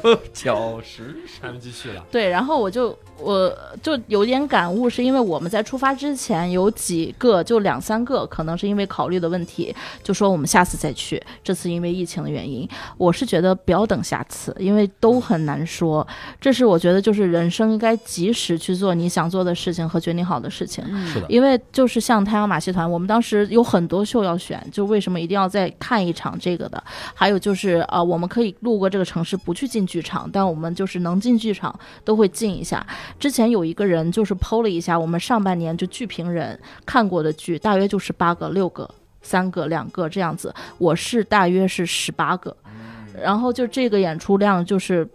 就搅实。咱们继续了，对，然后我就我就有点感悟，是因为我们在出发之前有几个，就两三个，可能是因为考虑的问题，就说我们下次再去。这次因为疫情的原因，我是觉得不要等下次，因为都很难说。这是我觉得就是人生应该及时去做你想做的事情和决定好的事情。嗯是的，因为就是像太阳马戏团，我们当时有很多秀要选，就为什么一定要再看一场这个的？还有就是啊、呃我们可以路过这个城市不去进剧场，但我们就是能进剧场都会进一下。之前有一个人就是剖了一下我们上半年就剧评人看过的剧，大约就是八个、六个、三个、两个这样子，我是大约是十八个，嗯然后就这个演出量就是。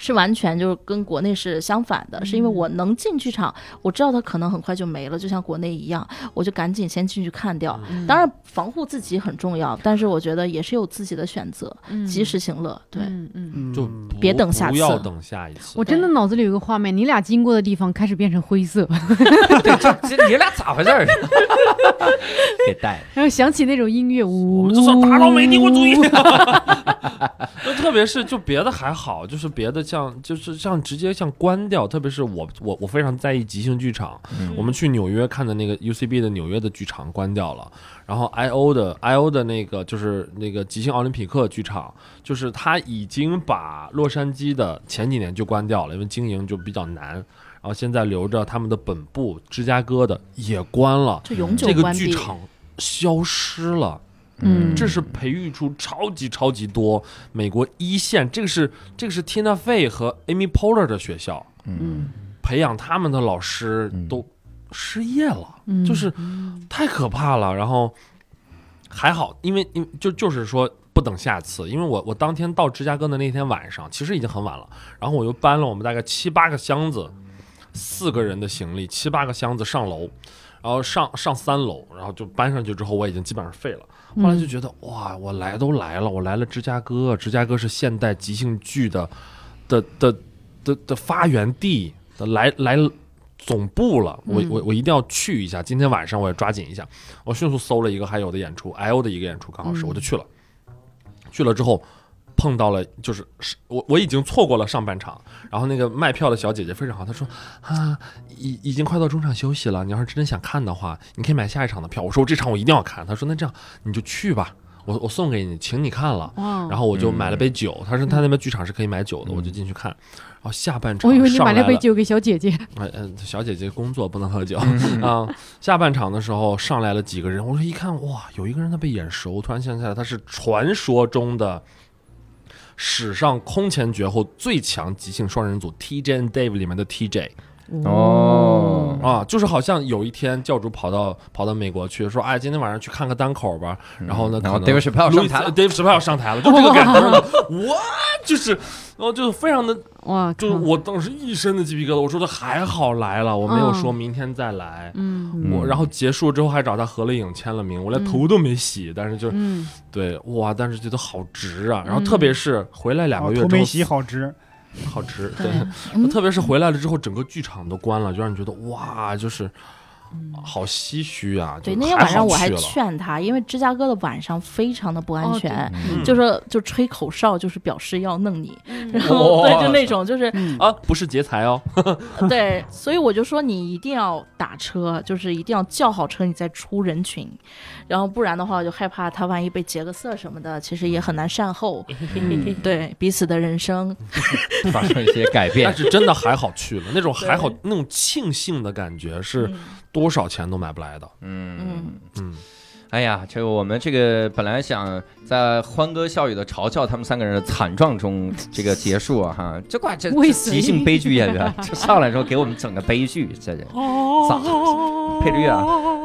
是完全就是跟国内是相反的，是因嗯为我能进剧场，我知道它可能很快就没了，就像国内一样，我就赶紧先进去看掉。嗯当然，防护自己很重要，但是我觉得也是有自己的选择，嗯及时行乐。对，嗯嗯。嗯就不别等下不次要等下一次我。真的脑子里有个画面，你俩经过的地方开始变成灰色， 对，这这你俩咋回事儿？给带然后想起那种音乐，我我们就算打倒美帝国主 义。就特别是就别的还好，就是别的像就是像直接像关掉，特别是我我我非常在意即兴剧场，嗯我们去纽约看的那个 UCB 的纽约的剧场关掉了，然后 IO 的 IO 的那个就是那个即兴奥林匹克剧场，就是他已经把洛杉矶的前几年就关掉了，因为经营就比较难，然后现在留着他们的本部芝加哥的也关了，就永久这个关剧闭。场消失了。嗯这是培育出超级超级多美国一线，这个是这个是 Tina Fey 和 Amy Poehler 的学校，嗯培养他们的老师嗯都失业了，嗯，就是太可怕了。然后还好，因为因为就就是说不等下次，因为我我当天到芝加哥的那天晚上，其实已经很晚了，然后我又搬了我们大概七八个箱子，四个人的行李，七八个箱子上楼，然后上上三楼，然后就搬上去之后，我已经基本上废了。嗯后来就觉得哇，我来都来了，我来了芝加哥，芝加哥是现代即兴剧的的的的的发源地，来来总部了，我我我一定要去一下，今天晚上我也抓紧一下。我迅速搜了一个还有的演出，I O 的一个演出刚好是，嗯我就去了。去了之后碰到了，就是是我我已经错过了上半场，然后那个卖票的小姐姐非常好，她说啊，已已经快到中场休息了，你要是真想看的话，你可以买下一场的票。我说我这场我一定要看，她说那这样你就去吧。我我送给你，请你看了。哇然，后我就嗯买了杯酒，他说他那边剧场是可以买酒的，我就进去看。然后下半场我以为你上买来了杯酒给小姐姐，哎嗯，小姐姐工作不能喝酒嗯啊、下半场的时候上来了几个人，我说一看哇，有一个人特别眼熟，突然想起来他是传说中的史上空前绝后最强即兴双人组 TJ and Dave 里面的 TJ 哦嗯啊，就是好像有一天教主跑到跑到美国去说，哎，今天晚上去看个单口吧。然后呢，嗯然后可能 David Chappelle 上台了 Dave Chappelle 上台了，就这个感觉，我就是，然后就非常的哇，就靠我当时一身的鸡皮疙瘩，我说的还好来了，我没有说明天再来。嗯我然后结束之后还找他合了影、签了名，我连头都没洗，但是就嗯，对哇，但是觉得好值啊。然后特别是回来两个月哦头之没后，洗好值，好值对。 特别是回来了之后，整个剧场都关了，就让你觉得哇，就是好唏嘘啊。对，就那天还晚上好我还去了劝他，因为芝加哥的晚上非常的不安哦全，嗯就说就吹口哨，就是表示要弄你，然哦后对，就那种就是啊，不是劫财哦，对，所以我就说你一定要打车，就是一定要叫好车，你再出人群，然后不然的话，我就害怕他万一被劫个色什么的，其实也很难 善后，嗯对彼此的人生，发生一些改但 变，是真的还好去了，那种还好对那种庆幸的感觉是嗯多少钱都买不来的。嗯嗯。嗯，哎呀，这个我们这个本来想在欢歌笑语的嘲笑他们三个人的惨状中这个结束啊哈，这挂这未这遂即兴悲剧演 员，这上来之后给我们整个悲剧，这人哦咋配嗯着乐啊？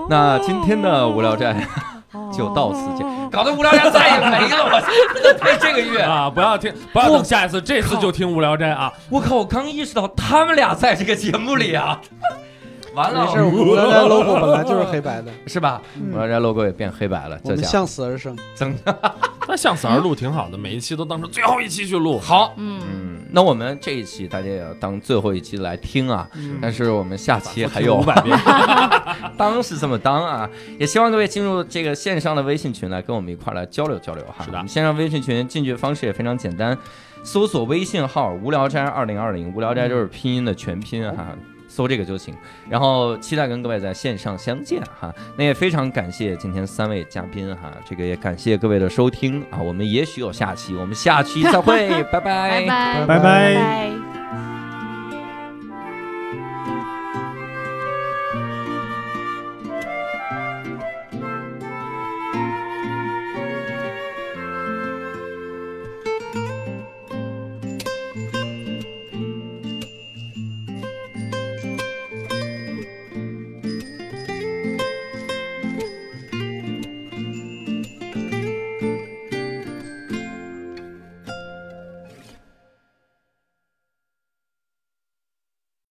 那今天的无聊斋哦就到此结束，搞得无聊斋再也没了，我就配这个乐，啊，不要听，不要等下一次，这次就听《无聊斋》 啊。我靠，我刚意识到他们俩在这个节目里啊，完了，没事，我嗯们无聊 斋 logo 本来就是黑白的，是吧？无聊斋 logo 也变黑白了，我这们家伙向死而生。增那向死而录挺好的，每一期都当成最后一期去录。好。嗯，嗯，那我们这一期大家也要当最后一期来听啊，但是我们下期还有五百遍， 当是这么当啊，也希望各位进入这个线上的微信群来跟我们一块儿来交流交流哈。是的我们线上微信群进去方式也非常简单，搜索微信号“无聊斋二零二零”，无聊斋就是拼音的全拼啊哈。搜这个就行，然后期待跟各位在线上相见哈。那也非常感谢今天三位嘉宾哈，这个也感谢各位的收听啊。我们也许有下期，我们下期再会，拜拜拜拜。拜拜拜拜。